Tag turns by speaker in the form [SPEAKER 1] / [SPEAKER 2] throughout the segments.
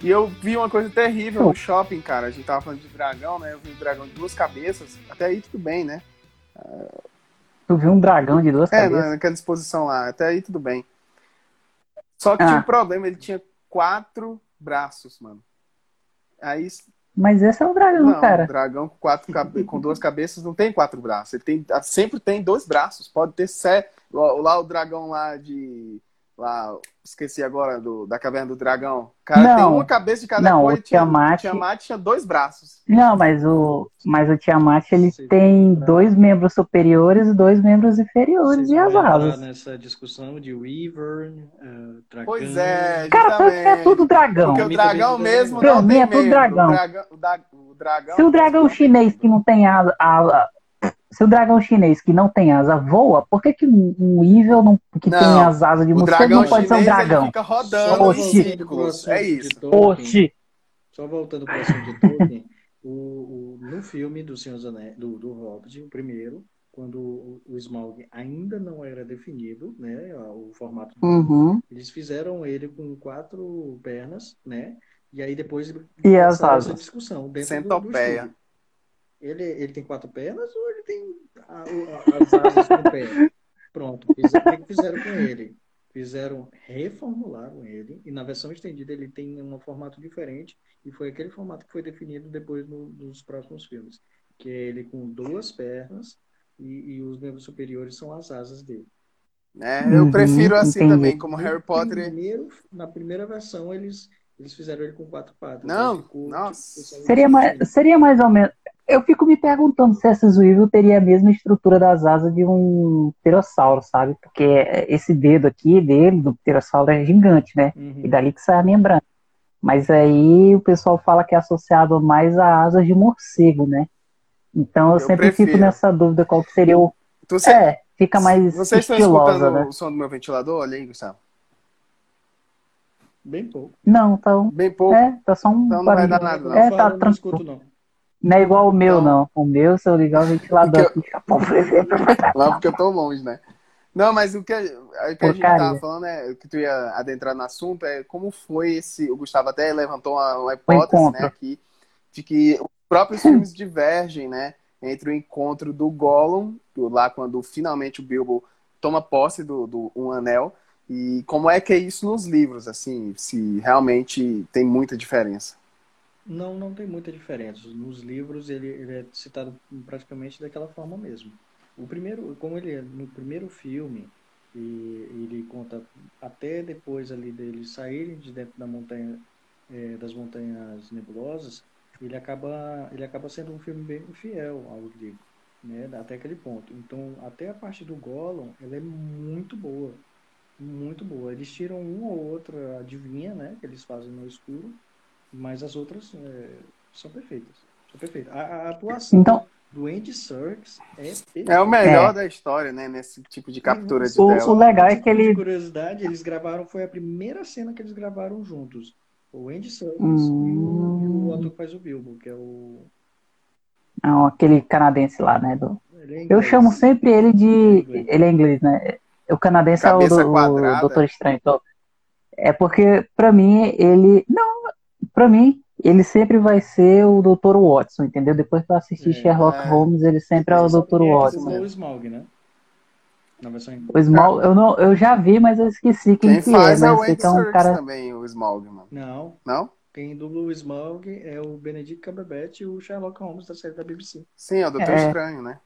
[SPEAKER 1] E eu vi uma coisa terrível no shopping, cara. A gente tava falando de dragão, né? Eu vi um dragão de duas cabeças. Até aí tudo bem, né?
[SPEAKER 2] Tu viu um dragão de duas
[SPEAKER 1] É,
[SPEAKER 2] cabeças?
[SPEAKER 1] na- naquela exposição lá. Até aí tudo bem. Só que
[SPEAKER 2] Ah.
[SPEAKER 1] tinha um problema. Ele tinha quatro braços, mano. Aí
[SPEAKER 2] Mas esse é o dragão,
[SPEAKER 1] Não, um
[SPEAKER 2] cara.
[SPEAKER 1] dragão com, quatro cabe- com duas cabeças não tem quatro braços. Ele tem, ah, sempre tem dois braços. Pode ter sete. Lá, lá o dragão lá de. Lá, esqueci agora do, da caverna do dragão. Cara,
[SPEAKER 2] Não.
[SPEAKER 1] tem uma cabeça de cada
[SPEAKER 2] Não,
[SPEAKER 1] cor
[SPEAKER 2] o Tiamat-
[SPEAKER 1] Tiamat tinha um dois braços.
[SPEAKER 2] Não, mas o, mas o Tiamat ele
[SPEAKER 3] Vocês
[SPEAKER 2] tem
[SPEAKER 3] vão-
[SPEAKER 2] dois membros superiores e dois membros inferiores
[SPEAKER 3] Vocês
[SPEAKER 2] e
[SPEAKER 3] vão
[SPEAKER 2] as
[SPEAKER 3] entrar
[SPEAKER 1] né,
[SPEAKER 2] asas.
[SPEAKER 3] Nessa discussão de Wyvern, uh, Tracan.
[SPEAKER 1] Pois é,
[SPEAKER 2] Cara, pra mim
[SPEAKER 1] justamente.
[SPEAKER 2] é tudo dragão.
[SPEAKER 1] Porque o
[SPEAKER 3] Mim
[SPEAKER 1] dragão
[SPEAKER 3] também é tudo
[SPEAKER 1] mesmo não
[SPEAKER 2] dragão. Pra mim
[SPEAKER 1] tem
[SPEAKER 2] é tudo
[SPEAKER 1] membro.
[SPEAKER 2] dragão.
[SPEAKER 1] O dragão, o da- o dragão-
[SPEAKER 2] Se o dragão chinês que não tem asa, a- se o dragão chinês que não tem asa voa, por que que um, um evil não, que
[SPEAKER 1] Não,
[SPEAKER 2] tem as asas de
[SPEAKER 1] o
[SPEAKER 2] morcego
[SPEAKER 1] dragão
[SPEAKER 2] não pode ser um
[SPEAKER 1] chinês, é ele
[SPEAKER 2] dragão?
[SPEAKER 1] fica rodando
[SPEAKER 2] Oxi.
[SPEAKER 1] em
[SPEAKER 2] Oxi.
[SPEAKER 1] círculos. É isso.
[SPEAKER 3] Oxi.
[SPEAKER 2] Oxi,
[SPEAKER 3] Só voltando para o assunto de Tolkien, o, o- no filme do Senhor dos Anéis, do, do Hobbit, o primeiro, quando o, o Smaug ainda não era definido, né, o formato
[SPEAKER 2] Uhum.
[SPEAKER 3] Eles fizeram ele com quatro pernas, né? E aí depois
[SPEAKER 2] E as
[SPEAKER 3] começaram
[SPEAKER 2] asas?
[SPEAKER 3] essa discussão dentro do, do
[SPEAKER 1] Centopeia.
[SPEAKER 3] estúdio. Ele, ele tem quatro pernas ou ele tem a- o- a- as asas com pé? Pronto, fizeram, o que que fizeram com ele? Fizeram, reformularam ele, e na versão estendida ele tem um formato diferente, e foi aquele formato que foi definido depois no- nos próximos filmes, que é ele com duas pernas, e, e os membros superiores são as asas dele.
[SPEAKER 1] né? Eu
[SPEAKER 2] Uhum,
[SPEAKER 1] prefiro assim
[SPEAKER 2] entendi.
[SPEAKER 1] também, como
[SPEAKER 3] No
[SPEAKER 1] Harry Potter.
[SPEAKER 3] primeiro- na primeira versão, eles, eles fizeram ele com quatro patas. né?
[SPEAKER 1] Não,
[SPEAKER 3] Ele ficou,
[SPEAKER 1] nossa.
[SPEAKER 3] tipo,
[SPEAKER 2] seria mais, seria mais ou menos. Eu fico me perguntando se esses evil teria a mesma estrutura das asas de um pterossauro, sabe? Porque esse dedo aqui dele, do pterossauro, é gigante, né?
[SPEAKER 3] Uhum.
[SPEAKER 2] E dali que sai a membrana. Mas aí o pessoal fala que é associado mais a asas de morcego, né? Então eu,
[SPEAKER 1] Eu
[SPEAKER 2] sempre fico
[SPEAKER 1] prefiro.
[SPEAKER 2] nessa dúvida qual que seria o.
[SPEAKER 1] Tu se-
[SPEAKER 2] É, fica mais
[SPEAKER 1] Vocês estão
[SPEAKER 2] estilosa,
[SPEAKER 1] escutando
[SPEAKER 2] né?
[SPEAKER 1] o som do meu ventilador? Olha aí, Gustavo.
[SPEAKER 3] Bem pouco.
[SPEAKER 2] Não, então.
[SPEAKER 1] Bem pouco.
[SPEAKER 2] É, tá só um
[SPEAKER 1] Então não vai
[SPEAKER 2] barulho.
[SPEAKER 1] dar nada, não.
[SPEAKER 2] É,
[SPEAKER 3] Fala,
[SPEAKER 2] tá
[SPEAKER 3] não
[SPEAKER 2] tranquilo.
[SPEAKER 3] escuto, não.
[SPEAKER 2] Não é igual o meu,
[SPEAKER 1] Então-
[SPEAKER 2] não. O meu, se eu ligar o ventilador
[SPEAKER 1] Porque
[SPEAKER 2] aqui, fica pum, blê, blê, blê.
[SPEAKER 1] Lá porque eu tô longe, né? Não, mas o que, a- o que a gente
[SPEAKER 2] Porcaria.
[SPEAKER 1] tava falando, é, o que tu ia adentrar no assunto, é como foi esse. O Gustavo até levantou uma, uma hipótese,
[SPEAKER 2] Um encontro.
[SPEAKER 1] né, aqui, de que os próprios filmes divergem, né? Entre o encontro do Gollum, do- lá quando finalmente o Bilbo toma posse do, do Um Anel, e como é que é isso nos livros, assim, se realmente tem muita diferença.
[SPEAKER 3] Não, não tem muita diferença. Nos livros ele, ele é citado praticamente daquela forma mesmo. O primeiro, como ele é no primeiro filme, e ele conta até depois ali deles saírem de dentro da montanha, eh, das montanhas nebulosas, ele acaba, ele acaba sendo um filme bem fiel ao livro, né? Até aquele ponto. Então, até a parte do Gollum, ela é muito boa, muito boa. Eles tiram uma ou outra adivinha, né? Que eles fazem no escuro. Mas as outras é, são perfeitas. São perfeitas. A, a atuação
[SPEAKER 2] Então-
[SPEAKER 3] do Andy Serkis é perfeita.
[SPEAKER 1] É o melhor
[SPEAKER 2] É.
[SPEAKER 1] da história, né? Nesse tipo de captura de tela.
[SPEAKER 2] O, o legal é que
[SPEAKER 3] De
[SPEAKER 2] ele.
[SPEAKER 3] curiosidade, eles gravaram, foi a primeira cena que eles gravaram juntos. O Andy Serkis
[SPEAKER 2] Hum.
[SPEAKER 3] e, o, e o ator que faz o Bilbo, que é o...
[SPEAKER 2] Não, aquele canadense lá, né? do-
[SPEAKER 3] ele é
[SPEAKER 2] Eu
[SPEAKER 3] inglês.
[SPEAKER 2] chamo sempre ele de. Ele é inglês, né? O canadense é o,
[SPEAKER 1] Cabeça
[SPEAKER 2] do-
[SPEAKER 1] quadrada.
[SPEAKER 2] o Doutor Estranho. então. É porque, pra mim, ele. Não, pra mim, ele sempre vai ser o Dr. Watson, entendeu? Depois que eu assisti
[SPEAKER 3] É,
[SPEAKER 2] Sherlock
[SPEAKER 1] é.
[SPEAKER 2] Holmes, ele sempre é o
[SPEAKER 3] Você sabe
[SPEAKER 2] Dr.
[SPEAKER 3] quem é que
[SPEAKER 2] Watson.
[SPEAKER 3] dublou o Smaug, né? Na versão inglesa.
[SPEAKER 2] O Small, eu, não, eu já vi, mas eu esqueci quem,
[SPEAKER 1] Tá. Quem
[SPEAKER 2] que
[SPEAKER 1] faz
[SPEAKER 2] é,
[SPEAKER 1] é o
[SPEAKER 2] mas sei
[SPEAKER 1] Andy
[SPEAKER 2] que é um
[SPEAKER 1] Serkis
[SPEAKER 2] cara.
[SPEAKER 1] também, o Smaug, mano.
[SPEAKER 3] Não,
[SPEAKER 1] Não?
[SPEAKER 3] quem dublou o Smaug é o Benedict Cumberbatch e o Sherlock Holmes da série da BBC.
[SPEAKER 1] Sim, é o Doutor
[SPEAKER 2] É.
[SPEAKER 1] Estranho, né?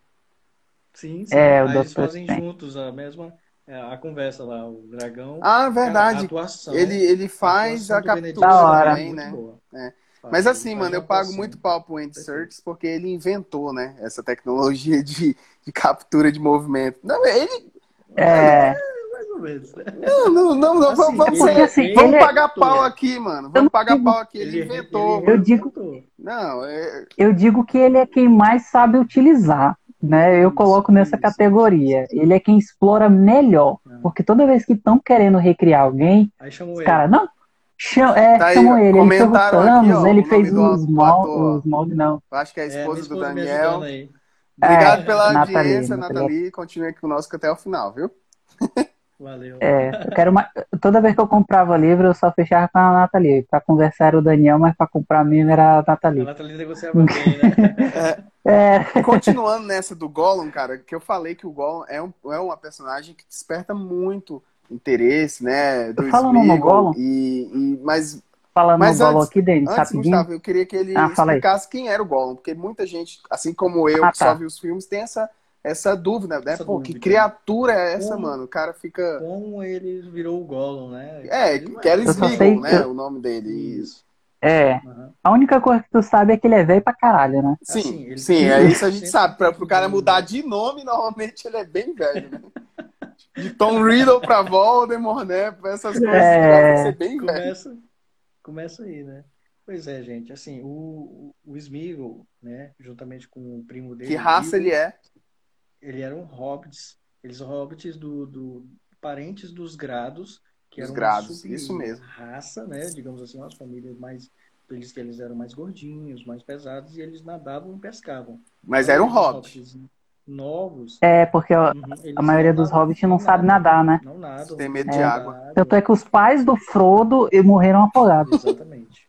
[SPEAKER 3] Sim, sim.
[SPEAKER 2] É, o
[SPEAKER 3] Aí
[SPEAKER 2] Dr.
[SPEAKER 3] eles fazem
[SPEAKER 2] Strange.
[SPEAKER 3] juntos a mesma é, a conversa lá, o dragão.
[SPEAKER 1] Ah,
[SPEAKER 3] Cara, É, a
[SPEAKER 1] verdade.
[SPEAKER 3] atuação, né?
[SPEAKER 1] Ele, ele
[SPEAKER 3] a
[SPEAKER 1] faz
[SPEAKER 3] atuação
[SPEAKER 1] a
[SPEAKER 3] do Benedict
[SPEAKER 1] captura
[SPEAKER 2] Da hora.
[SPEAKER 3] é
[SPEAKER 1] também,
[SPEAKER 3] muito
[SPEAKER 1] né?
[SPEAKER 3] boa.
[SPEAKER 1] É.
[SPEAKER 3] Faz-
[SPEAKER 1] Mas assim,
[SPEAKER 3] faz
[SPEAKER 1] mano,
[SPEAKER 3] uma
[SPEAKER 1] eu pago
[SPEAKER 3] atuação.
[SPEAKER 1] muito pau pro Andy
[SPEAKER 3] Perfeito.
[SPEAKER 1] Serkis porque ele inventou, né? Essa tecnologia de, de captura de movimento. Não, ele.
[SPEAKER 2] É,
[SPEAKER 3] Mais ou menos, né?
[SPEAKER 1] Não, não, não, não,
[SPEAKER 3] Assim,
[SPEAKER 1] Então, vamos,
[SPEAKER 2] é
[SPEAKER 1] vamos,
[SPEAKER 2] porque assim,
[SPEAKER 1] vamos
[SPEAKER 2] ele é-
[SPEAKER 1] pagar
[SPEAKER 3] né?
[SPEAKER 1] pau aqui, mano. Vamos pagar pau aqui. Ele inventou.
[SPEAKER 2] Eu digo-
[SPEAKER 3] inventou.
[SPEAKER 1] Não, é.
[SPEAKER 2] eu digo que ele é quem mais sabe utilizar, né? Eu
[SPEAKER 3] Isso,
[SPEAKER 2] coloco nessa
[SPEAKER 3] isso.
[SPEAKER 2] categoria. Ele é quem explora melhor,
[SPEAKER 1] É.
[SPEAKER 2] porque toda vez que estão querendo recriar alguém,
[SPEAKER 3] Aí chamou
[SPEAKER 2] os
[SPEAKER 3] ele.
[SPEAKER 2] caras, não, cham, é,
[SPEAKER 1] Tá aí,
[SPEAKER 2] chamam ele, ele fez o
[SPEAKER 1] comentaram aqui,
[SPEAKER 2] Thanos,
[SPEAKER 1] ó, o
[SPEAKER 2] ele fez
[SPEAKER 1] nome do-
[SPEAKER 2] os
[SPEAKER 1] do
[SPEAKER 2] mal,
[SPEAKER 1] ator.
[SPEAKER 2] os mal, não.
[SPEAKER 1] Eu acho que é a
[SPEAKER 3] É,
[SPEAKER 1] esposa
[SPEAKER 3] minha
[SPEAKER 1] do
[SPEAKER 3] esposa me
[SPEAKER 1] Daniel.
[SPEAKER 3] ajudando aí.
[SPEAKER 2] É,
[SPEAKER 3] É.
[SPEAKER 1] Obrigado pela
[SPEAKER 2] Nathalie,
[SPEAKER 1] audiência,
[SPEAKER 2] Nathalie.
[SPEAKER 1] Nathalie. Continue aqui conosco até o final, viu?
[SPEAKER 3] Valeu.
[SPEAKER 2] É, eu quero uma... Toda vez que eu comprava livro, eu só fechava com a Nathalie. Pra conversar era o Daniel, mas pra comprar mesmo era a
[SPEAKER 3] A
[SPEAKER 2] Nathalie.
[SPEAKER 3] Nathalie negociava bem, né?
[SPEAKER 2] É,
[SPEAKER 1] Continuando nessa do Gollum, cara, que eu falei que o Gollum é, um, é uma personagem que desperta muito interesse, né? Do
[SPEAKER 2] Falando no
[SPEAKER 1] Smeagol
[SPEAKER 2] Gollum?
[SPEAKER 1] E, e- mas
[SPEAKER 2] falando
[SPEAKER 1] Mas
[SPEAKER 2] no Golo
[SPEAKER 1] antes-
[SPEAKER 2] aqui, Denis,
[SPEAKER 1] antes,
[SPEAKER 2] rapidinho.
[SPEAKER 1] Gustavo, eu queria que ele
[SPEAKER 2] Ah, fala aí.
[SPEAKER 1] explicasse quem era o Gollum, porque muita gente, assim como eu,
[SPEAKER 2] Ah,
[SPEAKER 1] que
[SPEAKER 2] tá.
[SPEAKER 1] só vi os filmes, tem essa, essa dúvida, né?
[SPEAKER 3] Essa
[SPEAKER 1] Pô,
[SPEAKER 3] dúvida.
[SPEAKER 1] que criatura é essa,
[SPEAKER 3] Como?
[SPEAKER 1] mano? O cara fica.
[SPEAKER 3] Como ele virou o Gollum, né?
[SPEAKER 1] É,
[SPEAKER 3] Ele não Hum.
[SPEAKER 1] Kelly
[SPEAKER 2] Eu só sei
[SPEAKER 1] Smeagol,
[SPEAKER 2] que
[SPEAKER 1] né?
[SPEAKER 2] eu-
[SPEAKER 1] O nome dele. E-
[SPEAKER 3] Isso.
[SPEAKER 2] É,
[SPEAKER 3] Aham.
[SPEAKER 2] a única coisa que tu sabe é que ele é velho pra caralho, né?
[SPEAKER 1] Sim,
[SPEAKER 3] Assim, ele-
[SPEAKER 1] sim, é isso a gente sabe. Para o cara
[SPEAKER 3] Sim.
[SPEAKER 1] mudar de nome, normalmente ele é bem velho, né? De Tom Riddle pra Voldemort, né? Pra Essas coisas
[SPEAKER 2] É.
[SPEAKER 1] é... ser bem velho.
[SPEAKER 3] Começa, começa aí, né? Pois é, gente. Assim, o, o Smeagol, né? Juntamente com o primo dele.
[SPEAKER 1] Que raça ele é?
[SPEAKER 3] ele eram hobbits, eles eram hobbits do, do parentes dos grados, que
[SPEAKER 1] Dos
[SPEAKER 3] eram
[SPEAKER 1] Grados,
[SPEAKER 3] uma
[SPEAKER 1] isso mesmo.
[SPEAKER 3] raça, né? Digamos assim, umas famílias mais eles que eles eram mais gordinhos, mais pesados e eles nadavam e pescavam.
[SPEAKER 1] Mas
[SPEAKER 3] Então,
[SPEAKER 1] era um
[SPEAKER 3] os
[SPEAKER 1] hobbit.
[SPEAKER 3] hobbits novos.
[SPEAKER 2] É, porque ó,
[SPEAKER 3] uhum, eles
[SPEAKER 2] a maioria dos
[SPEAKER 3] nadavam,
[SPEAKER 2] hobbits não sabe nadar, né?
[SPEAKER 3] Não nadam.
[SPEAKER 1] Tem medo
[SPEAKER 3] não
[SPEAKER 1] de
[SPEAKER 3] nadam,
[SPEAKER 1] água.
[SPEAKER 2] Tanto é que os pais do Frodo eh, morreram afogados.
[SPEAKER 3] Exatamente.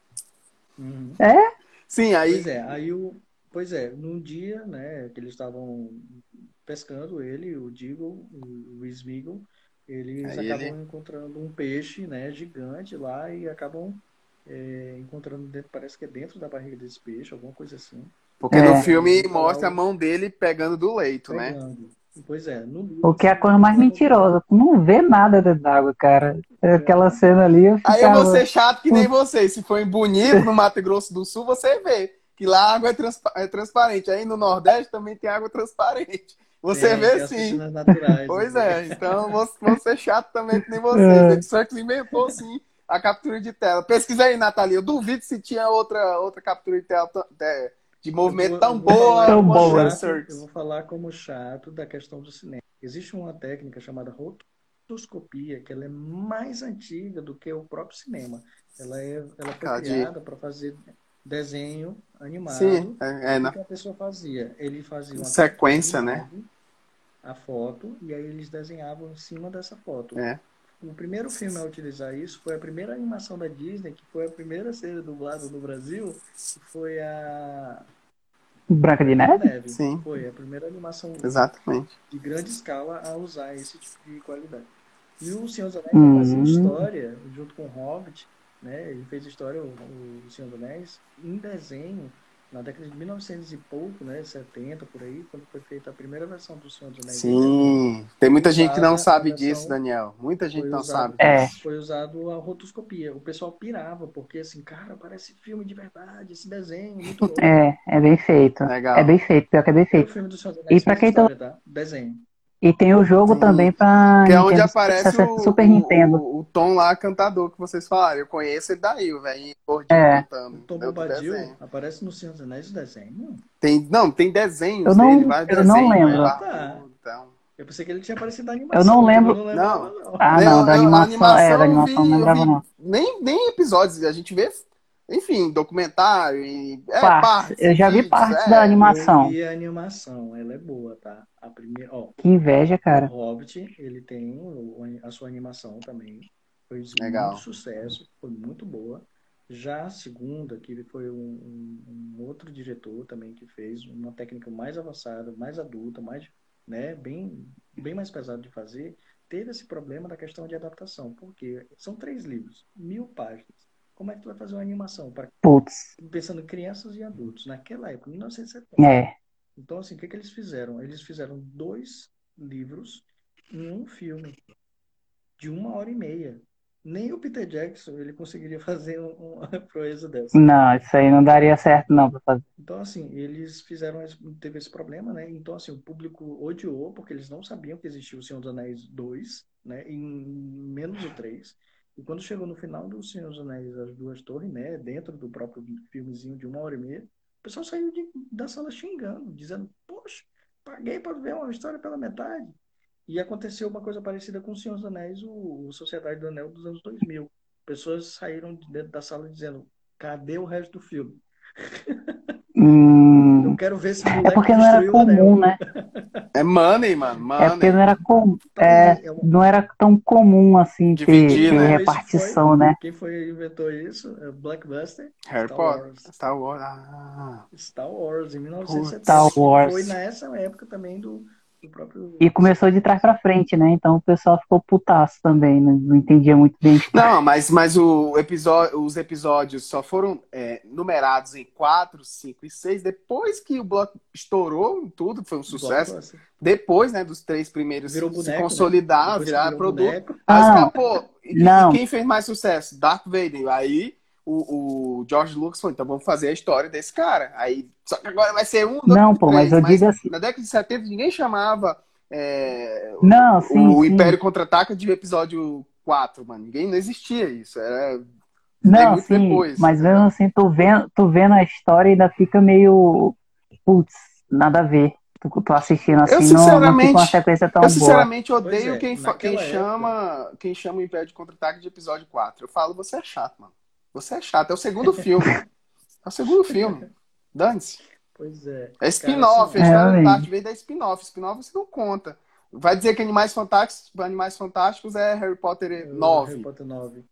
[SPEAKER 3] Uhum.
[SPEAKER 1] Sim, aí.
[SPEAKER 3] Pois é, aí o, pois é, num dia, né, que eles estavam pescando, ele, o Deagle, o o Smeagol, eles
[SPEAKER 1] Aí
[SPEAKER 3] acabam encontrando um peixe, né, gigante lá e acabam é, encontrando dentro, parece que é dentro da barriga desse peixe, alguma coisa assim.
[SPEAKER 1] Porque
[SPEAKER 2] É.
[SPEAKER 1] no filme mostra a mão dele pegando do leito, né?
[SPEAKER 3] Pegando. Pois é, no livro,
[SPEAKER 2] O que é a coisa mais mentirosa. Tu não vê nada dentro d'água, cara. Aquela cena ali, eu
[SPEAKER 1] Aí eu
[SPEAKER 2] ficava...
[SPEAKER 1] vou ser chato que
[SPEAKER 2] Hum.
[SPEAKER 1] nem vocês. Se for em Bonito, no Mato Grosso do Sul, você vê que lá a água é, transpa- é transparente. Aí no Nordeste também tem água transparente. Você
[SPEAKER 3] tem- tem
[SPEAKER 1] vê
[SPEAKER 3] É, as
[SPEAKER 1] sim.
[SPEAKER 3] piscinas naturais,
[SPEAKER 1] Pois
[SPEAKER 3] né?
[SPEAKER 1] é, então vou, vou ser chato também que nem
[SPEAKER 2] É.
[SPEAKER 1] vocês. O Santos inventou sim a captura de tela. Pesquisa aí, Nathalie. Eu duvido se tinha outra, outra captura de tela tão- de, de movimento
[SPEAKER 3] Eu vou-
[SPEAKER 1] tão
[SPEAKER 3] eu vou
[SPEAKER 1] boa. um
[SPEAKER 3] falar
[SPEAKER 2] Tão
[SPEAKER 1] como
[SPEAKER 2] boa. né?
[SPEAKER 1] a
[SPEAKER 3] chato, Eu
[SPEAKER 1] Cirques.
[SPEAKER 3] vou falar como chato da questão do cinema. Existe uma técnica chamada rotoscopia, que ela é mais antiga do que o próprio cinema. Ela, é, ela foi
[SPEAKER 1] Cara, de-
[SPEAKER 3] criada para fazer desenho animado.
[SPEAKER 1] Sim, é, é,
[SPEAKER 3] O
[SPEAKER 1] na
[SPEAKER 3] que a pessoa fazia? Ele fazia uma
[SPEAKER 1] sequência,
[SPEAKER 3] foto,
[SPEAKER 1] né?
[SPEAKER 3] A foto, e aí eles desenhavam em cima dessa foto.
[SPEAKER 1] É.
[SPEAKER 3] O primeiro filme a utilizar isso foi a primeira animação da Disney, que foi a primeira a ser dublada no Brasil, que foi a
[SPEAKER 2] Branca de Neve?
[SPEAKER 3] Neve.
[SPEAKER 1] Sim.
[SPEAKER 3] Foi a primeira animação
[SPEAKER 1] Exatamente.
[SPEAKER 3] de grande escala a usar esse tipo de qualidade. E o Senhor dos Anéis
[SPEAKER 2] Hum.
[SPEAKER 3] fazia história, junto com o Hobbit, né? ele fez história, o, o Senhor dos Anéis, em desenho, na década de 1900 e pouco, né? 70, por aí, quando foi feita a primeira versão do Senhor dos Anéis.
[SPEAKER 1] Sim. Tem muita gente que não sabe
[SPEAKER 3] Usada a versão-
[SPEAKER 1] disso, Daniel. Muita gente
[SPEAKER 3] Foi
[SPEAKER 1] não
[SPEAKER 3] usado,
[SPEAKER 1] sabe.
[SPEAKER 2] É.
[SPEAKER 3] foi usado a rotoscopia. O pessoal pirava, porque assim, cara, parece filme de verdade, esse desenho, muito louco.
[SPEAKER 2] É, é bem feito.
[SPEAKER 1] Legal.
[SPEAKER 2] É bem feito, pior que é bem
[SPEAKER 3] O
[SPEAKER 2] feito.
[SPEAKER 3] filme do Senhor dos Anéis
[SPEAKER 2] E pra
[SPEAKER 3] fez
[SPEAKER 2] quem tá-
[SPEAKER 3] história, tá? Desenho.
[SPEAKER 2] E tem o jogo
[SPEAKER 1] Sim.
[SPEAKER 2] também pra
[SPEAKER 1] Que é
[SPEAKER 2] Nintendo,
[SPEAKER 1] onde aparece o,
[SPEAKER 2] Super
[SPEAKER 1] o-
[SPEAKER 2] Nintendo.
[SPEAKER 1] o- o Tom lá, cantador, que vocês falaram. Eu conheço ele daí, o velhinho gordinho
[SPEAKER 2] É.
[SPEAKER 1] cantando.
[SPEAKER 3] Tom
[SPEAKER 1] É outro
[SPEAKER 3] Bombadil
[SPEAKER 1] desenho.
[SPEAKER 3] aparece no Senhor dos Anéis o desenho.
[SPEAKER 1] Tem, não, tem desenhos
[SPEAKER 2] Eu não-
[SPEAKER 1] dele, vários
[SPEAKER 2] eu não
[SPEAKER 1] desenhos.
[SPEAKER 2] lembro.
[SPEAKER 1] vai lá.
[SPEAKER 3] Tá.
[SPEAKER 1] Então,
[SPEAKER 3] Eu pensei que ele tinha aparecido na animação.
[SPEAKER 2] não lembro.
[SPEAKER 1] Não.
[SPEAKER 3] Eu não.
[SPEAKER 2] Ah,
[SPEAKER 1] Eu-
[SPEAKER 2] não, da
[SPEAKER 1] eu-
[SPEAKER 2] animação, é, da
[SPEAKER 1] eu
[SPEAKER 2] animação
[SPEAKER 1] vi-
[SPEAKER 2] não
[SPEAKER 1] eu
[SPEAKER 2] lembrava
[SPEAKER 1] vi
[SPEAKER 2] não.
[SPEAKER 1] Nem, nem episódios, a gente vê, enfim, documentário e. É,
[SPEAKER 2] Partes. Eu já vi
[SPEAKER 1] vídeos,
[SPEAKER 2] partes
[SPEAKER 1] é.
[SPEAKER 2] da animação.
[SPEAKER 3] Eu vi a animação, ela é boa, tá? A primeira, ó,
[SPEAKER 2] Que inveja,
[SPEAKER 3] o
[SPEAKER 2] cara.
[SPEAKER 3] Hobbit, ele tem o- a sua animação também. Foi um
[SPEAKER 1] Legal.
[SPEAKER 3] muito sucesso, foi muito boa. Já a segunda, que ele foi um, um- um outro diretor também que fez uma técnica mais avançada, mais adulta, mais, né, bem, bem mais pesado de fazer, teve esse problema da questão de adaptação, porque são três livros, mil páginas. Como é que tu vai fazer uma animação para
[SPEAKER 2] Putz,
[SPEAKER 3] pensando em crianças e adultos naquela época, 1970?
[SPEAKER 2] é.
[SPEAKER 3] Então, assim, o que que eles fizeram? Eles fizeram dois livros em um filme de uma hora e meia. Nem o Peter Jackson ele conseguiria fazer um- uma proeza dessa.
[SPEAKER 2] Não, isso aí não daria certo não pra fazer.
[SPEAKER 3] Então, assim, eles fizeram, esse- teve esse problema, né? Então, assim, o público odiou porque eles não sabiam que existia o Senhor dos Anéis 2, né? Em menos o 3. E quando chegou no final do Senhor dos Anéis, as duas torres, né? Dentro do próprio filmezinho de uma hora e meia, o pessoal saiu de- da sala xingando, dizendo, poxa, paguei para ver uma história pela metade. E aconteceu uma coisa parecida com o Senhor dos Anéis, o, o Sociedade do Anel dos anos 2000. Pessoas saíram de dentro da sala dizendo, cadê o resto do filme?
[SPEAKER 2] Hum,
[SPEAKER 3] Então, Eu quero ver se
[SPEAKER 2] É porque não era comum, né?
[SPEAKER 1] É money, mano. Money.
[SPEAKER 2] É porque não era, com...
[SPEAKER 3] Então,
[SPEAKER 2] é,
[SPEAKER 3] um
[SPEAKER 2] não era tão comum assim ter,
[SPEAKER 1] Dividir,
[SPEAKER 2] ter
[SPEAKER 1] né?
[SPEAKER 2] repartição, né?
[SPEAKER 3] Quem foi inventou isso? É Blackbuster.
[SPEAKER 1] Harry
[SPEAKER 3] Star
[SPEAKER 1] Potter.
[SPEAKER 3] Wars.
[SPEAKER 1] Star Wars. Ah.
[SPEAKER 3] Star Wars, em 1970.
[SPEAKER 2] Star Wars.
[SPEAKER 3] Foi nessa época também do, do próprio.
[SPEAKER 2] E começou de trás pra frente, né? Então o pessoal ficou putaço também, né? não entendia muito bem.
[SPEAKER 1] Não, mas, mas o episódio, os episódios só foram é, numerados em 4, 5 e 6 depois que o bloco estourou em tudo, que foi um sucesso.
[SPEAKER 3] Blockbuster.
[SPEAKER 1] Depois, né, dos três primeiros
[SPEAKER 3] Virou
[SPEAKER 1] se
[SPEAKER 3] boneco, né?
[SPEAKER 1] consolidar,
[SPEAKER 3] Depois que
[SPEAKER 1] Ah, virar
[SPEAKER 3] virou
[SPEAKER 1] produto.
[SPEAKER 3] boneco.
[SPEAKER 1] Mas
[SPEAKER 2] Ah, não.
[SPEAKER 1] acabou. E,
[SPEAKER 2] Não.
[SPEAKER 1] e quem fez mais sucesso? Darth Vader. Aí o, o George Lucas falou, então vamos fazer a história desse cara. Aí, só que agora vai ser um, dois,
[SPEAKER 2] Não, pô, mas
[SPEAKER 1] três,
[SPEAKER 2] eu digo assim.
[SPEAKER 1] Na década de 70 ninguém chamava é,
[SPEAKER 2] Não, sim.
[SPEAKER 1] o
[SPEAKER 2] sim.
[SPEAKER 1] Império Contra-Ataca de episódio 4, mano. Ninguém, não existia isso. Era... veio
[SPEAKER 2] Não,
[SPEAKER 1] muito
[SPEAKER 2] sim,
[SPEAKER 1] depois.
[SPEAKER 2] mas mesmo assim, tu vendo, tu vendo a história ainda fica meio. Putz, nada a ver. Tu, tu assistindo assim, não, não
[SPEAKER 1] sinceramente-
[SPEAKER 2] fica uma sequência tão
[SPEAKER 1] eu
[SPEAKER 2] boa.
[SPEAKER 1] sinceramente odeio
[SPEAKER 3] Pois é,
[SPEAKER 1] quem, fa- quem
[SPEAKER 3] naquela
[SPEAKER 1] chama quem chama o Império de Contra-Ataque de episódio 4. Eu falo, você é chato, mano. Você é chato. É o segundo filme. É o segundo filme. Dane-se.
[SPEAKER 3] Pois é.
[SPEAKER 1] É spin-off. A
[SPEAKER 2] Cara, assim,
[SPEAKER 1] história do
[SPEAKER 2] realmente.
[SPEAKER 1] Darth Vader é spin-off. Spin-off você não conta. Vai dizer que Animais Fantásticos, Animais Fantásticos é Harry Potter
[SPEAKER 3] Harry
[SPEAKER 1] 9.
[SPEAKER 3] Potter 9.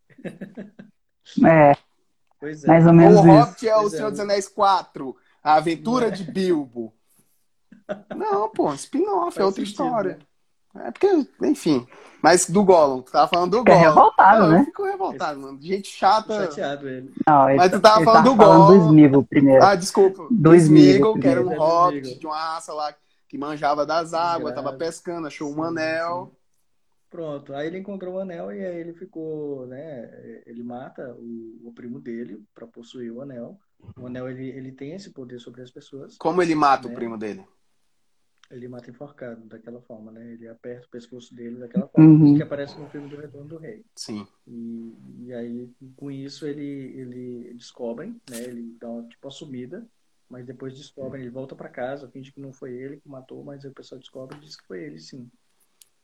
[SPEAKER 2] É,
[SPEAKER 3] Pois é.
[SPEAKER 2] mais ou
[SPEAKER 1] Ou o
[SPEAKER 2] menos isso.
[SPEAKER 1] Hobbit é O
[SPEAKER 3] Pois é.
[SPEAKER 1] Senhor dos Anéis 4. A Aventura de Bilbo. Não, pô. Spin-off é
[SPEAKER 3] Faz
[SPEAKER 1] outra
[SPEAKER 3] sentido,
[SPEAKER 1] história.
[SPEAKER 3] né?
[SPEAKER 1] É porque, enfim. Mas do Gollum, tu tava falando do
[SPEAKER 2] Fica
[SPEAKER 1] Gollum.
[SPEAKER 2] revoltado,
[SPEAKER 1] Não, Eu
[SPEAKER 2] né?
[SPEAKER 1] fico revoltado, mano. Gente
[SPEAKER 3] Tô
[SPEAKER 1] chata.
[SPEAKER 3] chateado ele.
[SPEAKER 2] Não, ele, tá
[SPEAKER 1] Mas tu tava
[SPEAKER 2] ele
[SPEAKER 1] falando
[SPEAKER 2] tava
[SPEAKER 1] do
[SPEAKER 2] falando
[SPEAKER 1] Gollum.
[SPEAKER 2] do Smeagol primeiro.
[SPEAKER 1] Ah, desculpa.
[SPEAKER 2] Dois
[SPEAKER 1] Smeagol,
[SPEAKER 2] Smeagol,
[SPEAKER 1] que era um
[SPEAKER 3] dois
[SPEAKER 1] hobbit
[SPEAKER 3] Smeagol.
[SPEAKER 1] de uma raça lá que manjava das águas,
[SPEAKER 3] Desgraça.
[SPEAKER 1] tava pescando, achou um
[SPEAKER 3] Sim,
[SPEAKER 1] anel.
[SPEAKER 3] sim. Pronto, aí ele encontrou o anel e aí ele ficou, né? Ele mata o, o primo dele para possuir o anel. O anel ele, ele tem esse poder sobre as pessoas.
[SPEAKER 1] Como ele mata o
[SPEAKER 3] Né?
[SPEAKER 1] primo dele?
[SPEAKER 3] Ele mata enforcado daquela forma, né? Ele aperta o pescoço dele daquela forma
[SPEAKER 2] Uhum.
[SPEAKER 3] que aparece no filme do Retorno do Rei.
[SPEAKER 1] Sim.
[SPEAKER 3] E, e aí, com isso, ele, ele descobrem, né? Ele dá uma, tipo uma sumida, mas depois descobrem, ele volta para casa, finge que não foi ele que matou, mas aí o pessoal descobre e diz que foi ele, sim.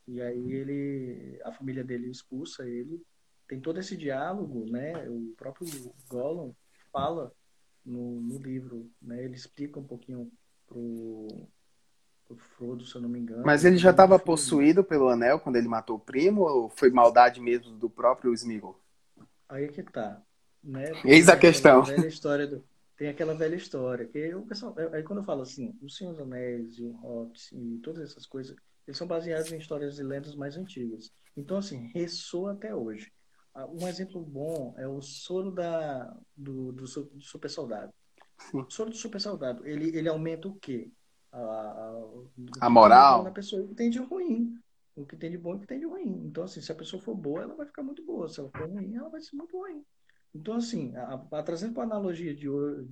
[SPEAKER 3] E aí ele, a família dele expulsa ele. Tem todo esse diálogo, né? O próprio Gollum fala no, no livro, né? Ele explica um pouquinho pro, pro Frodo, se eu não me engano.
[SPEAKER 1] Mas ele já tava
[SPEAKER 3] estava
[SPEAKER 1] possuído pelo anel quando ele matou o primo ou foi maldade mesmo do próprio Smeagol?
[SPEAKER 3] Aí é que tá. Né?
[SPEAKER 1] Eis a
[SPEAKER 3] Tem aquela
[SPEAKER 1] questão.
[SPEAKER 3] velha história do- Tem aquela velha história. Que o pessoal... Aí quando eu falo assim, o Senhor dos Anéis e o Hobbit e todas essas coisas, eles são baseados em histórias e lendas mais antigas. Então, assim, ressoa até hoje. Ah, Um exemplo bom é o soro da... do, do su- do super soldado.
[SPEAKER 1] Sim.
[SPEAKER 3] O soro do super soldado, ele, ele aumenta o quê? A, a,
[SPEAKER 1] A moral?
[SPEAKER 3] Na pessoa, o que tem de ruim o que tem de bom e o que tem de ruim. Então, assim, se a pessoa for boa, ela vai ficar muito boa. Se ela for ruim, ela vai ser muito ruim. Então, assim, a, a, trazendo para a analogia de, ho-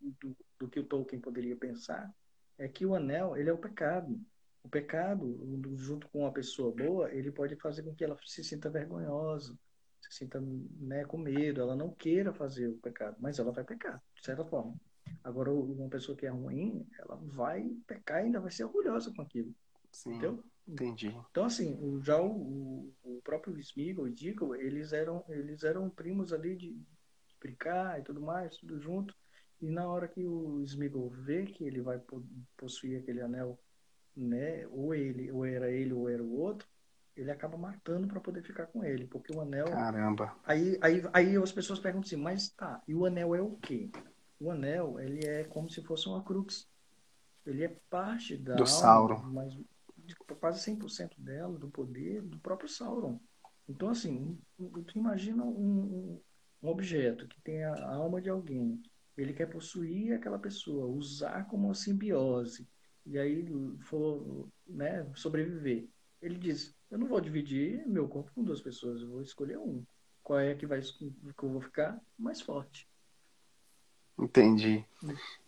[SPEAKER 3] do, do que o Tolkien poderia pensar, é que o anel, ele é o pecado. O pecado, junto com uma pessoa boa, ele pode fazer com que ela se sinta vergonhosa, se sinta né, com medo, ela não queira fazer o pecado, mas ela vai pecar, de certa forma. Agora, uma pessoa que é ruim, ela vai pecar e ainda vai ser orgulhosa com aquilo,
[SPEAKER 1] Sim,
[SPEAKER 3] entendeu?
[SPEAKER 1] entendi.
[SPEAKER 3] Então, assim, o- já o, o- o próprio Smeagol e Diggle, eles eram, eles eram primos ali de brincar e tudo mais, tudo junto. E na hora que o Smeagol vê que ele vai po- possuir aquele anel, né, ou ele, ou era ele, ou era o outro, ele acaba matando para poder ficar com ele, porque o anel
[SPEAKER 1] Caramba.
[SPEAKER 3] Aí, aí, aí as pessoas perguntam assim, mas tá, e o anel é o quê? O anel, ele é como se fosse uma crux. Ele é parte da
[SPEAKER 1] Do
[SPEAKER 3] alma,
[SPEAKER 1] Sauron.
[SPEAKER 3] mas de- quase 100% dela, do poder do próprio Sauron. Então, assim, um- tu imagina um, um- um objeto que tem a a alma de alguém. Ele quer possuir aquela pessoa, usar como uma simbiose. E aí for, né, sobreviver. Ele diz, eu não vou dividir meu corpo com duas pessoas, eu vou escolher um qual é que vai que eu vou ficar mais forte.
[SPEAKER 1] Entendi.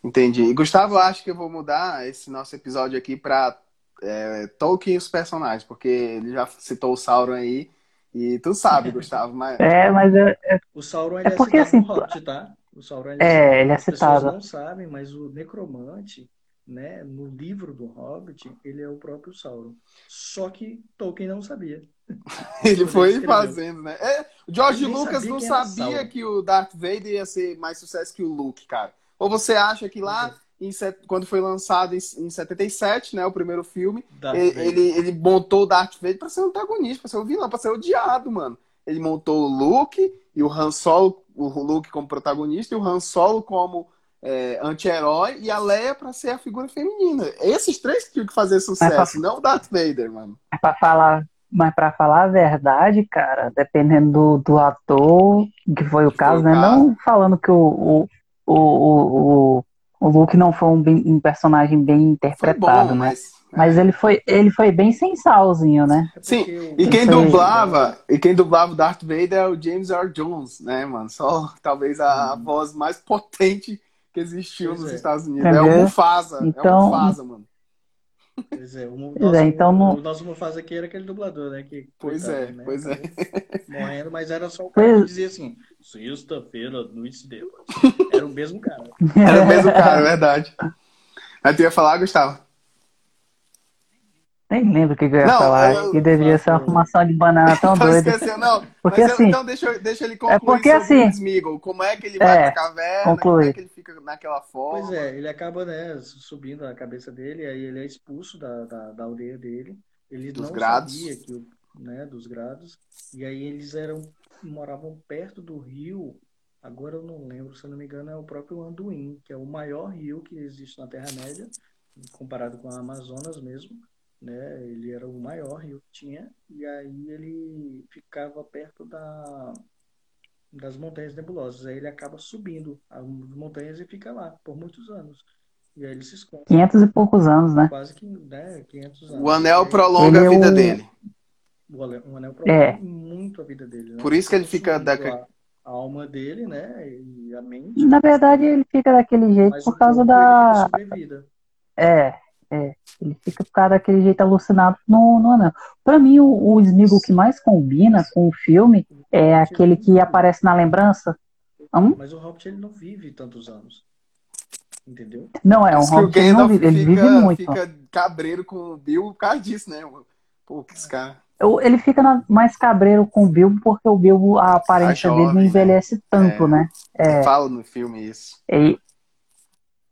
[SPEAKER 1] Entendi. E Gustavo, eu acho que eu vou mudar esse nosso episódio aqui pra é, Tolkien e os personagens, porque ele já citou o Sauron aí. E tu sabe, Gustavo, mas
[SPEAKER 2] É, mas eu,
[SPEAKER 3] O Sauron
[SPEAKER 2] É
[SPEAKER 3] ele é,
[SPEAKER 2] porque,
[SPEAKER 3] citado no
[SPEAKER 2] assim,
[SPEAKER 3] Hobbit, tá? O Sauron ele
[SPEAKER 2] é, ele é
[SPEAKER 3] As pessoas
[SPEAKER 2] citado.
[SPEAKER 3] não sabem, mas o necromante, né, no livro do Hobbit, ele é o próprio Sauron. Só que Tolkien não sabia.
[SPEAKER 1] ele foi
[SPEAKER 3] escreveu.
[SPEAKER 1] fazendo, né? É, o George
[SPEAKER 3] Ele nem
[SPEAKER 1] Lucas
[SPEAKER 3] sabia
[SPEAKER 1] não
[SPEAKER 3] quem era
[SPEAKER 1] sabia
[SPEAKER 3] Sauron.
[SPEAKER 1] que o Darth Vader ia ser mais sucesso que o Luke, cara. Ou você acha que lá em set- quando foi lançado em, em 77, né, o primeiro filme,
[SPEAKER 3] Darth
[SPEAKER 1] ele,
[SPEAKER 3] Vader.
[SPEAKER 1] ele, ele montou o Darth Vader pra ser o antagonista, pra ser o vilão, pra ser odiado, mano. Ele montou o Luke e o Han Solo, o Luke como protagonista e o Han Solo como é, anti-herói e a Leia pra ser a figura feminina. Esses três que tinham que fazer sucesso, não o Darth Vader, mano.
[SPEAKER 2] Mas pra falar, mas pra falar a verdade, cara, dependendo do, do ator, que foi o
[SPEAKER 1] Que foi
[SPEAKER 2] caso,
[SPEAKER 1] o
[SPEAKER 2] né?
[SPEAKER 1] caso.
[SPEAKER 2] Não falando que o, o, o, o, o- o Luke não foi um, bem- um personagem bem
[SPEAKER 1] Foi
[SPEAKER 2] interpretado,
[SPEAKER 1] bom,
[SPEAKER 2] né?
[SPEAKER 1] mas...
[SPEAKER 2] Mas ele foi, ele foi bem sensalzinho, né?
[SPEAKER 3] É porque
[SPEAKER 1] Sim,
[SPEAKER 3] o-
[SPEAKER 1] E quem
[SPEAKER 2] Sim.
[SPEAKER 1] dublava, e quem dublava o Darth Vader é o James R. Jones, né, mano? Só talvez a
[SPEAKER 2] Uhum.
[SPEAKER 3] Hum.
[SPEAKER 1] voz mais potente que existiu
[SPEAKER 3] Pois
[SPEAKER 1] nos
[SPEAKER 3] é.
[SPEAKER 1] Estados Unidos. É o
[SPEAKER 2] Entendeu?
[SPEAKER 1] Mufasa, é o
[SPEAKER 2] Então-
[SPEAKER 1] Mufasa, mano.
[SPEAKER 3] Pois é, o nosso,
[SPEAKER 2] Pois é, então não-
[SPEAKER 3] o nosso Mufasa aqui era aquele dublador, né? Que,
[SPEAKER 1] Pois
[SPEAKER 3] coitado,
[SPEAKER 1] é,
[SPEAKER 3] né,
[SPEAKER 1] pois é.
[SPEAKER 3] tava Morrendo, mas era só o cara que
[SPEAKER 2] Pois-
[SPEAKER 3] dizia assim, sexta-feira, no cinema. Era o mesmo cara.
[SPEAKER 1] Era o mesmo cara, é verdade. Mas tu ia falar, Gustavo?
[SPEAKER 2] Nem lembro o que, que eu ia
[SPEAKER 1] Não,
[SPEAKER 2] falar.
[SPEAKER 1] eu-
[SPEAKER 2] que deveria ser uma formação de banana tão
[SPEAKER 1] Não
[SPEAKER 2] doida.
[SPEAKER 1] esqueceu, não.
[SPEAKER 2] Porque
[SPEAKER 1] é, Mas eu-
[SPEAKER 2] assim,
[SPEAKER 1] então deixa, eu- deixa ele concluir
[SPEAKER 2] porque
[SPEAKER 1] sobre
[SPEAKER 2] assim-
[SPEAKER 1] o Smeagol. Como é que ele vai
[SPEAKER 2] É,
[SPEAKER 1] pra caverna, como é
[SPEAKER 2] conclui.
[SPEAKER 1] que ele fica naquela forma.
[SPEAKER 3] Pois é, ele acaba, né, subindo a cabeça dele, aí ele é expulso da, da, da aldeia dele. Ele
[SPEAKER 1] Dos
[SPEAKER 3] não
[SPEAKER 1] grados.
[SPEAKER 3] sabia que o, né, dos grados. E aí eles eram moravam perto do rio. Agora eu não lembro, se eu não me engano, é o próprio Anduin, que é o maior rio que existe na Terra-média, comparado com a Amazonas mesmo, né? Ele era o maior rio que tinha, e aí ele ficava perto da das montanhas nebulosas. Aí ele acaba subindo as montanhas e fica lá por muitos anos. E aí ele se esconde
[SPEAKER 2] 500 e poucos anos, né?
[SPEAKER 3] quase que, né, 500 anos.
[SPEAKER 1] O anel
[SPEAKER 3] E aí,
[SPEAKER 1] prolonga
[SPEAKER 2] Ele é
[SPEAKER 1] a vida
[SPEAKER 2] um-
[SPEAKER 1] dele.
[SPEAKER 3] o anel, o anel
[SPEAKER 2] É.
[SPEAKER 3] prolonga muito a vida dele, né?
[SPEAKER 1] Por isso que ele fica
[SPEAKER 3] Subindo
[SPEAKER 1] daquele-
[SPEAKER 3] a, a alma dele, né? E a mente.
[SPEAKER 2] Na verdade, ele fica daquele jeito
[SPEAKER 3] Mas o
[SPEAKER 2] por causa
[SPEAKER 3] corpo,
[SPEAKER 2] da,
[SPEAKER 1] assim.
[SPEAKER 3] ele fica sobrevida.
[SPEAKER 2] É, é. Ele fica por causa daquele jeito alucinado no, no anel. Pra mim, o, o Sméagol que mais combina com o filme é aquele que aparece na lembrança. Hum?
[SPEAKER 3] Mas o Hobbit ele não vive tantos anos. Entendeu?
[SPEAKER 2] Não, é um
[SPEAKER 1] Diz que o
[SPEAKER 2] Hobbit, ele não
[SPEAKER 1] Gandalf
[SPEAKER 2] vive, ele
[SPEAKER 1] fica,
[SPEAKER 2] vive muito.
[SPEAKER 1] fica cabreiro com o Bill por causa disso, né? mano? Pô, que esse cara...
[SPEAKER 2] Eu- Ele fica na- mais cabreiro com o Bilbo, porque o Bilbo, a aparência
[SPEAKER 1] jovem,
[SPEAKER 2] dele não
[SPEAKER 1] né?
[SPEAKER 2] envelhece tanto,
[SPEAKER 1] É.
[SPEAKER 2] né? É.
[SPEAKER 1] Fala no filme isso.
[SPEAKER 2] E- É,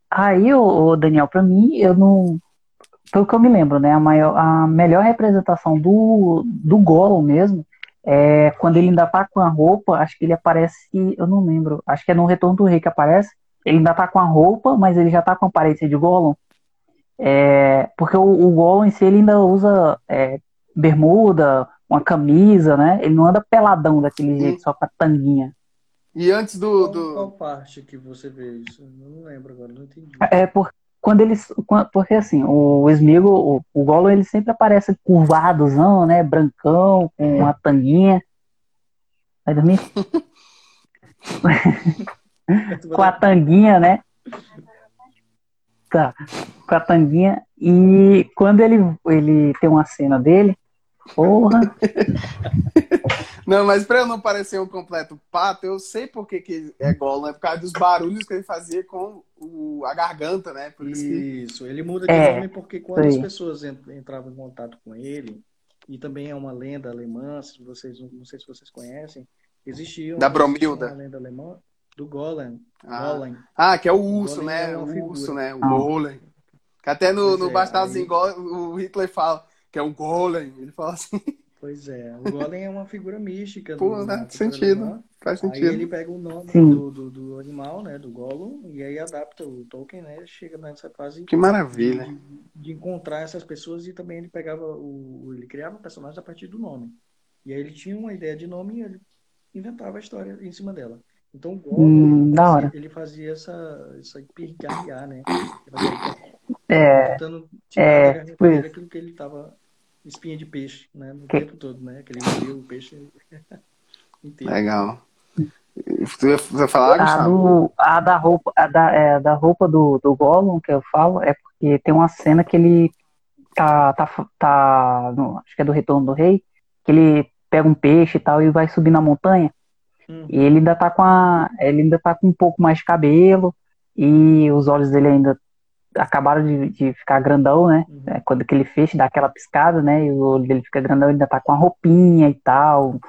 [SPEAKER 2] aí, o Daniel, pra mim, eu não. Pelo que eu me lembro, né? A, maior, a melhor representação do, do Gollum mesmo é quando ele ainda tá com a roupa, acho que ele aparece, eu não lembro, acho que é no Retorno do Rei que aparece. Ele ainda tá com a roupa, mas ele já tá com a aparência de Gollum. É, porque o, o Gollum em si ele ainda usa é, bermuda, uma camisa, né? Ele não anda peladão daquele jeito, só com a tanguinha.
[SPEAKER 1] E antes do.
[SPEAKER 3] Qual,
[SPEAKER 1] do...
[SPEAKER 3] qual parte que você vê isso? Eu não lembro agora, não entendi.
[SPEAKER 2] É por, quando eles, quan- porque assim, o Sméagol, o, o Gollum, ele sempre aparece curvadozão, né, brancão, com uma tanguinha. Vai dormir? Com a tanguinha, né? Tá. Com a tanguinha e quando ele ele tem uma cena dele, porra,
[SPEAKER 1] Não, mas pra eu não parecer um completo pato, eu sei por que, que é Gollum, é por causa dos barulhos que ele fazia com o, a garganta, né? Por isso que.
[SPEAKER 3] Isso, ele muda de
[SPEAKER 2] É,
[SPEAKER 3] nome porque quando as
[SPEAKER 2] sim.
[SPEAKER 3] pessoas en- entravam em contato com ele, e também é uma lenda alemã, se vocês não sei se vocês conhecem, existia
[SPEAKER 1] Da
[SPEAKER 3] uma-
[SPEAKER 1] Bromilda.
[SPEAKER 3] uma lenda alemã do Golem.
[SPEAKER 1] Ah,
[SPEAKER 3] Golem.
[SPEAKER 1] Ah, que é o urso,
[SPEAKER 3] Golem
[SPEAKER 1] né?
[SPEAKER 3] é
[SPEAKER 1] O
[SPEAKER 3] uma figura.
[SPEAKER 1] urso, né? O
[SPEAKER 2] Ah.
[SPEAKER 1] Golem. Que até no,
[SPEAKER 3] Pois
[SPEAKER 1] no
[SPEAKER 3] é,
[SPEAKER 1] Bastardos
[SPEAKER 3] aí-
[SPEAKER 1] em Golem, o Hitler fala que é um Golem. Ele fala assim,
[SPEAKER 3] Pois é, o Golem é uma figura mística.
[SPEAKER 1] Pô,
[SPEAKER 3] do-
[SPEAKER 1] né?
[SPEAKER 3] da cultura
[SPEAKER 1] Sentido.
[SPEAKER 3] alemã.
[SPEAKER 1] faz
[SPEAKER 3] Aí
[SPEAKER 1] sentido.
[SPEAKER 3] ele pega o nome
[SPEAKER 2] Sim.
[SPEAKER 3] do, do, do animal, né, do Gollum, e aí adapta o Tolkien, né, chega nessa fase
[SPEAKER 1] Que maravilha.
[SPEAKER 3] de, de encontrar essas pessoas e também ele pegava o ele criava o personagem a partir do nome e aí ele tinha uma ideia de nome e ele inventava a história em cima dela então o Gollum
[SPEAKER 2] Hum, da
[SPEAKER 3] fazia-
[SPEAKER 2] hora.
[SPEAKER 3] ele fazia essa essa pirgalhar né Ele fazia-
[SPEAKER 2] é,
[SPEAKER 3] tentando
[SPEAKER 2] é,
[SPEAKER 3] tirar
[SPEAKER 2] tipo isso.
[SPEAKER 3] aquilo que ele tava espinha de peixe né o
[SPEAKER 2] Que-
[SPEAKER 3] tempo todo né que ele engoliu o peixe inteiro
[SPEAKER 1] Legal. Tu ia tu ia falar,
[SPEAKER 2] A,
[SPEAKER 1] Gustavo?
[SPEAKER 2] do- a da roupa, a da, é, da roupa do, do Gollum que eu falo é porque tem uma cena que ele tá, tá, tá no- acho que é do Retorno do Rei, que ele pega um peixe e tal e vai subir na montanha.
[SPEAKER 3] Hum.
[SPEAKER 2] E ele ainda tá com a, ele ainda tá com um pouco mais de cabelo e os olhos dele ainda acabaram de, de ficar grandão, né?
[SPEAKER 3] Uhum.
[SPEAKER 2] É, Quando aquele feixe dá aquela piscada, né? E o olho dele fica grandão, ele ainda tá com a roupinha e tal,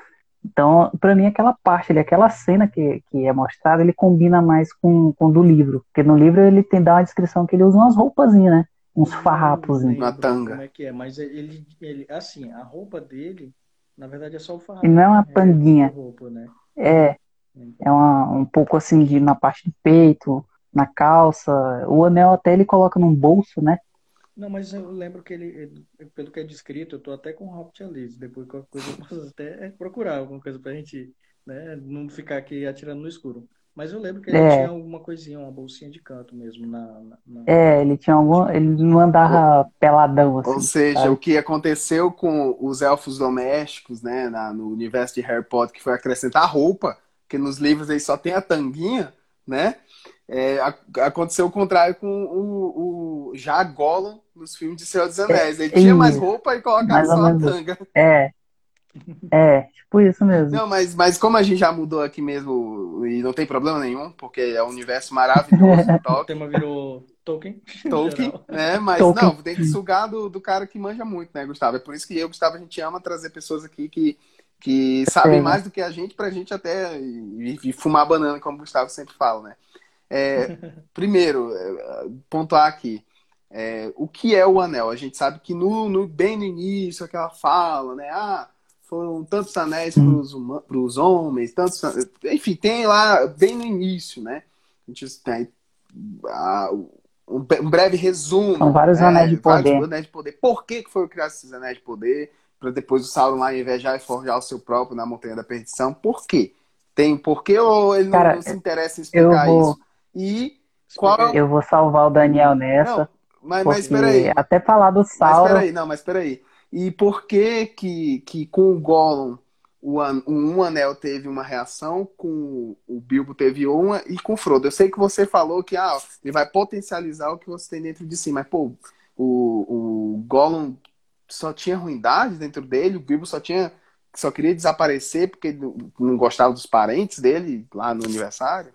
[SPEAKER 2] Então, para mim, aquela parte, ali, aquela cena que, que é mostrada, ele combina mais com, com o do livro. Porque no livro ele tem dá uma descrição que ele usa umas roupazinhas, né? Uns
[SPEAKER 3] Ah,
[SPEAKER 2] farrapos. né?
[SPEAKER 1] Uma tanga.
[SPEAKER 3] Como é que é? Mas ele, ele, assim, a roupa dele, na verdade, é só o farrapo.
[SPEAKER 2] E não é uma tanguinha.
[SPEAKER 3] É, roupa, né?
[SPEAKER 2] É, é uma, um pouco assim de, na parte do peito, na calça. O anel até ele coloca num bolso, né?
[SPEAKER 3] Não, mas eu lembro que ele, ele- pelo que é descrito, eu tô até com o Hobbit ali. Depois qualquer coisa eu posso até procurar alguma coisa pra gente, né, não ficar aqui atirando no escuro. Mas eu lembro que ele
[SPEAKER 2] É.
[SPEAKER 3] tinha alguma coisinha, uma bolsinha de canto mesmo na, na- na-
[SPEAKER 2] É, ele tinha algum. Ele não andava peladão, assim.
[SPEAKER 1] Ou seja,
[SPEAKER 2] sabe?
[SPEAKER 1] o que aconteceu com os elfos domésticos, né, na- no universo de Harry Potter, que foi acrescentar roupa, que nos livros aí só tem a tanguinha, né? É, a- aconteceu o contrário com o, o já Gollum nos filmes de Senhor dos Anéis. Ele tinha mais
[SPEAKER 2] É, isso.
[SPEAKER 1] roupa e colocava
[SPEAKER 2] Mais ou
[SPEAKER 1] só a
[SPEAKER 2] menos isso.
[SPEAKER 1] tanga.
[SPEAKER 2] É. É, tipo isso mesmo.
[SPEAKER 1] Não, mas, mas como a gente já mudou aqui mesmo e não tem problema nenhum, porque é um universo maravilhoso,
[SPEAKER 3] O
[SPEAKER 1] top,
[SPEAKER 3] tema virou Tolkien.
[SPEAKER 1] Tolkien,
[SPEAKER 3] Geral.
[SPEAKER 1] né? Mas
[SPEAKER 2] Tolkien.
[SPEAKER 1] não, tem que sugar do, do cara que manja muito, né, Gustavo? É por isso que eu, Gustavo, a gente ama trazer pessoas aqui que, que sabem
[SPEAKER 2] Sim.
[SPEAKER 1] mais do que a gente, pra gente até e, e fumar banana, como o Gustavo sempre fala, né? É, primeiro, é, pontuar aqui. é, o que é o anel? A gente sabe que no, no- bem no início aquela fala, né? Ah, foram tantos anéis para os homens, tantos. an- Enfim, tem lá bem no início, né? A gente tem ah, um, be- um breve resumo.
[SPEAKER 2] São vários
[SPEAKER 1] né?
[SPEAKER 2] anéis de
[SPEAKER 1] Vários
[SPEAKER 2] poder.
[SPEAKER 1] anéis de poder. Por que, que foram criados esses anéis de poder? Para depois o Sauron lá invejar e forjar o seu próprio na Montanha da Perdição. Por quê? Tem um porquê ou ele não-
[SPEAKER 2] Cara,
[SPEAKER 1] não, se interessa em explicar
[SPEAKER 2] eu vou-
[SPEAKER 1] isso? E é
[SPEAKER 3] Explica aí.
[SPEAKER 2] Eu vou salvar o Daniel
[SPEAKER 1] não,
[SPEAKER 2] nessa,
[SPEAKER 1] mas, mas
[SPEAKER 2] porque
[SPEAKER 1] peraí.
[SPEAKER 2] até falar do
[SPEAKER 1] Mas
[SPEAKER 2] Sauron.
[SPEAKER 1] peraí, não, mas peraí. E por que que, que com o Gollum o, an, o Um Anel teve uma reação, com o Bilbo teve uma e com o Frodo? Eu sei que você falou que ah, ele vai potencializar o que você tem dentro de si, mas pô, o, o Gollum só tinha ruindade dentro dele, o Bilbo só tinha só queria desaparecer porque não não gostava dos parentes dele lá no aniversário.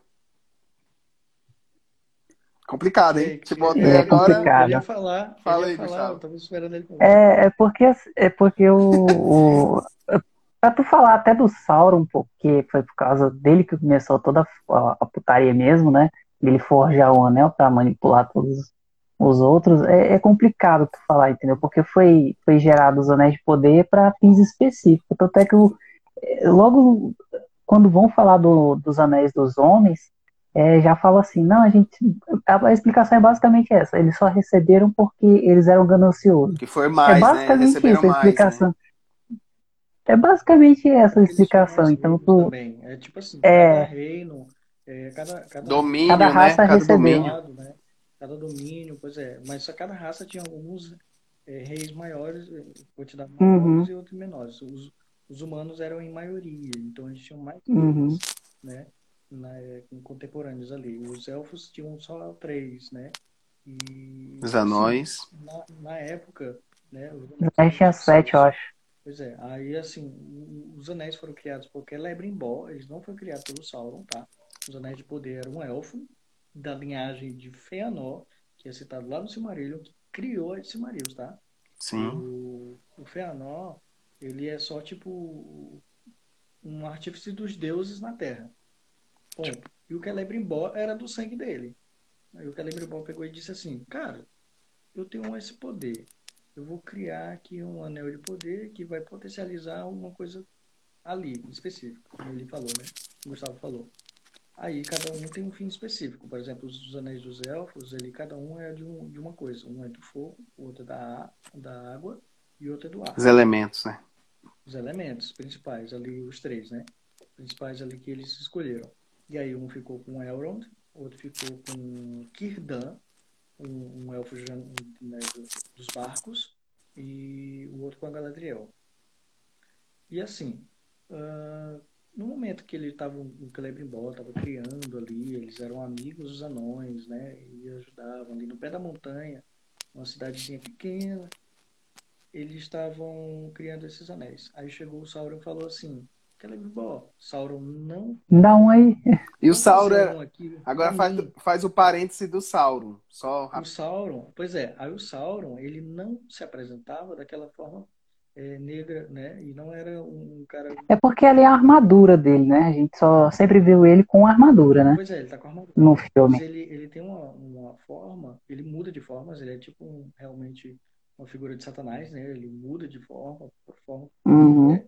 [SPEAKER 1] Complicado,
[SPEAKER 3] E
[SPEAKER 1] hein?
[SPEAKER 3] aí,
[SPEAKER 1] Tipo,
[SPEAKER 3] que-
[SPEAKER 1] até
[SPEAKER 2] É
[SPEAKER 1] agora.
[SPEAKER 2] complicado.
[SPEAKER 3] Eu ia falar,
[SPEAKER 1] Fala
[SPEAKER 3] eu
[SPEAKER 1] aí,
[SPEAKER 3] ia falar,
[SPEAKER 1] Gustavo.
[SPEAKER 3] eu tava esperando ele falar.
[SPEAKER 2] É, é porque, é porque o, o. Pra tu falar até do Sauron, porque foi por causa dele que começou toda a, a putaria mesmo, né? Ele forjar o anel pra manipular todos os outros. É, é complicado tu falar, entendeu? Porque foi, foi gerado os anéis de poder pra fins específicos. Tanto é que o, é, logo quando vão falar do- dos anéis dos homens, é, já fala assim, não, a gente. A, a explicação é basicamente essa. Eles só receberam porque eles eram gananciosos.
[SPEAKER 1] Que foi mais, né?
[SPEAKER 2] É basicamente
[SPEAKER 1] Receberam
[SPEAKER 2] isso a
[SPEAKER 1] mais. né?
[SPEAKER 2] explicação. É basicamente essa a
[SPEAKER 3] Eles tinham
[SPEAKER 2] explicação.
[SPEAKER 3] mais
[SPEAKER 2] Então,
[SPEAKER 3] reinos
[SPEAKER 1] né?
[SPEAKER 2] tu,
[SPEAKER 3] também. É tipo assim,
[SPEAKER 2] É.
[SPEAKER 3] cada reino, é, cada, cada
[SPEAKER 1] Domínio,
[SPEAKER 2] Cada raça
[SPEAKER 1] né? Cada
[SPEAKER 2] recebeu.
[SPEAKER 1] domínio.
[SPEAKER 3] lado, né? Cada domínio, pois é. Mas só cada raça tinha alguns é, reis maiores, eh, quantidade
[SPEAKER 2] Uhum.
[SPEAKER 3] maiores e outros menores. Os, os humanos eram em maioria, então eles tinham mais
[SPEAKER 2] Uhum.
[SPEAKER 3] reis, né? Na, eh, contemporâneos ali. Os elfos tinham só três, né? E,
[SPEAKER 1] né? Os anões.
[SPEAKER 3] assim, na, na época, né? os
[SPEAKER 2] aí
[SPEAKER 3] anões
[SPEAKER 2] tinha sete, eu acho.
[SPEAKER 3] Pois é, aí assim, o- os anéis foram criados por Celebrimbor, eles não foram criados pelo Sauron, tá? Os anéis de poder eram um elfo da linhagem de Fëanor, que é citado lá no Silmarillion, que criou esse Silmarils, tá?
[SPEAKER 1] Sim.
[SPEAKER 3] O, o Fëanor, ele é só tipo um artífice dos deuses na Terra. Bom, e o Celebrimbor era do sangue dele. Aí o Celebrimbor pegou e disse assim, cara, eu tenho esse poder. Eu vou criar aqui um anel de poder que vai potencializar alguma coisa ali, em específico, como ele falou, né? O Gustavo falou. Aí cada um tem um fim específico. Por exemplo, os os anéis dos elfos, ele, cada um é de, um- de uma coisa. Um é do fogo, o outro é da, a- da água e outro é do ar
[SPEAKER 1] Os elementos, né?
[SPEAKER 3] os elementos principais ali, os três, né? Principais ali que eles escolheron. E aí um ficou com Elrond, outro ficou com Círdan, um, um elfo jan- né, do- dos barcos, e o outro com a Galadriel. E assim, ah, no momento que ele estava, o Celebrimbor estava criando ali, eles eram amigos dos anões, né? E ajudavam ali no pé da montanha, uma cidadezinha pequena, eles estavam criando esses anéis. Aí chegou o Sauron e falou assim: Celebrimbor, Sauron não.
[SPEAKER 2] Dá um aí.
[SPEAKER 1] E o
[SPEAKER 3] não
[SPEAKER 1] Sauron.
[SPEAKER 3] fazer um aqui
[SPEAKER 1] Agora
[SPEAKER 3] pra
[SPEAKER 1] faz,
[SPEAKER 3] mim.
[SPEAKER 1] faz o parêntese do Sauron. Só
[SPEAKER 3] O
[SPEAKER 1] rápido.
[SPEAKER 3] Sauron, pois é, aí o Sauron, ele não se apresentava daquela forma é, negra, né? E não era um cara.
[SPEAKER 2] É porque ali é a armadura dele, né? A gente só sempre viu ele com armadura, né?
[SPEAKER 3] Pois é, ele tá com armadura.
[SPEAKER 2] No filme.
[SPEAKER 3] Mas ele, ele tem uma, uma forma, ele muda de formas, ele é tipo um, realmente uma figura de Satanás, né? Ele muda de forma, por forma.
[SPEAKER 2] Uhum.
[SPEAKER 3] né?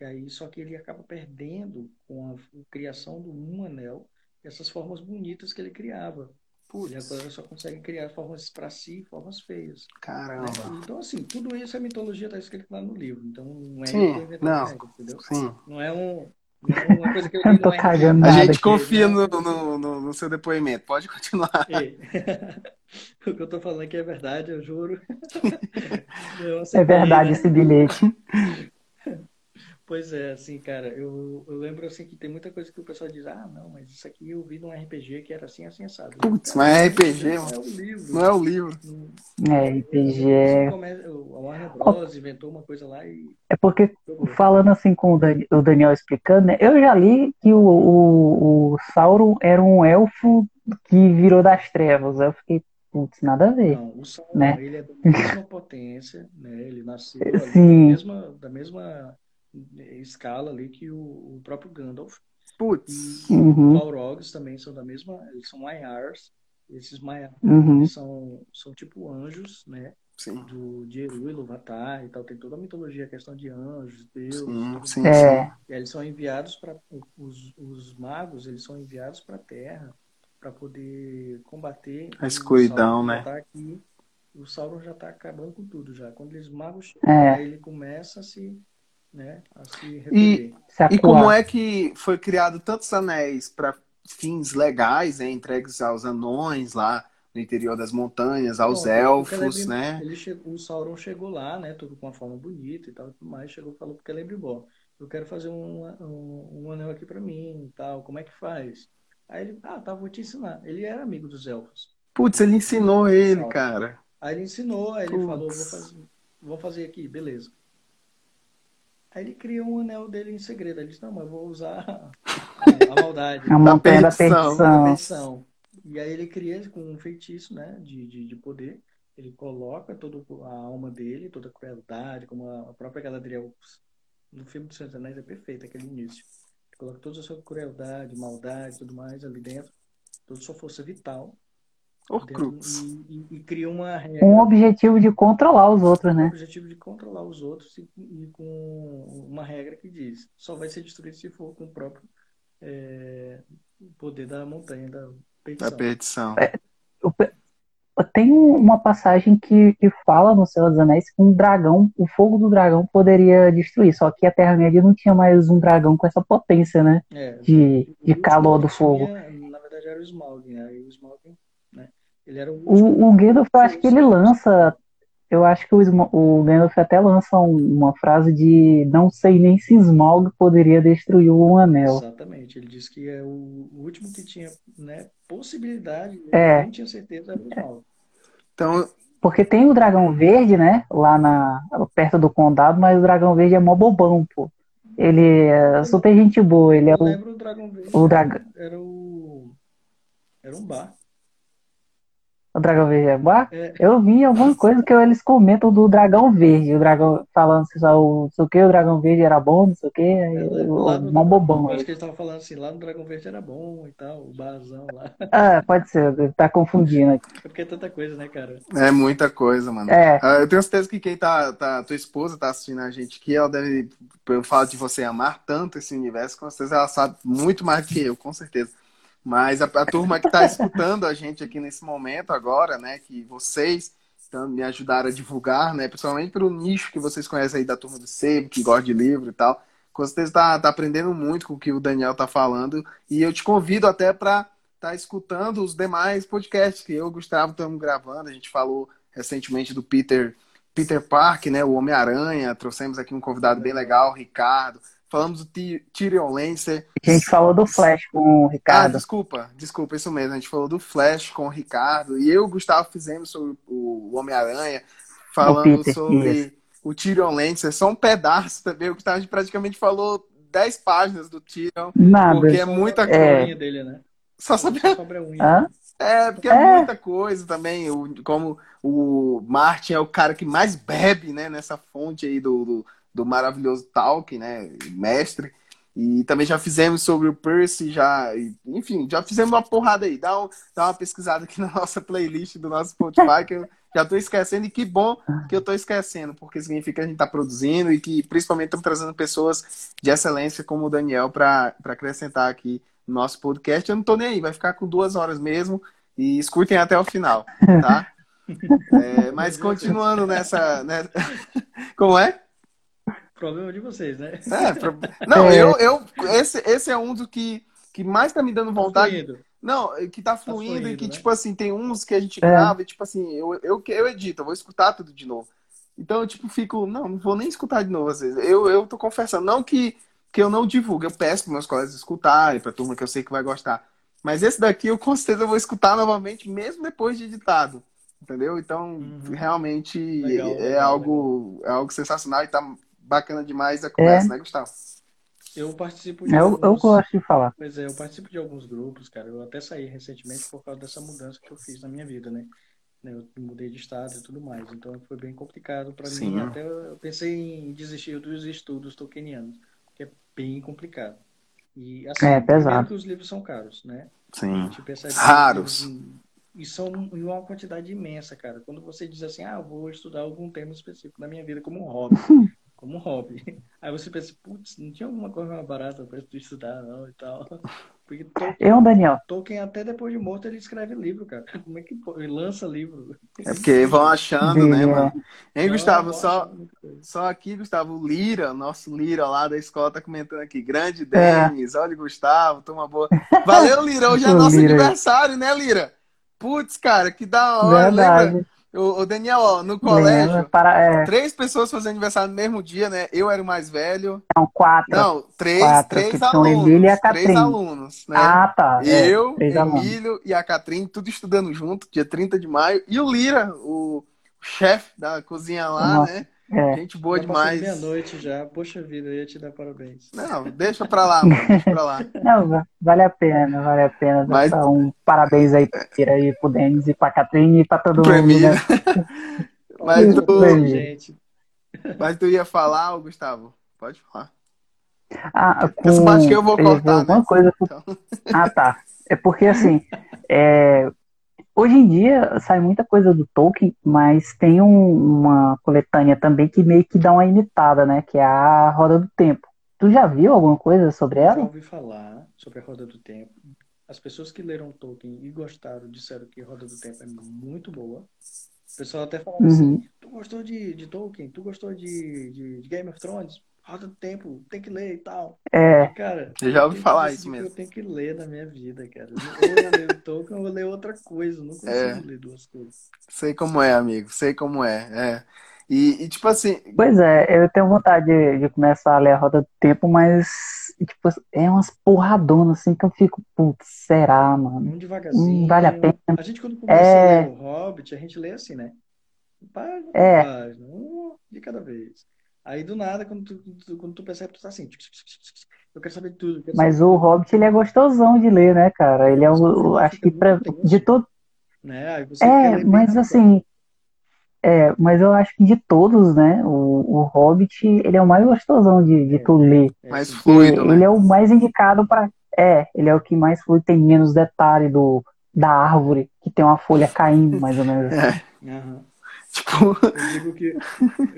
[SPEAKER 3] E aí, só que ele acaba perdendo com a criação do um anel essas formas bonitas que ele criava.
[SPEAKER 1] Putz,
[SPEAKER 3] Ele agora só consegue criar formas para si, formas feias. né?
[SPEAKER 1] caramba.
[SPEAKER 3] Então, assim, tudo isso a mitologia está escrito lá no livro. Então, não é
[SPEAKER 1] Sim,
[SPEAKER 3] ele que inventou
[SPEAKER 1] não.
[SPEAKER 3] a regra, entendeu?
[SPEAKER 1] Sim.
[SPEAKER 3] Não é, um, não é né? uma coisa que eu
[SPEAKER 2] Eu
[SPEAKER 3] li
[SPEAKER 2] tô
[SPEAKER 3] no
[SPEAKER 2] cagando
[SPEAKER 1] A
[SPEAKER 2] Nada né?
[SPEAKER 1] gente
[SPEAKER 2] aqui.
[SPEAKER 1] confia no, no, no- no seu depoimento. Pode continuar.
[SPEAKER 3] É. O que eu tô falando aqui é verdade, eu juro. Eu
[SPEAKER 2] É
[SPEAKER 3] acertei,
[SPEAKER 2] verdade
[SPEAKER 3] né?
[SPEAKER 2] esse bilhete.
[SPEAKER 3] Pois é, assim, cara, eu, eu lembro assim que tem muita coisa que o pessoal diz, ah, não, mas isso aqui eu vi num RPG que era assim, assim, assado.
[SPEAKER 1] Putz, mas é RPG,
[SPEAKER 3] Não
[SPEAKER 1] mano.
[SPEAKER 3] é o livro.
[SPEAKER 1] Não é o livro.
[SPEAKER 3] Não-
[SPEAKER 2] É, RPG é-
[SPEAKER 3] Isso come- o- A Warner Bros. inventou uma coisa lá e
[SPEAKER 2] É porque,
[SPEAKER 3] jogou.
[SPEAKER 2] falando assim com o Dan- o Daniel explicando, né? Eu já li que o, o, o Sauron era um elfo que virou das trevas. Eu fiquei, putz, nada a ver.
[SPEAKER 3] Não, o Sauron,
[SPEAKER 2] Né?
[SPEAKER 3] ele é da mesma potência, né? Ele nasceu ali da
[SPEAKER 2] Sim.
[SPEAKER 3] mesma, da mesma é, escala ali que o, o próprio Gandalf.
[SPEAKER 1] Putz.
[SPEAKER 3] E os
[SPEAKER 2] Uhum,
[SPEAKER 3] Balrogs também são da mesma, eles são Maiars. Esses Maiars
[SPEAKER 2] uhum.
[SPEAKER 3] são, são tipo anjos, né?
[SPEAKER 1] Sim.
[SPEAKER 3] Do, de Eru e Luvatar e tal. Tem toda a mitologia, a questão de anjos, deuses,
[SPEAKER 1] Sim,
[SPEAKER 3] tudo
[SPEAKER 1] sim,
[SPEAKER 2] É.
[SPEAKER 1] sim.
[SPEAKER 3] E aí eles são enviados para os, os magos, eles são enviados para a Terra para poder combater
[SPEAKER 1] A
[SPEAKER 3] o
[SPEAKER 1] escuridão,
[SPEAKER 3] Sauron já
[SPEAKER 1] né?
[SPEAKER 3] tá aqui, o Sauron já está acabando com tudo já. Quando eles magos chegam,
[SPEAKER 2] É.
[SPEAKER 3] aí ele começa a se, né, a se rebelar.
[SPEAKER 2] Se
[SPEAKER 1] E como
[SPEAKER 2] atuar.
[SPEAKER 1] é que foi criado tantos anéis para fins legais, né? Entregues aos anões lá no interior das montanhas, aos
[SPEAKER 3] Pronto, o
[SPEAKER 1] elfos,
[SPEAKER 3] Celebrimbor,
[SPEAKER 1] né?
[SPEAKER 3] Ele chegou, o Sauron chegou lá, né? Tudo com uma forma bonita e tal, e tudo mais. Chegou e falou pro Celebrimbor: Eu quero fazer um, um, um anel aqui pra mim e tal. Como é que faz? Aí ele: Ah, tá, vou te ensinar. Ele era amigo dos elfos.
[SPEAKER 1] Putz, ele ensinou ele,
[SPEAKER 3] Sauron.
[SPEAKER 1] cara.
[SPEAKER 3] Aí ele ensinou, aí ele
[SPEAKER 1] Putz.
[SPEAKER 3] falou: Vou fazer, vou fazer aqui, beleza. Aí ele criou um anel dele em segredo. Ele disse: Não, mas eu vou usar a, a maldade.
[SPEAKER 2] A montanha da
[SPEAKER 1] é perdição.
[SPEAKER 3] da
[SPEAKER 2] perdição.
[SPEAKER 3] versão. E aí ele cria com um feitiço, né, de, de, de poder. Ele coloca toda a alma dele, toda a crueldade, como a a própria Galadriel no filme dos Senhor dos Anéis é perfeito aquele início. Ele coloca toda a sua crueldade, maldade, tudo mais ali dentro, toda a sua força vital
[SPEAKER 1] Ô,
[SPEAKER 3] dentro
[SPEAKER 1] Crux.
[SPEAKER 3] e, e, e cria uma regra,
[SPEAKER 2] Com o Um objetivo de controlar os outros,
[SPEAKER 3] com o
[SPEAKER 2] né?
[SPEAKER 3] objetivo de controlar os outros e, e com uma regra que diz: só vai ser destruído se for com o próprio eh, poder da montanha, da
[SPEAKER 1] Da
[SPEAKER 3] perdição.
[SPEAKER 1] perdição.
[SPEAKER 2] Eu pe- Tem um, uma passagem que, que fala no Senhor dos Anéis que um dragão, o fogo do dragão poderia destruir. Só que a Terra-média não tinha mais um dragão com essa potência, né?
[SPEAKER 3] É,
[SPEAKER 2] De,
[SPEAKER 3] O
[SPEAKER 2] de
[SPEAKER 3] último
[SPEAKER 2] calor do
[SPEAKER 3] que
[SPEAKER 2] fogo.
[SPEAKER 3] tinha, na verdade, era o Smaug, né? Aí o Smaug, né? Ele era o último.
[SPEAKER 2] O, o Gandalf, eu acho que ele lança. Eu acho que o, Sma- o Gandalf até lança um- uma frase de não sei nem se Smaug poderia destruir o Anel.
[SPEAKER 3] Exatamente. Ele disse que é o o último que tinha, né, possibilidade, ele
[SPEAKER 2] É.
[SPEAKER 3] nem tinha certeza, era o Smaug.
[SPEAKER 1] Então,
[SPEAKER 2] Porque tem o Dragão Verde, né? Lá na, perto do condado, mas o Dragão Verde é mó bobão, pô. Ele é super gente boa, ele é
[SPEAKER 3] Eu
[SPEAKER 2] o,
[SPEAKER 3] lembro o Dragão Verde,
[SPEAKER 2] o,
[SPEAKER 3] era,
[SPEAKER 2] dragão
[SPEAKER 3] era o... Era um bar.
[SPEAKER 2] o Dragão Verde é boa.
[SPEAKER 3] É,
[SPEAKER 2] Eu vi alguma coisa que eles comentam do Dragão Verde, o dragão falando se só o, não sei o que, o Dragão Verde era bom, não sei o que,
[SPEAKER 3] é,
[SPEAKER 2] aí, o,
[SPEAKER 3] lá
[SPEAKER 2] o
[SPEAKER 3] no...
[SPEAKER 2] mó bobão
[SPEAKER 3] Eu acho
[SPEAKER 2] ele.
[SPEAKER 3] que eles estavam falando assim, lá no Dragão Verde era bom e tal, o barzão lá.
[SPEAKER 2] Ah, pode ser, tá confundindo aqui.
[SPEAKER 3] É porque é tanta coisa, né, cara?
[SPEAKER 1] é muita coisa, mano.
[SPEAKER 2] É,
[SPEAKER 1] Ah, Eu tenho certeza que quem tá, tá, tua esposa tá assistindo a gente aqui, ela deve, pelo fato de você amar tanto esse universo, com certeza ela sabe muito mais que eu, com certeza. Mas a, a turma que tá escutando a gente aqui nesse momento agora, né, que vocês tam- me ajudaram a divulgar, né, principalmente pelo nicho que vocês conhecem aí da turma do Sebo, que gosta de livro e tal, com certeza tá, tá aprendendo muito com o que o Daniel tá falando, e eu te convido até para tá escutando os demais podcasts que eu e o Gustavo estamos gravando, a gente falou recentemente do Peter Peter Park, né, o Homem-Aranha, trouxemos aqui um convidado bem legal, Ricardo. Falamos do Ti- Tyrion Lancer.
[SPEAKER 2] a gente falou do Flash com o
[SPEAKER 1] Ah,
[SPEAKER 2] Ricardo.
[SPEAKER 1] desculpa, desculpa, isso mesmo. A gente falou do Flash com o Ricardo e eu e o Gustavo fizemos sobre o Homem-Aranha, falando
[SPEAKER 2] Peter,
[SPEAKER 1] sobre o Tyrion Lancer, só um pedaço também, o Gustavo praticamente falou 10 páginas do Tyrion,
[SPEAKER 2] Nada.
[SPEAKER 1] porque é muita
[SPEAKER 3] Só a
[SPEAKER 1] coisa.
[SPEAKER 2] É. Ah.
[SPEAKER 3] unha dele, né?
[SPEAKER 1] Só saber
[SPEAKER 3] Só sobra a unha.
[SPEAKER 2] Hã?
[SPEAKER 1] É, porque é, é muita coisa também. O, como o Martin é o cara que mais bebe, né? Nessa fonte aí do, do, do maravilhoso Talk, né? Mestre. E também já fizemos sobre o Percy, já, enfim, já fizemos uma porrada aí. Dá, um, dá uma pesquisada aqui na nossa playlist do nosso Spotify, que eu já estou esquecendo, e que bom que eu estou esquecendo, porque significa que a gente está produzindo e que principalmente estamos trazendo pessoas de excelência como o Daniel para acrescentar aqui no nosso podcast. Eu não estou nem aí, vai ficar com duas horas mesmo e escutem até o final, tá? É, mas continuando nessa. nessa... Como é?
[SPEAKER 3] problema de vocês, né?
[SPEAKER 1] É, pro... Não, é. eu, eu esse, esse é um do que, que mais tá me dando vontade. Tá não, que tá fluindo, tá fluindo e que, né? tipo assim, tem uns que a gente é. grava e, tipo assim, eu, eu, eu edito, eu vou escutar tudo de novo. Então eu, tipo, fico, não, não vou nem escutar de novo às vezes. Eu, eu tô confessando, não que, que eu não divulgo, eu peço para meus colegas escutarem, pra turma que eu sei que vai gostar. Mas esse daqui eu com certeza vou escutar novamente, mesmo depois de editado entendeu? Então, uhum. realmente legal, é, legal, algo, legal. é algo sensacional e tá bacana demais a conversa, é. né, Gustavo?
[SPEAKER 3] Eu participo
[SPEAKER 2] de eu, alguns... eu gosto de falar.
[SPEAKER 3] Pois é, eu participo de alguns grupos, cara. Eu até saí recentemente por causa dessa mudança que eu fiz na minha vida, né? Eu mudei de estado e tudo mais. Então foi bem complicado para mim. Né? Até eu pensei em desistir dos estudos tolkienianos, que é bem complicado. E assim,
[SPEAKER 2] é pesado.
[SPEAKER 3] os livros são caros, né?
[SPEAKER 1] Sim. Hum. Raros.
[SPEAKER 3] Em e são em uma quantidade imensa, cara. Quando você diz assim, ah, vou estudar algum tema específico da minha vida como um hobby, como um hobby. Aí você pensa, putz, não tinha alguma coisa mais barata para tu estudar, não, e tal. Porque Tolkien,
[SPEAKER 2] eu, Daniel.
[SPEAKER 3] Tolkien, até depois de morto, ele escreve livro, cara. Como é que ele lança livro?
[SPEAKER 1] É porque vão achando, Sim, né, é. mano? Hein, Gustavo, só, só aqui, Gustavo, o Lira, nosso Lira lá da escola, tá comentando aqui. Grande Denis, é. olha Gustavo, toma boa. Valeu, Lira, hoje é nosso Lira. aniversário, né, Lira? Putz, cara, que da hora, Verdade. lembra? O, o Daniel, ó, no colégio, Lembra, para, é... três pessoas fazendo aniversário no mesmo dia, né? Eu era o mais velho.
[SPEAKER 2] Não, quatro.
[SPEAKER 1] Não, três, quatro, três alunos.
[SPEAKER 2] Emílio e a
[SPEAKER 1] Catrin. três alunos, né?
[SPEAKER 2] Ah, tá.
[SPEAKER 1] Eu, é, Emílio alunos. e a Catrin, tudo estudando junto, dia 30 de maio. E o Lira, o chefe da cozinha lá, Nossa. né? É. Gente boa
[SPEAKER 3] já
[SPEAKER 1] demais.
[SPEAKER 3] meia-noite já. Poxa vida, eu ia te dar parabéns.
[SPEAKER 1] Não, deixa pra lá, mano. Deixa pra lá.
[SPEAKER 2] É. Não, vale a pena, vale a pena. Mas... Um parabéns aí, tira aí pro Denis e pra Catrine e pra todo pra mundo. Mim. Né?
[SPEAKER 1] Mas, tu... Gente. Mas tu ia falar, Gustavo? Pode falar.
[SPEAKER 2] Ah, com...
[SPEAKER 1] Essa parte que eu vou cortar.
[SPEAKER 2] Né? Coisa... Então... Ah, tá. É porque assim. É... Hoje em dia sai muita coisa do Tolkien, mas tem um, uma coletânea também que meio que dá uma imitada, né? Que é a Roda do Tempo. Tu já viu alguma coisa sobre ela? Já
[SPEAKER 3] ouvi falar sobre a Roda do Tempo. As pessoas que leram Tolkien e gostaram disseram que a Roda do Tempo é muito boa. O pessoal até falava uhum. assim: tu gostou de, de, Tolkien? Tu gostou de, de, de Game of Thrones? roda do tempo, tem que ler e tal.
[SPEAKER 2] É.
[SPEAKER 3] Cara,
[SPEAKER 1] eu já ouvi falar isso mesmo.
[SPEAKER 3] Eu tenho que ler na minha vida, cara. Ou eu leio Tolkien, ou eu leio outra coisa. Eu não consigo é. ler duas coisas.
[SPEAKER 1] Sei como é, amigo. Sei como é. É. E, e, tipo assim.
[SPEAKER 2] Pois é, eu tenho vontade de, de, começar a ler a Roda do Tempo, mas tipo, é umas porradonas assim que eu fico, putz, será, mano?
[SPEAKER 3] Um devagarzinho. Hum,
[SPEAKER 2] vale a pena.
[SPEAKER 3] A gente, quando começa é... a ler o Hobbit, a gente lê assim, né? Página, é. página, um de cada vez. Aí do nada, quando tu, tu, quando tu percebe, tu tá assim. Eu quero saber tudo. Quero
[SPEAKER 2] Mas
[SPEAKER 3] saber
[SPEAKER 2] o Hobbit, ele é gostosão de ler, né, cara? Ele é o. Acho que pra, de todo.
[SPEAKER 3] Né?
[SPEAKER 2] é, mas assim. É, mas eu acho que de todos, né? O, o Hobbit, ele é o mais gostosão de, de tu ler.
[SPEAKER 1] É, mais fluido,
[SPEAKER 2] né? Ele é o mais indicado para É, ele é o que mais fluido, tem menos detalhe do, da árvore, que tem uma folha caindo, mais ou menos.
[SPEAKER 1] Assim.
[SPEAKER 3] É. Uhum.
[SPEAKER 1] Tipo,
[SPEAKER 3] Eu digo que,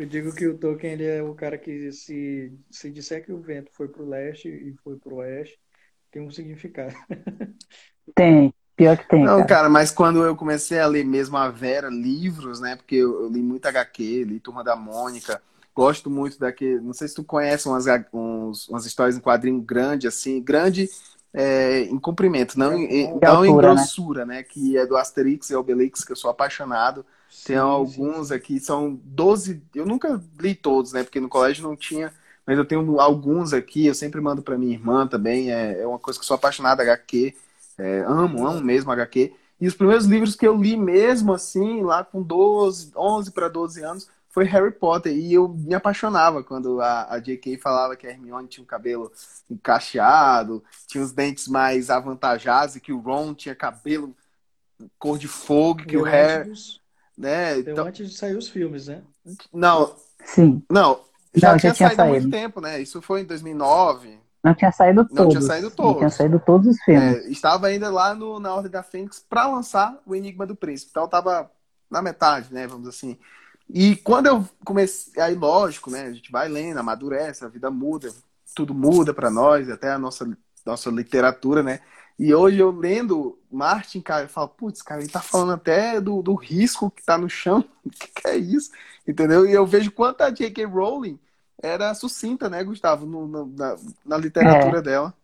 [SPEAKER 3] eu digo que o Tolkien ele é o cara que, se, se disser que o vento foi pro leste e foi pro oeste, tem um significado.
[SPEAKER 2] Tem, pior que tem.
[SPEAKER 1] Não,
[SPEAKER 2] cara,
[SPEAKER 1] cara mas quando eu comecei a ler mesmo a Vera, livros, né? Porque eu, eu li muito HQ, li Turma da Mônica. Gosto muito daquele. Não sei se tu conhece umas, uns, umas histórias em quadrinho grande, assim, grande é, em comprimento, não, em,
[SPEAKER 2] não altura,
[SPEAKER 1] em grossura, né? né? Que é do Asterix e Obelix, que eu sou apaixonado. Tem sim, alguns sim. aqui, são 12. Eu nunca li todos, né? Porque no colégio não tinha. Mas eu tenho alguns aqui, eu sempre mando para minha irmã também. É, é uma coisa que eu sou apaixonada, HQ. É, amo, amo mesmo HQ. E os primeiros livros que eu li mesmo, assim, lá com 12, 11 para 12 anos, foi Harry Potter. E eu me apaixonava quando a, a J.K. falava que a Hermione tinha o cabelo encacheado, tinha os dentes mais avantajados e que o Ron tinha cabelo Cor de Fogo, que o Hair. Né?
[SPEAKER 3] Então, antes de sair os filmes, né?
[SPEAKER 1] Não,
[SPEAKER 2] Sim.
[SPEAKER 1] não, já,
[SPEAKER 2] Não,
[SPEAKER 1] tinha, saído há muito
[SPEAKER 2] saído.
[SPEAKER 1] tempo, né? Isso foi em 2009.
[SPEAKER 2] Não tinha saído
[SPEAKER 1] tinha
[SPEAKER 2] todos.
[SPEAKER 1] saído
[SPEAKER 2] Não tinha
[SPEAKER 1] todos.
[SPEAKER 2] saído todos os filmes.
[SPEAKER 1] É, estava ainda lá no, na Ordem da Fênix para lançar o Enigma do Príncipe. Então estava na metade, né? Vamos assim. E quando eu comecei, aí lógico, né? A gente vai lendo, amadurece, a vida muda, tudo muda para nós, até a nossa, nossa literatura, né? E hoje eu lendo Martin, cara, eu falo, putz, cara, ele tá falando até do, do risco que tá no chão, o que, que é isso? Entendeu? E eu vejo quanto a J.K. Rowling era sucinta, né, Gustavo, no- no- na, na literatura dela.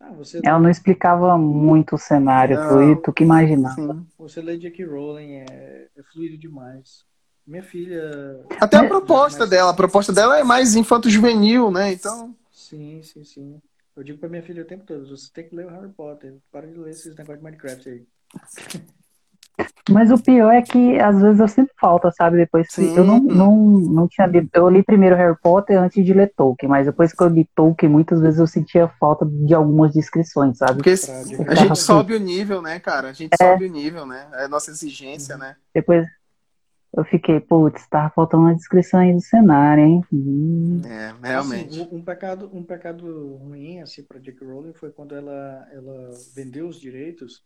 [SPEAKER 3] Ah, você,
[SPEAKER 2] Ela não explicava muito o cenário,
[SPEAKER 1] Não.
[SPEAKER 2] tu, e tu que imaginava.
[SPEAKER 1] Sim.
[SPEAKER 3] você lê J.K. Rowling, é, é fluido demais. Minha filha,
[SPEAKER 1] Até a
[SPEAKER 2] É,
[SPEAKER 1] proposta
[SPEAKER 3] mas-
[SPEAKER 1] dela, a proposta dela é mais infanto-juvenil, né? Então,
[SPEAKER 3] sim, sim, sim. Eu digo pra minha filha o tempo todo, você tem que ler o Harry Potter, para de ler esses negócios de Minecraft aí.
[SPEAKER 2] Mas o pior é que às vezes eu sinto falta, sabe? Depois que
[SPEAKER 1] Sim.
[SPEAKER 2] eu não, não, não tinha lido. Eu li primeiro Harry Potter antes de ler Tolkien, mas depois que eu li Tolkien, muitas vezes eu sentia falta de algumas descrições, sabe? é
[SPEAKER 1] porque a
[SPEAKER 3] Trágico.
[SPEAKER 1] gente sobe o nível, né, cara? A gente sobe o nível, né? É a nossa exigência,
[SPEAKER 2] Uhum.
[SPEAKER 1] né?
[SPEAKER 2] Depois eu fiquei, putz, tava faltando uma descrição aí do cenário, hein? Hum.
[SPEAKER 1] É, realmente.
[SPEAKER 3] Assim, um, um pecado, um pecado ruim assim para J.K. Rowling foi quando ela, ela vendeu os direitos,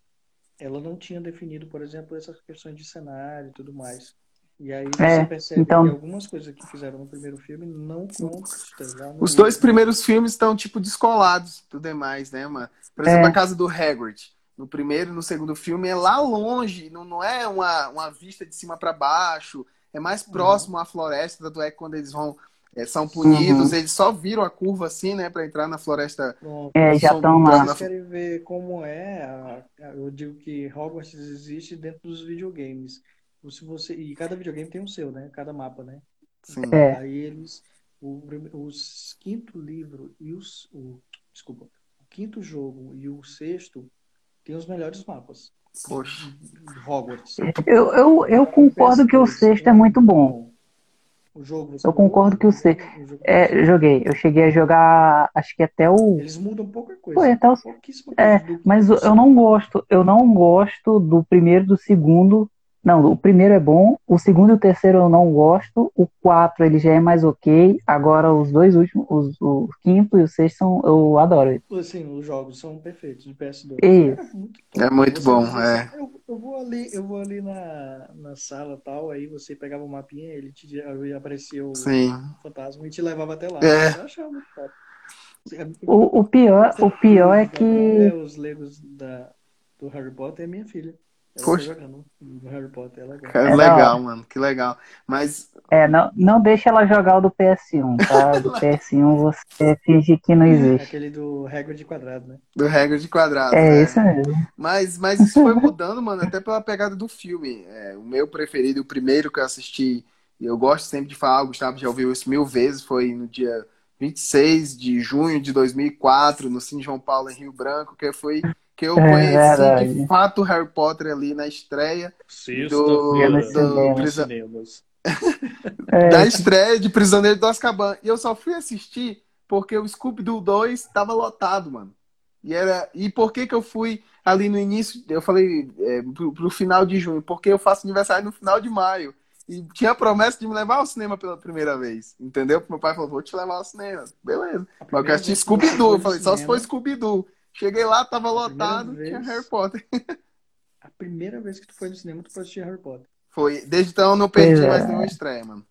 [SPEAKER 3] ela não tinha definido, por exemplo, essas questões de cenário e tudo mais. E aí você
[SPEAKER 2] É,
[SPEAKER 3] percebe
[SPEAKER 2] então-
[SPEAKER 3] que algumas coisas que fizeram no primeiro filme não constam. lá no
[SPEAKER 1] Os dois
[SPEAKER 3] livro.
[SPEAKER 1] primeiros filmes estão, tipo, descolados do demais, né, mano? Por exemplo,
[SPEAKER 2] É.
[SPEAKER 1] a casa do Hagrid. No primeiro e no segundo filme é lá longe, não, não é uma, uma vista de cima para baixo, é mais
[SPEAKER 2] Uhum.
[SPEAKER 1] próximo à floresta, tanto é que quando eles vão, eh, são punidos,
[SPEAKER 2] Uhum.
[SPEAKER 1] eles só viram a curva assim, né, para entrar na floresta.
[SPEAKER 3] Pronto.
[SPEAKER 2] É, já
[SPEAKER 1] Sombra.
[SPEAKER 2] estão lá.
[SPEAKER 1] na-
[SPEAKER 3] Vocês querem ver como é? a- a- eu digo que Hogwarts existe dentro dos videogames. Se você, e cada videogame tem o seu, né? Cada mapa, né?
[SPEAKER 1] Assim.
[SPEAKER 2] É.
[SPEAKER 3] Aí eles, o, prime- os quinto livro e os, o, desculpa, o quinto jogo e o sexto tem os melhores mapas.
[SPEAKER 1] Poxa.
[SPEAKER 3] Hogwarts. Então,
[SPEAKER 2] Eu, eu, eu concordo que o
[SPEAKER 3] PS2
[SPEAKER 1] né?
[SPEAKER 2] sexto é muito bom.
[SPEAKER 3] O jogo.
[SPEAKER 2] Eu concordo que o
[SPEAKER 3] você- jogo-
[SPEAKER 2] É, joguei. Eu cheguei a jogar, acho que até o
[SPEAKER 3] Eles mudam pouca coisa.
[SPEAKER 2] Foi, até o
[SPEAKER 3] Pouquíssima
[SPEAKER 2] É,
[SPEAKER 3] coisa do-
[SPEAKER 2] Mas eu- eu não gosto, eu não gosto do primeiro e do segundo. Não, o primeiro é bom, o segundo e o terceiro eu não gosto, o quatro ele já é mais ok. Agora os dois últimos, os- o quinto e o sexto são, eu adoro.
[SPEAKER 3] Assim, os jogos são perfeitos de PS2.
[SPEAKER 2] Isso.
[SPEAKER 3] Cara, muito
[SPEAKER 1] É muito
[SPEAKER 3] Você
[SPEAKER 1] bom,
[SPEAKER 3] dizia
[SPEAKER 1] é.
[SPEAKER 3] assim, Eu, eu vou ali, eu vou ali na, na sala tal, aí você pegava o mapinha, ele te aí aparecia o
[SPEAKER 1] Sim.
[SPEAKER 3] fantasma e te levava até lá.
[SPEAKER 1] É.
[SPEAKER 3] Eu achava muito top. é,
[SPEAKER 2] O, o pior, o pior é que
[SPEAKER 3] né, Os Legos da, do Harry Potter é minha filha. Ela
[SPEAKER 1] Poxa.
[SPEAKER 3] tá jogando no Harry Potter, ela gosta.
[SPEAKER 1] Cara,
[SPEAKER 2] É da
[SPEAKER 1] legal,
[SPEAKER 2] hora.
[SPEAKER 1] mano. Que legal. Mas
[SPEAKER 2] é, não, não deixa ela jogar o do PS1, tá? Do PS1 você finge que não existe.
[SPEAKER 3] Aquele do regra de quadrado, né?
[SPEAKER 1] do regra de quadrado. né?
[SPEAKER 2] É isso mesmo.
[SPEAKER 1] Mas, mas isso foi mudando, mano, até pela pegada do filme. É, o meu preferido, o primeiro que eu assisti, e eu gosto sempre de falar, o Gustavo já ouviu isso mil vezes, foi no dia 26 de junho de 2004, no Cine João Paulo, em Rio Branco, que foi que eu
[SPEAKER 2] É
[SPEAKER 1] conheci de
[SPEAKER 2] verdade.
[SPEAKER 1] fato Harry Potter ali na estreia,
[SPEAKER 2] no
[SPEAKER 1] do, do
[SPEAKER 2] cinema.
[SPEAKER 1] Prisa-
[SPEAKER 2] É,
[SPEAKER 1] da estreia de Prisioneiro do Azkaban. E eu só fui assistir porque o Scooby-Doo 2 tava lotado, mano. E, era... e por que que eu fui ali no início, eu falei é, pro, pro final de junho, porque eu faço aniversário no final de maio. E tinha a promessa de me levar ao cinema pela primeira vez, entendeu? Meu pai falou, vou te levar ao cinema. Beleza. Mas eu quero assistir Scooby-Doo. Eu falei, só se for Scooby-Doo. Cheguei lá, tava lotado,
[SPEAKER 3] primeira
[SPEAKER 1] tinha
[SPEAKER 3] vez.
[SPEAKER 1] Harry Potter.
[SPEAKER 3] A primeira vez que tu foi no cinema, tu foi assistir Harry Potter.
[SPEAKER 1] Foi, desde então eu não perdi
[SPEAKER 2] Pois é.
[SPEAKER 1] mais nenhuma estreia, mano.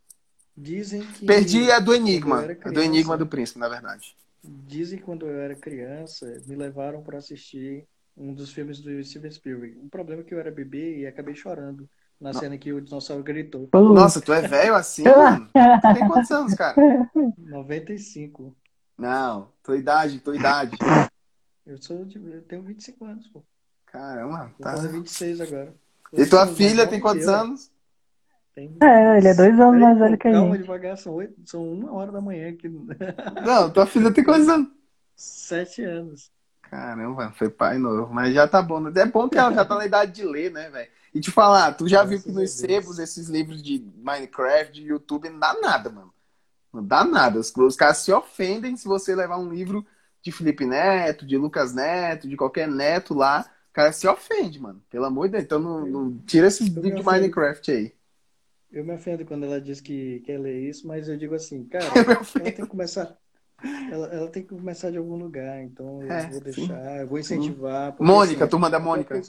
[SPEAKER 3] Dizem que.
[SPEAKER 1] Perdi a do Enigma,
[SPEAKER 3] Quando eu era
[SPEAKER 1] a do Enigma
[SPEAKER 3] criança.
[SPEAKER 1] do Príncipe, na verdade.
[SPEAKER 3] Dizem que quando eu era criança, me levaram para assistir um dos filmes do Steven Spielberg. O problema é que eu era bebê e acabei chorando na
[SPEAKER 1] Não.
[SPEAKER 3] cena que o dinossauro gritou.
[SPEAKER 2] pô,
[SPEAKER 1] Nossa, tu é velho assim, mano? Tu tem quantos anos, cara?
[SPEAKER 3] 95.
[SPEAKER 1] Não, tua idade, tua idade.
[SPEAKER 3] Eu sou de- eu tenho 25 anos, pô.
[SPEAKER 1] Caramba,
[SPEAKER 3] Vou
[SPEAKER 1] tá.
[SPEAKER 3] fazer 26 agora. um
[SPEAKER 1] E tua filha
[SPEAKER 3] né?
[SPEAKER 1] tem quantos anos?
[SPEAKER 2] É, ele é dois anos mais velho que a
[SPEAKER 3] Calma,
[SPEAKER 2] gente.
[SPEAKER 3] devagar, são, oito, são uma hora da manhã aqui.
[SPEAKER 1] Não, tua filha tem quantos anos?
[SPEAKER 3] Sete anos.
[SPEAKER 1] Caramba, foi pai novo, mas já tá bom. né? É bom que ela já tá na idade de ler, né, velho? E te falar, tu já viu que nos
[SPEAKER 3] Graças a Deus.
[SPEAKER 1] sebos esses livros de Minecraft, de YouTube, não dá nada, mano. Não dá nada. Os, os caras se ofendem se você levar um livro de Felipe Neto, de Lucas Neto, de qualquer neto lá O cara se ofende, mano. Pelo amor de Deus. Então não, não tira esse vídeo de Minecraft aí.
[SPEAKER 3] Eu me ofendo quando ela diz que quer ler isso, mas eu digo assim, cara,
[SPEAKER 1] Eu me
[SPEAKER 3] ela tem que começar. Ela, ela tem que começar de algum lugar, então eu
[SPEAKER 1] É,
[SPEAKER 3] vou
[SPEAKER 1] sim.
[SPEAKER 3] deixar, eu vou incentivar. porque,
[SPEAKER 1] Mônica,
[SPEAKER 3] assim,
[SPEAKER 1] turma da Mônica.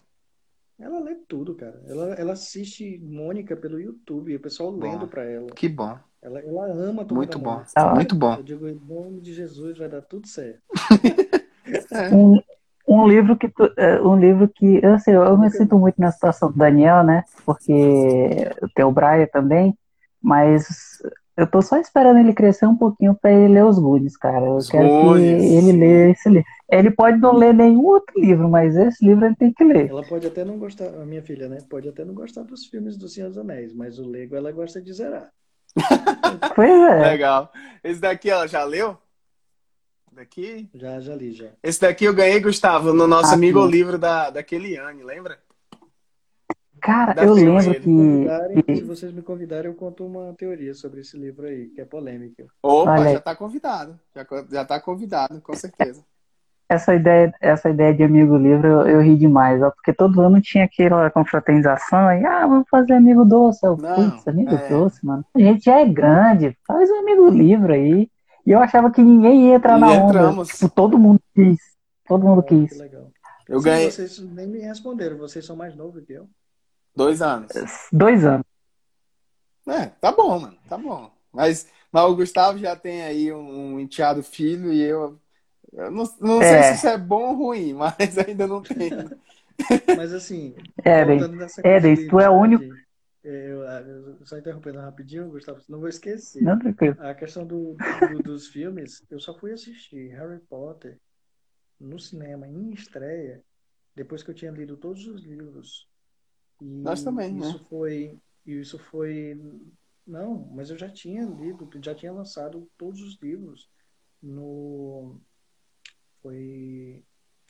[SPEAKER 3] Ela lê tudo, cara. Ela, ela assiste Mônica pelo YouTube, o pessoal lendo pra ela.
[SPEAKER 1] Que bom.
[SPEAKER 3] Ela, ela ama tomar
[SPEAKER 1] Muito
[SPEAKER 3] da
[SPEAKER 1] bom.
[SPEAKER 3] Mônica.
[SPEAKER 2] Ah.
[SPEAKER 1] Muito bom.
[SPEAKER 3] Eu digo, em nome de Jesus, vai dar tudo certo.
[SPEAKER 2] um, um livro que tu- é, um livro que eu, sei, eu me sinto muito na situação do Daniel, né? Porque eu tenho o Brian também, mas eu tô só esperando ele crescer um pouquinho para ele ler os Goonies, cara. Eu
[SPEAKER 1] Os
[SPEAKER 2] quero
[SPEAKER 1] Goonies.
[SPEAKER 2] que ele lê esse livro. Ele pode não ler nenhum outro livro, mas esse livro ele tem que ler.
[SPEAKER 3] Ela pode até não gostar, a minha filha, né? Pode até não gostar dos filmes do Senhor dos Anéis, mas o Lego ela gosta de zerar.
[SPEAKER 2] Pois é.
[SPEAKER 1] Legal. Esse daqui, ela já leu? Daqui?
[SPEAKER 3] Já, já li, já.
[SPEAKER 1] Esse daqui eu ganhei, Gustavo, no nosso
[SPEAKER 2] Ah,
[SPEAKER 1] amigo
[SPEAKER 2] sim.
[SPEAKER 1] livro da, da Keliane, lembra?
[SPEAKER 2] Cara,
[SPEAKER 1] Dá
[SPEAKER 2] eu
[SPEAKER 1] pra ler
[SPEAKER 2] lembro
[SPEAKER 1] ele.
[SPEAKER 2] que
[SPEAKER 3] Convidarem, se vocês me convidarem, eu conto uma teoria sobre esse livro aí, que é polêmica.
[SPEAKER 1] Opa,
[SPEAKER 2] Olha aí.
[SPEAKER 1] já tá convidado. Já, co- já tá convidado, com certeza.
[SPEAKER 2] Essa ideia, essa ideia de amigo livre eu, eu ri demais, ó, porque todo ano tinha aquela confraternização e ah, vamos fazer amigo doce. Eu,
[SPEAKER 1] Não,
[SPEAKER 2] putz, amigo
[SPEAKER 1] é.
[SPEAKER 2] doce, mano. A gente já é grande, faz um amigo livre aí. E eu achava que ninguém ia entrar
[SPEAKER 1] E
[SPEAKER 2] na onda.
[SPEAKER 1] entramos.
[SPEAKER 2] Tipo, todo mundo quis. Todo mundo
[SPEAKER 1] é
[SPEAKER 3] Olha que
[SPEAKER 2] quis.
[SPEAKER 3] legal.
[SPEAKER 1] Eu
[SPEAKER 3] Sim,
[SPEAKER 1] ganhei
[SPEAKER 3] Vocês nem me responderam, vocês são mais novos que eu.
[SPEAKER 1] dois anos.
[SPEAKER 2] Dois anos.
[SPEAKER 1] É, tá bom, mano, tá bom. Mas, mas o Gustavo já tem aí um, um enteado filho e eu. Eu não, não
[SPEAKER 2] É.
[SPEAKER 1] sei se isso é bom ou ruim, mas ainda não tem.
[SPEAKER 3] Mas assim,
[SPEAKER 2] Éden.
[SPEAKER 3] voltando nessa
[SPEAKER 2] Éden,
[SPEAKER 3] coisa de
[SPEAKER 2] tu é o
[SPEAKER 3] idade,
[SPEAKER 2] único-
[SPEAKER 3] é, Eu, eu- só interrompendo rapidinho, Gustavo, não vou esquecer.
[SPEAKER 2] Não, tranquilo.
[SPEAKER 3] A questão do, do- dos filmes, eu só fui assistir Harry Potter no cinema, em estreia, depois que eu tinha lido todos os livros. E
[SPEAKER 1] Nós também, né?
[SPEAKER 3] isso foi e Isso foi. Não, mas eu já tinha lido, já tinha lançado todos os livros no. Foi.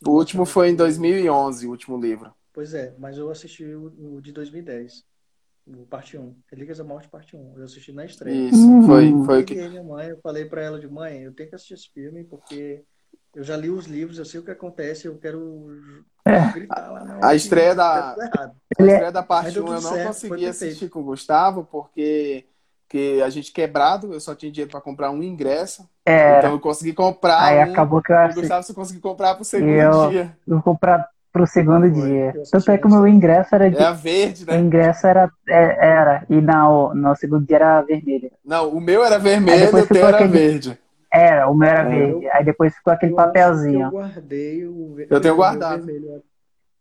[SPEAKER 1] O último foi em 2011, o último livro.
[SPEAKER 3] Pois é, mas eu assisti o, o de 2010, o parte 1, Relíquias da Morte, parte 1. Eu assisti na estreia.
[SPEAKER 1] Isso,
[SPEAKER 2] Hum.
[SPEAKER 1] foi, foi o que.
[SPEAKER 3] Liguei minha mãe, eu falei pra ela de mãe, eu tenho que assistir esse filme porque eu já li os livros, eu sei o que acontece, eu quero
[SPEAKER 2] É.
[SPEAKER 3] gritar lá na hora
[SPEAKER 1] A
[SPEAKER 3] que
[SPEAKER 1] estreia da-
[SPEAKER 3] tá tudo errado.
[SPEAKER 1] A
[SPEAKER 2] Ele é-
[SPEAKER 1] estreia da
[SPEAKER 3] Mas
[SPEAKER 1] parte
[SPEAKER 3] deu
[SPEAKER 1] 1
[SPEAKER 3] tudo
[SPEAKER 1] eu não
[SPEAKER 3] certo, foi
[SPEAKER 1] consegui
[SPEAKER 3] perfeito.
[SPEAKER 1] assistir com o Gustavo, porque, porque a gente quebrado, eu só tinha dinheiro para comprar um ingresso.
[SPEAKER 2] É.
[SPEAKER 1] Então eu consegui comprar.
[SPEAKER 2] Aí
[SPEAKER 1] um,
[SPEAKER 2] acabou que eu
[SPEAKER 1] e O
[SPEAKER 2] assisti.
[SPEAKER 1] Gustavo só conseguiu comprar pro segundo
[SPEAKER 2] Eu-
[SPEAKER 1] dia.
[SPEAKER 2] Eu vou pra, pro segundo
[SPEAKER 3] Foi,
[SPEAKER 2] dia.
[SPEAKER 3] eu assisti
[SPEAKER 2] Tanto é que o
[SPEAKER 3] nessa.
[SPEAKER 2] meu ingresso era de.
[SPEAKER 1] É a verde,
[SPEAKER 2] O
[SPEAKER 1] né?
[SPEAKER 2] ingresso era. é- era e na, no segundo dia era vermelho.
[SPEAKER 1] Não, o meu era
[SPEAKER 2] Aí
[SPEAKER 1] vermelho,
[SPEAKER 2] depois
[SPEAKER 1] o teu
[SPEAKER 2] ficou
[SPEAKER 1] era
[SPEAKER 2] aquele-
[SPEAKER 1] verde.
[SPEAKER 2] Era, o meu era
[SPEAKER 1] É.
[SPEAKER 2] verde. Aí depois ficou aquele
[SPEAKER 3] Eu acho que
[SPEAKER 2] papelzinho.
[SPEAKER 3] Eu guardei o ver-
[SPEAKER 1] Eu tenho
[SPEAKER 3] o
[SPEAKER 1] guardado.
[SPEAKER 3] vermelho.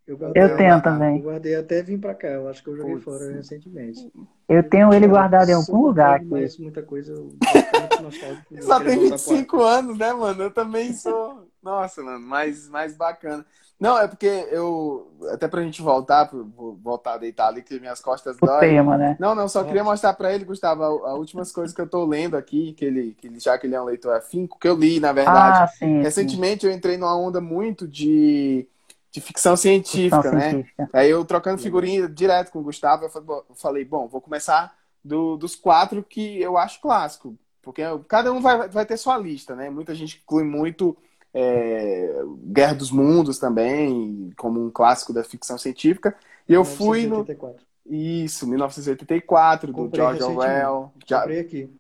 [SPEAKER 3] Eu guardei,
[SPEAKER 2] Eu,
[SPEAKER 1] eu
[SPEAKER 2] tenho
[SPEAKER 1] guardava.
[SPEAKER 3] eu
[SPEAKER 2] também.
[SPEAKER 3] guardei até vim pra cá, eu acho que eu joguei
[SPEAKER 1] Putz.
[SPEAKER 3] fora recentemente.
[SPEAKER 2] Eu tenho Então, ele guardado em
[SPEAKER 3] Sou
[SPEAKER 2] algum lugar
[SPEAKER 3] velho,
[SPEAKER 2] aqui.
[SPEAKER 3] Mas muita coisa eu eu tô muito nostálgico, eu
[SPEAKER 1] Só
[SPEAKER 3] quero
[SPEAKER 1] tem
[SPEAKER 3] voltar pra-
[SPEAKER 1] 25 anos, né, mano? Eu também sou. Nossa, mano, mais, mais bacana. Não, é porque eu. Até pra gente voltar, pro- vou voltar a deitar ali, que minhas costas
[SPEAKER 2] O
[SPEAKER 1] doem.
[SPEAKER 2] tema, né?
[SPEAKER 1] Não, não, só queria mostrar pra ele, Gustavo, as últimas coisas que eu tô lendo aqui, que ele, que ele, já que ele é um leitor afinco, que eu li, na verdade. É
[SPEAKER 2] Ah, sim. sim.
[SPEAKER 1] Recentemente eu entrei numa onda muito de, de ficção
[SPEAKER 2] Ficção
[SPEAKER 1] científica, né?
[SPEAKER 2] científica.
[SPEAKER 1] Aí eu trocando figurinha direto com o Gustavo, eu fa- bo- falei, bom, vou começar do- dos quatro que eu acho clássico, porque eu- cada um vai, vai ter sua lista, né? Muita gente inclui muito é, Guerra dos Mundos também, como um clássico da ficção científica. E eu fui
[SPEAKER 2] é
[SPEAKER 1] no.
[SPEAKER 3] 1984.
[SPEAKER 1] Isso, 1984, do
[SPEAKER 3] Comprei
[SPEAKER 1] George
[SPEAKER 3] recentemente.
[SPEAKER 1] Orwell. Ja-
[SPEAKER 3] Comprei aqui.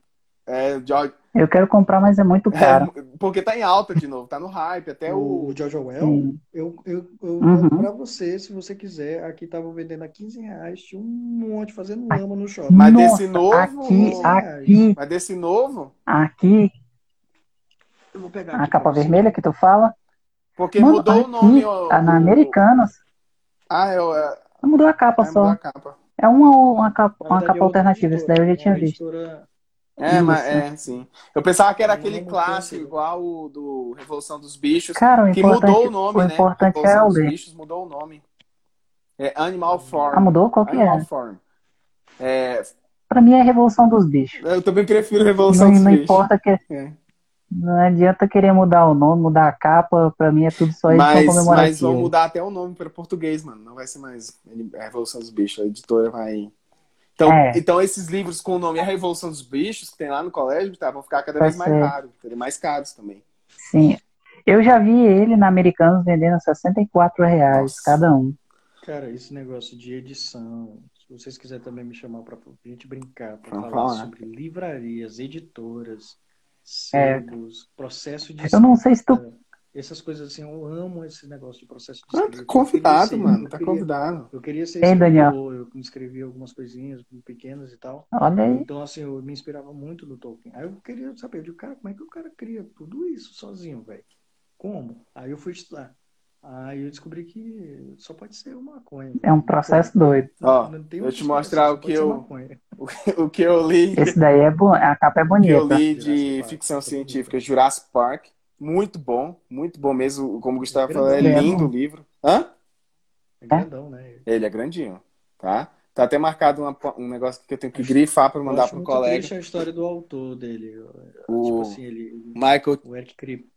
[SPEAKER 1] é, George-
[SPEAKER 2] Eu quero comprar, mas é muito caro.
[SPEAKER 1] é, porque tá em alta de novo, tá no hype, até o.
[SPEAKER 3] O George Orwell?
[SPEAKER 2] Sim.
[SPEAKER 3] Eu, eu, eu
[SPEAKER 2] Uhum.
[SPEAKER 3] pra você, se você quiser, aqui tava vendendo a 15 reais, tinha um monte fazendo lama no shopping.
[SPEAKER 1] Mas
[SPEAKER 2] Nossa,
[SPEAKER 1] desse novo, é.
[SPEAKER 2] aqui,
[SPEAKER 1] ou-
[SPEAKER 2] aqui,
[SPEAKER 1] Mas desse novo,
[SPEAKER 2] aqui,
[SPEAKER 3] Eu vou pegar
[SPEAKER 2] a
[SPEAKER 3] aqui
[SPEAKER 2] capa
[SPEAKER 3] pra você.
[SPEAKER 2] vermelha que tu fala.
[SPEAKER 1] porque
[SPEAKER 2] Mano,
[SPEAKER 1] mudou
[SPEAKER 2] aqui,
[SPEAKER 1] o nome. ó,
[SPEAKER 2] tá na
[SPEAKER 1] o-
[SPEAKER 2] Americanas.
[SPEAKER 1] Ah, eu, é,
[SPEAKER 2] Mudou a capa
[SPEAKER 1] é, mudou
[SPEAKER 2] só.
[SPEAKER 1] a capa.
[SPEAKER 2] É uma, uma capa,
[SPEAKER 3] Na
[SPEAKER 2] uma
[SPEAKER 3] verdade, é
[SPEAKER 1] um
[SPEAKER 2] capa
[SPEAKER 3] outra
[SPEAKER 2] alternativa. Isso daí eu já
[SPEAKER 3] editora, é
[SPEAKER 2] tinha
[SPEAKER 3] uma
[SPEAKER 2] visto.
[SPEAKER 3] editora-
[SPEAKER 1] É, mas é, sim. Eu pensava que era
[SPEAKER 3] Não,
[SPEAKER 1] aquele
[SPEAKER 3] não
[SPEAKER 1] clássico,
[SPEAKER 3] tem.
[SPEAKER 1] igual o do Revolução dos Bichos,
[SPEAKER 2] Cara, o
[SPEAKER 1] que mudou
[SPEAKER 2] importante,
[SPEAKER 1] o nome,
[SPEAKER 2] o
[SPEAKER 1] né?
[SPEAKER 2] importante é
[SPEAKER 1] Revolução
[SPEAKER 2] o
[SPEAKER 1] dos
[SPEAKER 2] ler.
[SPEAKER 1] Bichos mudou o nome. É Animal
[SPEAKER 2] Ah,
[SPEAKER 1] Farm.
[SPEAKER 2] mudou? Qual que
[SPEAKER 1] Animal
[SPEAKER 2] é?
[SPEAKER 1] Farm. É,
[SPEAKER 2] Pra mim é a Revolução dos Bichos.
[SPEAKER 1] eu também prefiro Revolução
[SPEAKER 2] Não,
[SPEAKER 1] dos
[SPEAKER 2] não
[SPEAKER 1] Bichos.
[SPEAKER 2] importa que.
[SPEAKER 1] É.
[SPEAKER 2] Não adianta querer mudar o nome, mudar a capa, pra mim é tudo só edição
[SPEAKER 1] Mas, mas vão
[SPEAKER 2] comemorativa.
[SPEAKER 1] mudar até o nome para português, mano. Não vai ser mais A Revolução dos Bichos. A editora vai. Então,
[SPEAKER 2] É.
[SPEAKER 1] então esses livros com o nome A Revolução dos Bichos, que tem lá no colégio, tá, vão ficar cada
[SPEAKER 2] Vai
[SPEAKER 1] vez mais
[SPEAKER 2] ser.
[SPEAKER 1] raros, mais caros também.
[SPEAKER 2] Sim. Eu já vi ele na Americanos vendendo a 64 reais
[SPEAKER 1] Nossa.
[SPEAKER 2] cada um.
[SPEAKER 3] Cara, esse negócio de edição, se vocês quiserem também me chamar pra pra gente brincar, pra
[SPEAKER 1] Vamos
[SPEAKER 3] falar,
[SPEAKER 1] falar.
[SPEAKER 3] sobre livrarias, editoras,
[SPEAKER 2] É.
[SPEAKER 3] sebos, processo de
[SPEAKER 2] Eu não sei se tu
[SPEAKER 3] escrita, essas coisas assim, eu amo esse negócio de processo de
[SPEAKER 1] Ah,
[SPEAKER 3] escrita.
[SPEAKER 1] tá
[SPEAKER 3] Eu
[SPEAKER 1] convidado,
[SPEAKER 3] queria ser-
[SPEAKER 1] mano.
[SPEAKER 3] eu
[SPEAKER 1] Tá
[SPEAKER 3] queria-
[SPEAKER 1] convidado.
[SPEAKER 3] Eu queria ser
[SPEAKER 2] Ei, Daniel.
[SPEAKER 3] escritor, eu escrevi algumas coisinhas pequenas e tal.
[SPEAKER 2] Olha aí.
[SPEAKER 3] Então, assim, eu me inspirava muito no Tolkien. Aí eu queria saber, eu digo, cara, como é que o cara cria tudo isso sozinho, velho? Como? Aí eu fui estudar. Aí eu descobri que só pode ser uma maconha.
[SPEAKER 2] É um processo doido.
[SPEAKER 1] Ó,
[SPEAKER 3] Não tem
[SPEAKER 1] eu
[SPEAKER 3] outra
[SPEAKER 1] te mostrar
[SPEAKER 3] explicação,
[SPEAKER 1] o
[SPEAKER 3] só
[SPEAKER 1] que
[SPEAKER 3] pode ser
[SPEAKER 1] eu-
[SPEAKER 3] maconha.
[SPEAKER 1] O que eu li,
[SPEAKER 2] Esse daí é bom, a capa é
[SPEAKER 1] o que eu
[SPEAKER 2] bonita.
[SPEAKER 1] li
[SPEAKER 3] Jurassic
[SPEAKER 1] de
[SPEAKER 3] Park.
[SPEAKER 1] ficção científica, Jurassic Park, muito bom, muito bom mesmo. Como o Gustavo falou, é
[SPEAKER 2] Grandão.
[SPEAKER 1] lindo o livro. Hã?
[SPEAKER 3] É grandão, né?
[SPEAKER 1] Ele é grandinho, tá? Tá até marcado uma- um negócio que eu tenho que grifar pra
[SPEAKER 3] Eu
[SPEAKER 1] mandar
[SPEAKER 3] acho
[SPEAKER 1] pro
[SPEAKER 3] muito
[SPEAKER 1] colega.
[SPEAKER 3] triste a história do autor dele. Tipo
[SPEAKER 1] O
[SPEAKER 3] assim, ele, ele-
[SPEAKER 1] Michael.
[SPEAKER 3] o Eric Kripke.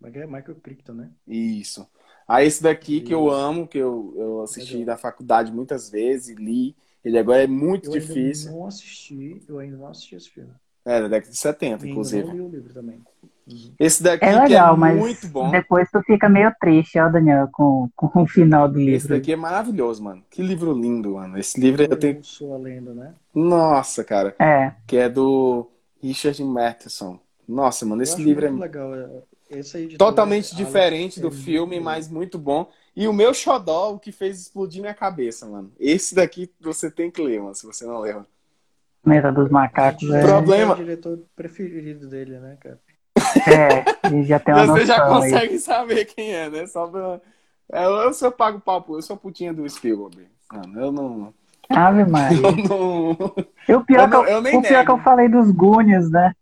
[SPEAKER 3] Como é que é? Michael Crichton, né?
[SPEAKER 1] Isso. Aí esse daqui que eu
[SPEAKER 3] Isso.
[SPEAKER 1] amo, que eu, eu assisti
[SPEAKER 3] Legal.
[SPEAKER 1] da faculdade muitas vezes, li. Ele agora é muito
[SPEAKER 3] Eu
[SPEAKER 1] difícil.
[SPEAKER 3] ainda não assisti, eu ainda não assisti esse filme.
[SPEAKER 1] É, da década de 70,
[SPEAKER 3] E
[SPEAKER 1] inclusive.
[SPEAKER 3] ainda não li o livro também. Uhum.
[SPEAKER 1] Esse daqui
[SPEAKER 2] É
[SPEAKER 1] que é
[SPEAKER 2] legal, mas
[SPEAKER 1] muito bom.
[SPEAKER 2] depois tu fica meio triste, ó, Daniel, com, com o final do
[SPEAKER 1] Esse
[SPEAKER 2] livro.
[SPEAKER 1] daqui é maravilhoso, mano. Que livro lindo, mano. Esse livro eu tenho.
[SPEAKER 3] Eu sou a lenda, né?
[SPEAKER 1] Nossa, cara.
[SPEAKER 2] É,
[SPEAKER 1] Que é do Richard Matheson. Nossa, mano,
[SPEAKER 3] Eu
[SPEAKER 1] esse
[SPEAKER 3] acho
[SPEAKER 1] livro é
[SPEAKER 3] muito legal. é- Essa editora,
[SPEAKER 1] totalmente
[SPEAKER 3] Alex,
[SPEAKER 1] diferente do
[SPEAKER 3] é
[SPEAKER 1] filme,
[SPEAKER 3] muito-
[SPEAKER 1] mas muito bom. E o meu xodó, o que fez explodir minha cabeça, mano. Esse daqui você tem que ler, mano, se você não leu.
[SPEAKER 2] Planeta dos Macacos
[SPEAKER 3] Esse
[SPEAKER 2] é,
[SPEAKER 1] Pro- Problema.
[SPEAKER 3] É o diretor preferido dele, né, cara?
[SPEAKER 2] é, ele já tem uma
[SPEAKER 1] Você já
[SPEAKER 2] noção aí.
[SPEAKER 1] consegue saber quem é, né? Só pra... É, eu, eu só pago pau, pro- eu sou putinha do Spielberg. Mano, eu não.
[SPEAKER 2] Ave Maria.
[SPEAKER 1] Eu não.
[SPEAKER 2] E o pior, é
[SPEAKER 1] Eu não-
[SPEAKER 2] que, eu,
[SPEAKER 1] eu nem
[SPEAKER 2] o pior
[SPEAKER 1] nego.
[SPEAKER 2] que eu falei dos Goonies, né?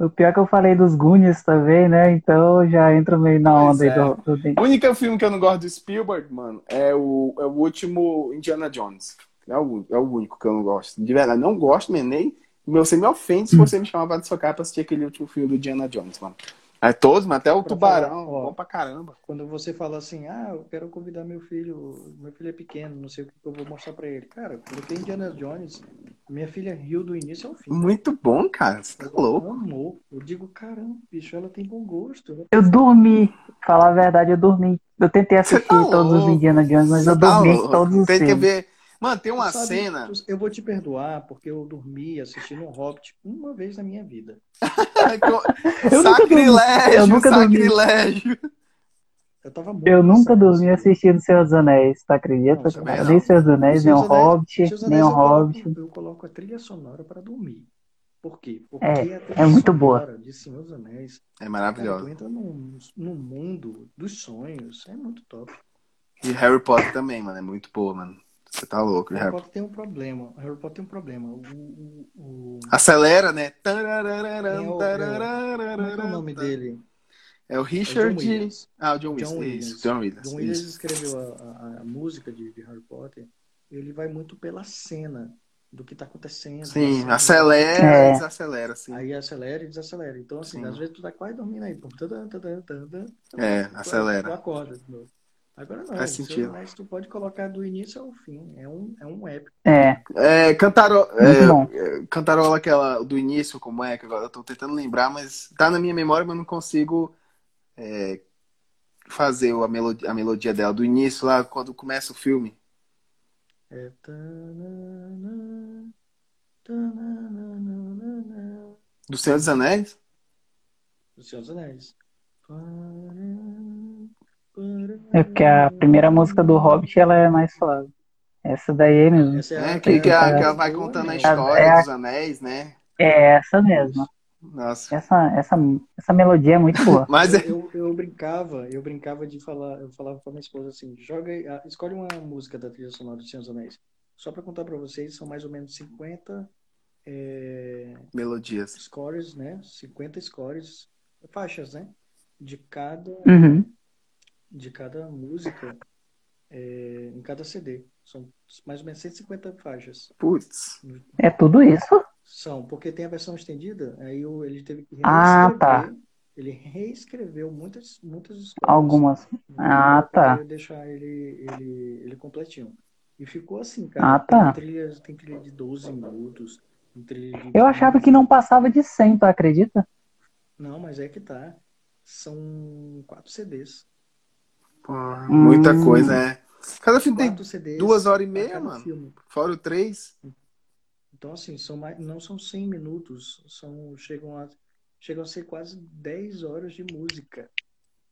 [SPEAKER 2] O pior que eu falei dos Goonies também, né? Então eu já entro meio na
[SPEAKER 1] Pois
[SPEAKER 2] onda aí
[SPEAKER 1] é.
[SPEAKER 2] do, do...
[SPEAKER 1] O único filme que eu não gosto do Spielberg, mano, é o, é o último Indiana Jones. É o, é o único que eu não gosto. De verdade, não gosto, mesmo, nem. meu, Você me ofende se
[SPEAKER 2] Hum.
[SPEAKER 1] você me chamar pra desfocar pra assistir aquele último filme do Indiana Jones, mano. É todos, mas até o
[SPEAKER 3] Pra
[SPEAKER 1] Tubarão,
[SPEAKER 3] falar, ó.
[SPEAKER 1] bom pra caramba.
[SPEAKER 3] Quando você fala assim, ah, eu quero convidar meu filho, meu filho é pequeno, não sei o que eu vou mostrar pra ele. Cara, quando tem Indiana Jones, minha filha riu do início ao fim.
[SPEAKER 1] Muito bom, cara. Você tá louco.
[SPEAKER 3] Amor, eu digo, caramba, bicho, ela tem bom gosto. Ela
[SPEAKER 2] Eu dormi, falar a verdade, eu dormi. Eu tentei
[SPEAKER 1] Você tá
[SPEAKER 2] assistir todos os
[SPEAKER 1] louco.
[SPEAKER 2] Indiana Jones, mas eu
[SPEAKER 1] Você tá
[SPEAKER 2] dormi em
[SPEAKER 1] louco.
[SPEAKER 2] todos os
[SPEAKER 1] Tem que
[SPEAKER 2] filmes.
[SPEAKER 1] ver. Mano, tem uma
[SPEAKER 3] Sabe,
[SPEAKER 1] cena.
[SPEAKER 3] tu- Eu vou te perdoar porque eu dormi assistindo um Hobbit uma vez na minha vida.
[SPEAKER 2] Eu nunca dormi.
[SPEAKER 1] sacrilégio,
[SPEAKER 2] Eu nunca dormi.
[SPEAKER 1] sacrilégio.
[SPEAKER 3] Eu tava muito
[SPEAKER 2] Eu nunca
[SPEAKER 3] cansado,
[SPEAKER 2] dormi
[SPEAKER 3] assim.
[SPEAKER 2] assistindo Senhor dos Anéis, tu acredita?
[SPEAKER 3] Não, também
[SPEAKER 1] não. é
[SPEAKER 2] nem Senhor dos Anéis, nem o
[SPEAKER 3] Senhor dos Anéis-
[SPEAKER 2] Hobbit,
[SPEAKER 3] Seus
[SPEAKER 2] nem
[SPEAKER 3] Anéis
[SPEAKER 2] o
[SPEAKER 3] eu coloco-
[SPEAKER 2] Hobbit.
[SPEAKER 3] Eu coloco a trilha sonora para dormir. Por quê? Porque
[SPEAKER 2] É,
[SPEAKER 3] a trilha
[SPEAKER 2] muito
[SPEAKER 3] sonora de Senhor dos
[SPEAKER 1] É
[SPEAKER 3] Anéis, cara, tu
[SPEAKER 1] maravilhoso.
[SPEAKER 3] entra num, num mundo dos sonhos, é muito top.
[SPEAKER 1] E Harry Potter também, mano. É muito boa, mano. Você tá louco,
[SPEAKER 3] Harry
[SPEAKER 1] Harry
[SPEAKER 3] Potter tem um problema. Harry Potter tem um problema. O, o- o-
[SPEAKER 1] Acelera, né?
[SPEAKER 3] Quem é o- Como é que é o nome dele?
[SPEAKER 1] É o
[SPEAKER 3] É
[SPEAKER 1] Richard.
[SPEAKER 3] John Williams.
[SPEAKER 1] Ah, o John Williams.
[SPEAKER 3] John Williams.
[SPEAKER 1] Isso, John Williams.
[SPEAKER 3] John Williams
[SPEAKER 1] Isso.
[SPEAKER 3] escreveu a, a- a música de, de Harry Potter. Ele vai muito pela cena do que está acontecendo.
[SPEAKER 1] Sim,
[SPEAKER 3] da cena.
[SPEAKER 1] acelera
[SPEAKER 2] É.
[SPEAKER 1] e desacelera, sim.
[SPEAKER 3] Aí acelera e desacelera. Então, assim,
[SPEAKER 1] Sim.
[SPEAKER 3] às vezes tu tá quase dormindo aí. Pum, tadã, tadã, tadã,
[SPEAKER 1] É,
[SPEAKER 3] tu-
[SPEAKER 1] acelera.
[SPEAKER 3] Tu acorda de novo. Agora não,
[SPEAKER 1] Faz
[SPEAKER 3] Senhor dos
[SPEAKER 1] sentido.
[SPEAKER 3] Anéis, tu pode colocar do início ao fim. É um, é um épico.
[SPEAKER 2] É,
[SPEAKER 1] É, cantaro...
[SPEAKER 2] muito bom.
[SPEAKER 1] é, cantarola aquela do início, como é, que agora eu tô tentando lembrar, mas tá na minha memória, mas eu não consigo é, fazer a melodia, a melodia dela. Do início lá, quando começa o filme.
[SPEAKER 3] É. tananã, tanananananã,
[SPEAKER 1] Do Senhor dos Anéis?
[SPEAKER 3] Do Senhor dos Anéis.
[SPEAKER 2] É porque a primeira música do Hobbit ela é mais suave. Essa daí é mesmo.
[SPEAKER 3] Essa
[SPEAKER 1] É, que, que, a- que ela vai contando a história
[SPEAKER 2] É a-
[SPEAKER 1] dos anéis, né?
[SPEAKER 2] É essa mesmo.
[SPEAKER 1] Nossa.
[SPEAKER 2] Essa, essa, essa melodia é muito boa.
[SPEAKER 1] Mas é.
[SPEAKER 3] Eu, eu, eu brincava, eu brincava de falar, eu falava pra minha esposa assim, joga, aí, ah, escolhe uma música da trilha sonora do Senhor dos Anéis. Só pra contar pra vocês, são mais ou menos 50 eh,
[SPEAKER 1] Melodias.
[SPEAKER 3] scores, né? 50 scores, faixas, né? De cada,
[SPEAKER 2] Uhum.
[SPEAKER 3] de cada música eh, em cada CD. São mais ou menos 150 faixas.
[SPEAKER 1] Putz.
[SPEAKER 2] É tudo isso?
[SPEAKER 3] São, porque tem a versão estendida, aí o- ele teve que
[SPEAKER 2] Ah, tá.
[SPEAKER 3] Ele reescreveu muitas, muitas escolhas.
[SPEAKER 2] Algumas. Ah, tá.
[SPEAKER 3] Pra Uhum. deixar ele, ele, ele completinho. E ficou assim,
[SPEAKER 2] Ah,
[SPEAKER 3] cara.
[SPEAKER 2] tá.
[SPEAKER 3] Tem trilha, tem trilha de 12 minutos. Tem trilha de...
[SPEAKER 2] Eu achava que não passava de 100, tu acredita?
[SPEAKER 3] Não, mas é que tá. são quatro CDs.
[SPEAKER 1] Porra, muita
[SPEAKER 2] Hum.
[SPEAKER 1] coisa, é. Cada filme tem
[SPEAKER 3] Quatro CDs
[SPEAKER 1] duas horas e
[SPEAKER 3] a
[SPEAKER 1] meia,
[SPEAKER 3] cada
[SPEAKER 1] mano.
[SPEAKER 3] filme.
[SPEAKER 1] Fora o três.
[SPEAKER 3] Então, assim, são mais, não são 100 minutos, são, chegam, a, chegam a ser quase 10 horas de música.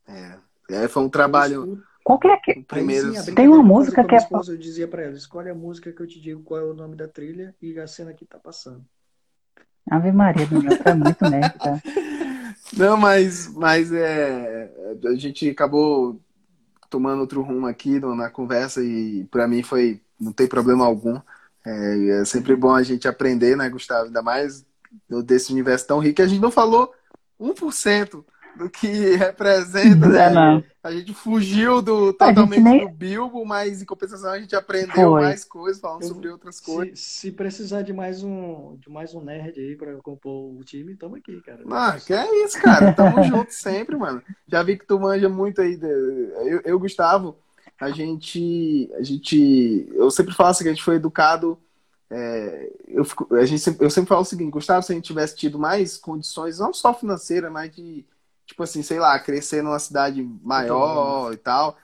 [SPEAKER 1] É. É, foi um trabalho.
[SPEAKER 3] Eu escuto-
[SPEAKER 2] Qual que é que.
[SPEAKER 1] O primeiro.
[SPEAKER 3] Aí, sim, a
[SPEAKER 2] Tem uma
[SPEAKER 3] brincadeira que eu
[SPEAKER 2] música
[SPEAKER 3] fazia com
[SPEAKER 2] que
[SPEAKER 3] a minha
[SPEAKER 2] é-
[SPEAKER 3] esposa, Eu dizia pra ela, escolhe a música que eu te digo qual é o nome da trilha e a cena que tá passando.
[SPEAKER 2] Ave Maria, Daniel, tu é muito nerd, cara.
[SPEAKER 1] Não, mas, mas é, a gente acabou tomando outro rumo aqui no- na conversa e pra mim foi, não tem problema algum. É, é sempre bom a gente aprender, né, Gustavo? Ainda mais do- desse universo tão rico. A gente não falou 1% do que representa,
[SPEAKER 2] É,
[SPEAKER 1] né?
[SPEAKER 2] não.
[SPEAKER 1] A gente fugiu do totalmente
[SPEAKER 2] nem-
[SPEAKER 1] do Bilbo, mas em compensação a gente aprendeu
[SPEAKER 2] Foi.
[SPEAKER 1] mais coisas, falando
[SPEAKER 3] Eu-
[SPEAKER 1] sobre outras coisas.
[SPEAKER 3] Se, se precisar de mais um, de mais um nerd aí pra compor o time, tamo aqui, cara.
[SPEAKER 1] Ah, que é isso, cara. Tamo junto sempre, mano. Já vi que tu manja muito aí. de- Eu, eu Gustavo, a gente, a gente. Eu sempre falo assim, que a gente foi educado. é, eu, fico- a gente sempre, eu sempre falo o seguinte, Gustavo, se a gente tivesse tido mais condições, não só financeira, mas de, tipo assim, sei lá, crescer numa cidade maior e tal.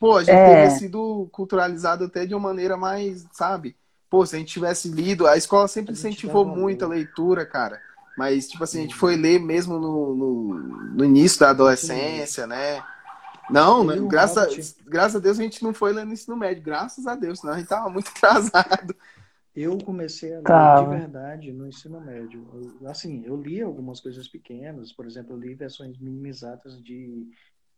[SPEAKER 1] Pô, a gente
[SPEAKER 2] É.
[SPEAKER 1] teria sido culturalizado até de uma maneira mais, sabe? Pô, se a gente tivesse lido, a escola sempre
[SPEAKER 3] A gente
[SPEAKER 1] incentivou
[SPEAKER 3] dava
[SPEAKER 1] muito a
[SPEAKER 3] valor.
[SPEAKER 1] leitura, cara. Mas, tipo assim, a gente foi ler mesmo no, no, no início da adolescência, né? Não,
[SPEAKER 3] Eu
[SPEAKER 1] né?
[SPEAKER 3] li o
[SPEAKER 1] graças,
[SPEAKER 3] Hobbit.
[SPEAKER 1] a, graças a Deus a gente não foi ler no ensino médio, graças a Deus, senão a gente tava muito atrasado.
[SPEAKER 3] Eu comecei a ler
[SPEAKER 2] Tá.
[SPEAKER 3] de verdade no ensino médio. Eu- assim, eu li algumas coisas pequenas, por exemplo, eu li versões minimizadas de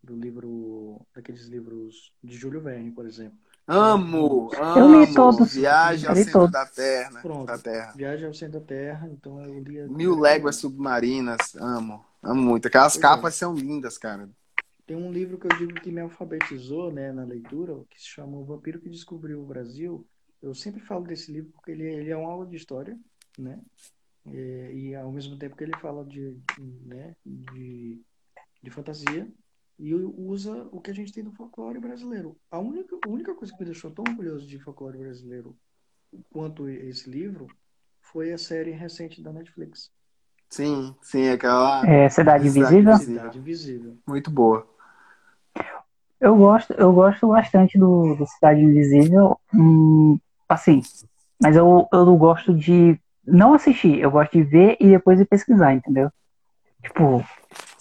[SPEAKER 3] do livro, daqueles livros de Júlio Verne, por exemplo.
[SPEAKER 1] Amo, amo.
[SPEAKER 2] Eu li todos.
[SPEAKER 1] Viagem ao
[SPEAKER 2] Eu li
[SPEAKER 1] centro
[SPEAKER 2] todos.
[SPEAKER 1] da Terra,
[SPEAKER 3] Pronto.
[SPEAKER 1] da Terra.
[SPEAKER 3] Viagem ao Centro da Terra, então eu lia.
[SPEAKER 1] Mil léguas submarinas, amo. Amo muito. Aquelas
[SPEAKER 3] Pois é.
[SPEAKER 1] capas são lindas, cara.
[SPEAKER 3] Tem um livro que eu digo que me alfabetizou, né, na leitura, que se chama O Vampiro que Descobriu o Brasil. Eu sempre falo desse livro porque ele, ele é uma aula de história, né? É, E, ao mesmo tempo que ele fala de, né, de, de fantasia e usa o que a gente tem do folclore brasileiro. A única, a única coisa que me deixou tão orgulhoso de folclore brasileiro quanto esse livro foi a série recente da Netflix,
[SPEAKER 1] Sim, sim, aquela
[SPEAKER 2] É, Cidade
[SPEAKER 1] Cidade
[SPEAKER 2] Invisível.
[SPEAKER 1] Invisível.
[SPEAKER 3] Cidade Invisível.
[SPEAKER 1] muito boa.
[SPEAKER 2] Eu gosto, eu gosto bastante do, do Cidade Invisível, hum, assim, mas eu, eu não gosto de não assistir, eu gosto de ver e depois de pesquisar, entendeu? Tipo,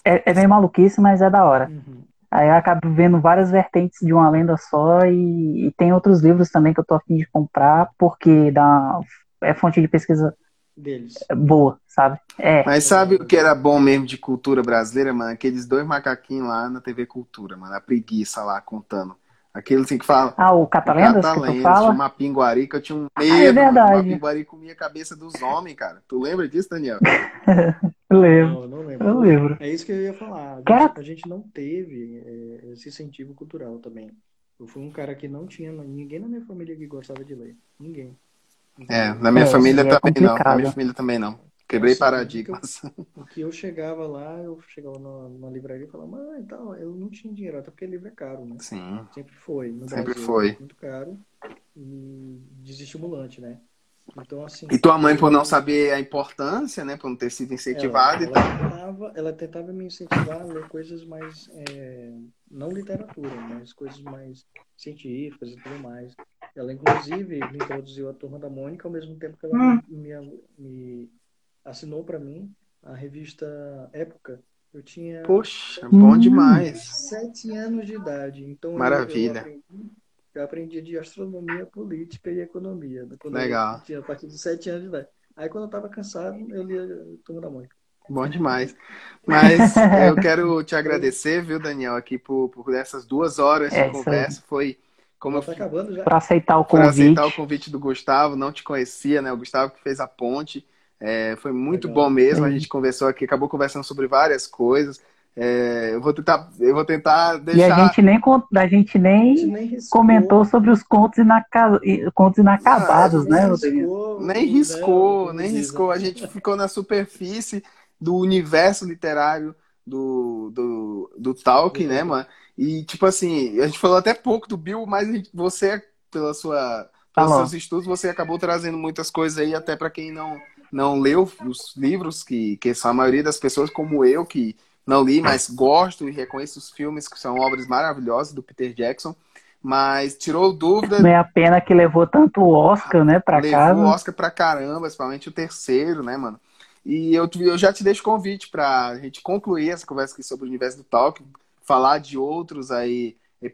[SPEAKER 2] é, é meio maluquice, mas é da hora.
[SPEAKER 3] Uhum.
[SPEAKER 2] Aí eu acabo vendo várias vertentes de uma lenda só e, e tem outros livros também que eu tô afim de comprar, porque dá, é fonte de pesquisa
[SPEAKER 3] Deles.
[SPEAKER 2] boa, sabe? É,
[SPEAKER 1] Mas sabe o que era bom mesmo de cultura brasileira, mano? Aqueles dois macaquinhos lá na TV Cultura, mano. A preguiça lá contando. Aquele assim que fala.
[SPEAKER 2] ah, o Catalendas que tu
[SPEAKER 1] Catalendas, tinha
[SPEAKER 2] fala?
[SPEAKER 1] uma pinguari que eu tinha um medo.
[SPEAKER 2] é
[SPEAKER 1] mano.
[SPEAKER 2] verdade.
[SPEAKER 1] Uma pinguari comia a cabeça dos homens, cara. Tu lembra disso, Daniel?
[SPEAKER 2] Eu lembro,
[SPEAKER 3] Não, eu não lembro.
[SPEAKER 2] eu lembro.
[SPEAKER 3] É isso que eu ia falar.
[SPEAKER 2] Que
[SPEAKER 3] A
[SPEAKER 2] era-
[SPEAKER 3] gente, a gente não teve é, esse incentivo cultural também. Eu fui um cara que não tinha ninguém na minha família que gostava de ler. Ninguém.
[SPEAKER 1] É, na minha
[SPEAKER 2] É,
[SPEAKER 1] família
[SPEAKER 2] é
[SPEAKER 1] também não. Na
[SPEAKER 2] complicado.
[SPEAKER 1] minha família também não. Quebrei
[SPEAKER 3] Nossa,
[SPEAKER 1] paradigmas.
[SPEAKER 3] O que eu chegava lá, eu chegava na, na livraria e falava, mãe, tal, eu não tinha dinheiro, até porque livro é caro, né?
[SPEAKER 1] Sim.
[SPEAKER 3] Sempre foi. No
[SPEAKER 1] Sempre
[SPEAKER 3] Brasil,
[SPEAKER 1] foi.
[SPEAKER 3] Muito caro e desestimulante, né? Então, assim.
[SPEAKER 1] E tua mãe, por não saber a importância, né? Por não ter sido incentivada
[SPEAKER 2] É.
[SPEAKER 1] então, e
[SPEAKER 3] ela,
[SPEAKER 1] tal.
[SPEAKER 3] ela tentava, ela tentava me incentivar a ler coisas mais, é, não literatura, mas coisas mais científicas e tudo mais. Ela, inclusive, me introduziu à Turma da Mônica, ao mesmo tempo que ela
[SPEAKER 2] Hum.
[SPEAKER 3] me, me- me assinou para mim a revista Época. Eu tinha
[SPEAKER 1] Poxa, bom
[SPEAKER 2] Hum.
[SPEAKER 1] demais.
[SPEAKER 3] sete anos de idade, então eu-
[SPEAKER 1] Maravilha.
[SPEAKER 3] Eu, aprendi, eu aprendi de astronomia, política e economia. né, quando eu
[SPEAKER 1] Legal.
[SPEAKER 3] tinha a partir de sete anos de idade. Aí, quando eu estava cansado, eu lia Turma da Mônica.
[SPEAKER 1] Bom demais. Mas eu quero te agradecer, viu, Daniel, aqui por, por essas duas horas
[SPEAKER 2] É,
[SPEAKER 1] de
[SPEAKER 2] isso aí.
[SPEAKER 1] conversa. Foi como eu
[SPEAKER 3] Tá
[SPEAKER 1] fui
[SPEAKER 3] acabando já?
[SPEAKER 2] Pra aceitar o
[SPEAKER 1] por
[SPEAKER 2] convite.
[SPEAKER 1] aceitar o convite do Gustavo, não te conhecia, né? O Gustavo que fez a ponte. É, foi muito
[SPEAKER 3] Legal.
[SPEAKER 1] bom mesmo. A
[SPEAKER 2] Sim.
[SPEAKER 1] gente conversou aqui, acabou conversando sobre várias coisas. É, eu vou tentar, eu vou tentar
[SPEAKER 2] E
[SPEAKER 1] deixar.
[SPEAKER 2] a gente nem con- a gente
[SPEAKER 3] A
[SPEAKER 2] nem
[SPEAKER 3] gente nem riscou.
[SPEAKER 2] comentou sobre os contos, inaca... e-
[SPEAKER 1] Ah,
[SPEAKER 2] contos inacabados,
[SPEAKER 3] Nem
[SPEAKER 2] né, Rodrigo?
[SPEAKER 3] riscou.
[SPEAKER 1] Nem riscou,
[SPEAKER 3] né,
[SPEAKER 1] nem
[SPEAKER 3] Luísa?
[SPEAKER 1] riscou. A gente ficou na superfície do universo literário do, do, do Talk, né,
[SPEAKER 3] Uhum.
[SPEAKER 1] mano? E, tipo assim, a gente falou até pouco do Bill, mas a gente- você, pela sua, pelos
[SPEAKER 2] Falou.
[SPEAKER 1] seus estudos, você acabou trazendo muitas coisas aí, até para quem não, não leu os livros, que, que são a maioria das pessoas, como eu, que não li, mas gosto e reconheço os filmes, que são obras maravilhosas do Peter Jackson. Mas tirou dúvida.
[SPEAKER 2] Não é a pena que levou tanto o Oscar, né, pra
[SPEAKER 1] levou
[SPEAKER 2] casa.
[SPEAKER 1] Levou o Oscar pra caramba, principalmente o terceiro, né, mano? E eu, eu já te deixo convite pra gente concluir essa conversa aqui sobre o universo do Tolkien, falar de outros aí é,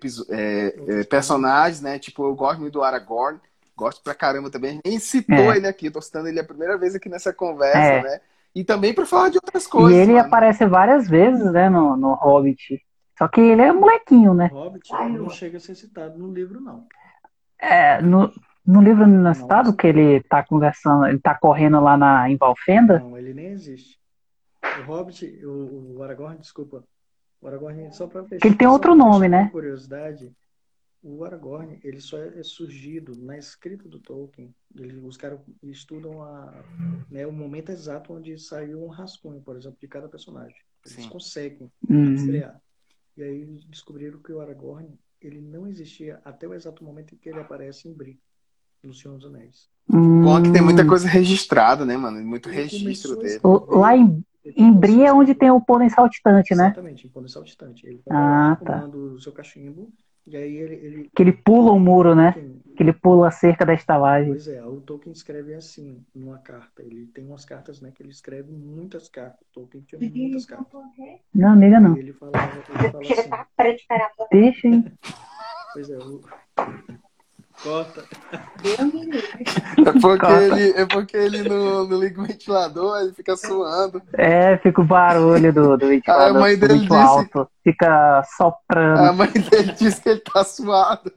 [SPEAKER 1] é, personagens, né? Tipo, eu gosto muito do Aragorn, gosto pra caramba também. Nem citou
[SPEAKER 2] É.
[SPEAKER 1] ele aqui, eu tô citando ele a primeira vez aqui nessa conversa,
[SPEAKER 2] É.
[SPEAKER 1] né? E também pra falar de outras
[SPEAKER 2] E
[SPEAKER 1] coisas.
[SPEAKER 2] ele
[SPEAKER 1] mano.
[SPEAKER 2] aparece várias vezes, né, no, no Hobbit. Só que ele é molequinho, né?
[SPEAKER 3] Hobbit
[SPEAKER 2] Ai,
[SPEAKER 3] não
[SPEAKER 2] eu-
[SPEAKER 3] chega a ser citado no livro, não.
[SPEAKER 2] É, no, no livro não é citado que ele tá conversando, ele tá correndo lá na, em Valfenda.
[SPEAKER 3] Não, ele nem existe. O Hobbit, o, o Aragorn, desculpa. O Aragorn, só para fechar.
[SPEAKER 2] Que ele tem
[SPEAKER 3] só
[SPEAKER 2] outro
[SPEAKER 3] pra
[SPEAKER 2] nome,
[SPEAKER 3] fechar
[SPEAKER 2] né?
[SPEAKER 3] uma Curiosidade. O Aragorn, ele só é surgido na escrita do Tolkien. Ele, os caras estudam a, né, o momento exato onde saiu um rascunho, por exemplo, de cada personagem. Eles
[SPEAKER 1] Sim.
[SPEAKER 3] conseguem
[SPEAKER 2] Hum,
[SPEAKER 3] estrear. E aí eles descobriram que o Aragorn, ele não existia até o exato momento em que ele aparece em Bri, no Senhor dos Anéis.
[SPEAKER 1] Bom, que tem muita
[SPEAKER 2] hum.
[SPEAKER 1] coisa registrada, né, mano? Muito registro
[SPEAKER 3] Começou a
[SPEAKER 1] dele.
[SPEAKER 2] O- Lá em, em Bri é onde tem o pônei saltitante, né?
[SPEAKER 3] Exatamente, em condição distante. Ele
[SPEAKER 2] Ah,
[SPEAKER 3] tá
[SPEAKER 2] tá.
[SPEAKER 3] fumando o seu cachimbo, e aí ele. ele
[SPEAKER 2] Que ele pula o muro, né?
[SPEAKER 3] Tolkien-
[SPEAKER 2] Que ele pula a cerca da estalagem.
[SPEAKER 3] Pois é, o Tolkien escreve assim, numa carta. Ele tem umas cartas, né, que ele escreve muitas cartas. O Tolkien tinha muitas cartas.
[SPEAKER 2] Não, nega, não.
[SPEAKER 3] E ele falava, ele falava
[SPEAKER 4] Tira
[SPEAKER 3] assim,
[SPEAKER 4] essa frente, cara.
[SPEAKER 2] Deixa, hein?
[SPEAKER 3] pois é, o... Corta.
[SPEAKER 4] Deus me livre.
[SPEAKER 1] É porque
[SPEAKER 2] Corta.
[SPEAKER 1] ele, é porque ele não, não liga o ventilador, ele fica suando.
[SPEAKER 2] É, fica o barulho do, do ventilador
[SPEAKER 1] Ah, A mãe dele
[SPEAKER 2] muito
[SPEAKER 1] disse-
[SPEAKER 2] alto. Fica soprando,
[SPEAKER 1] A mãe dele diz que ele tá suado.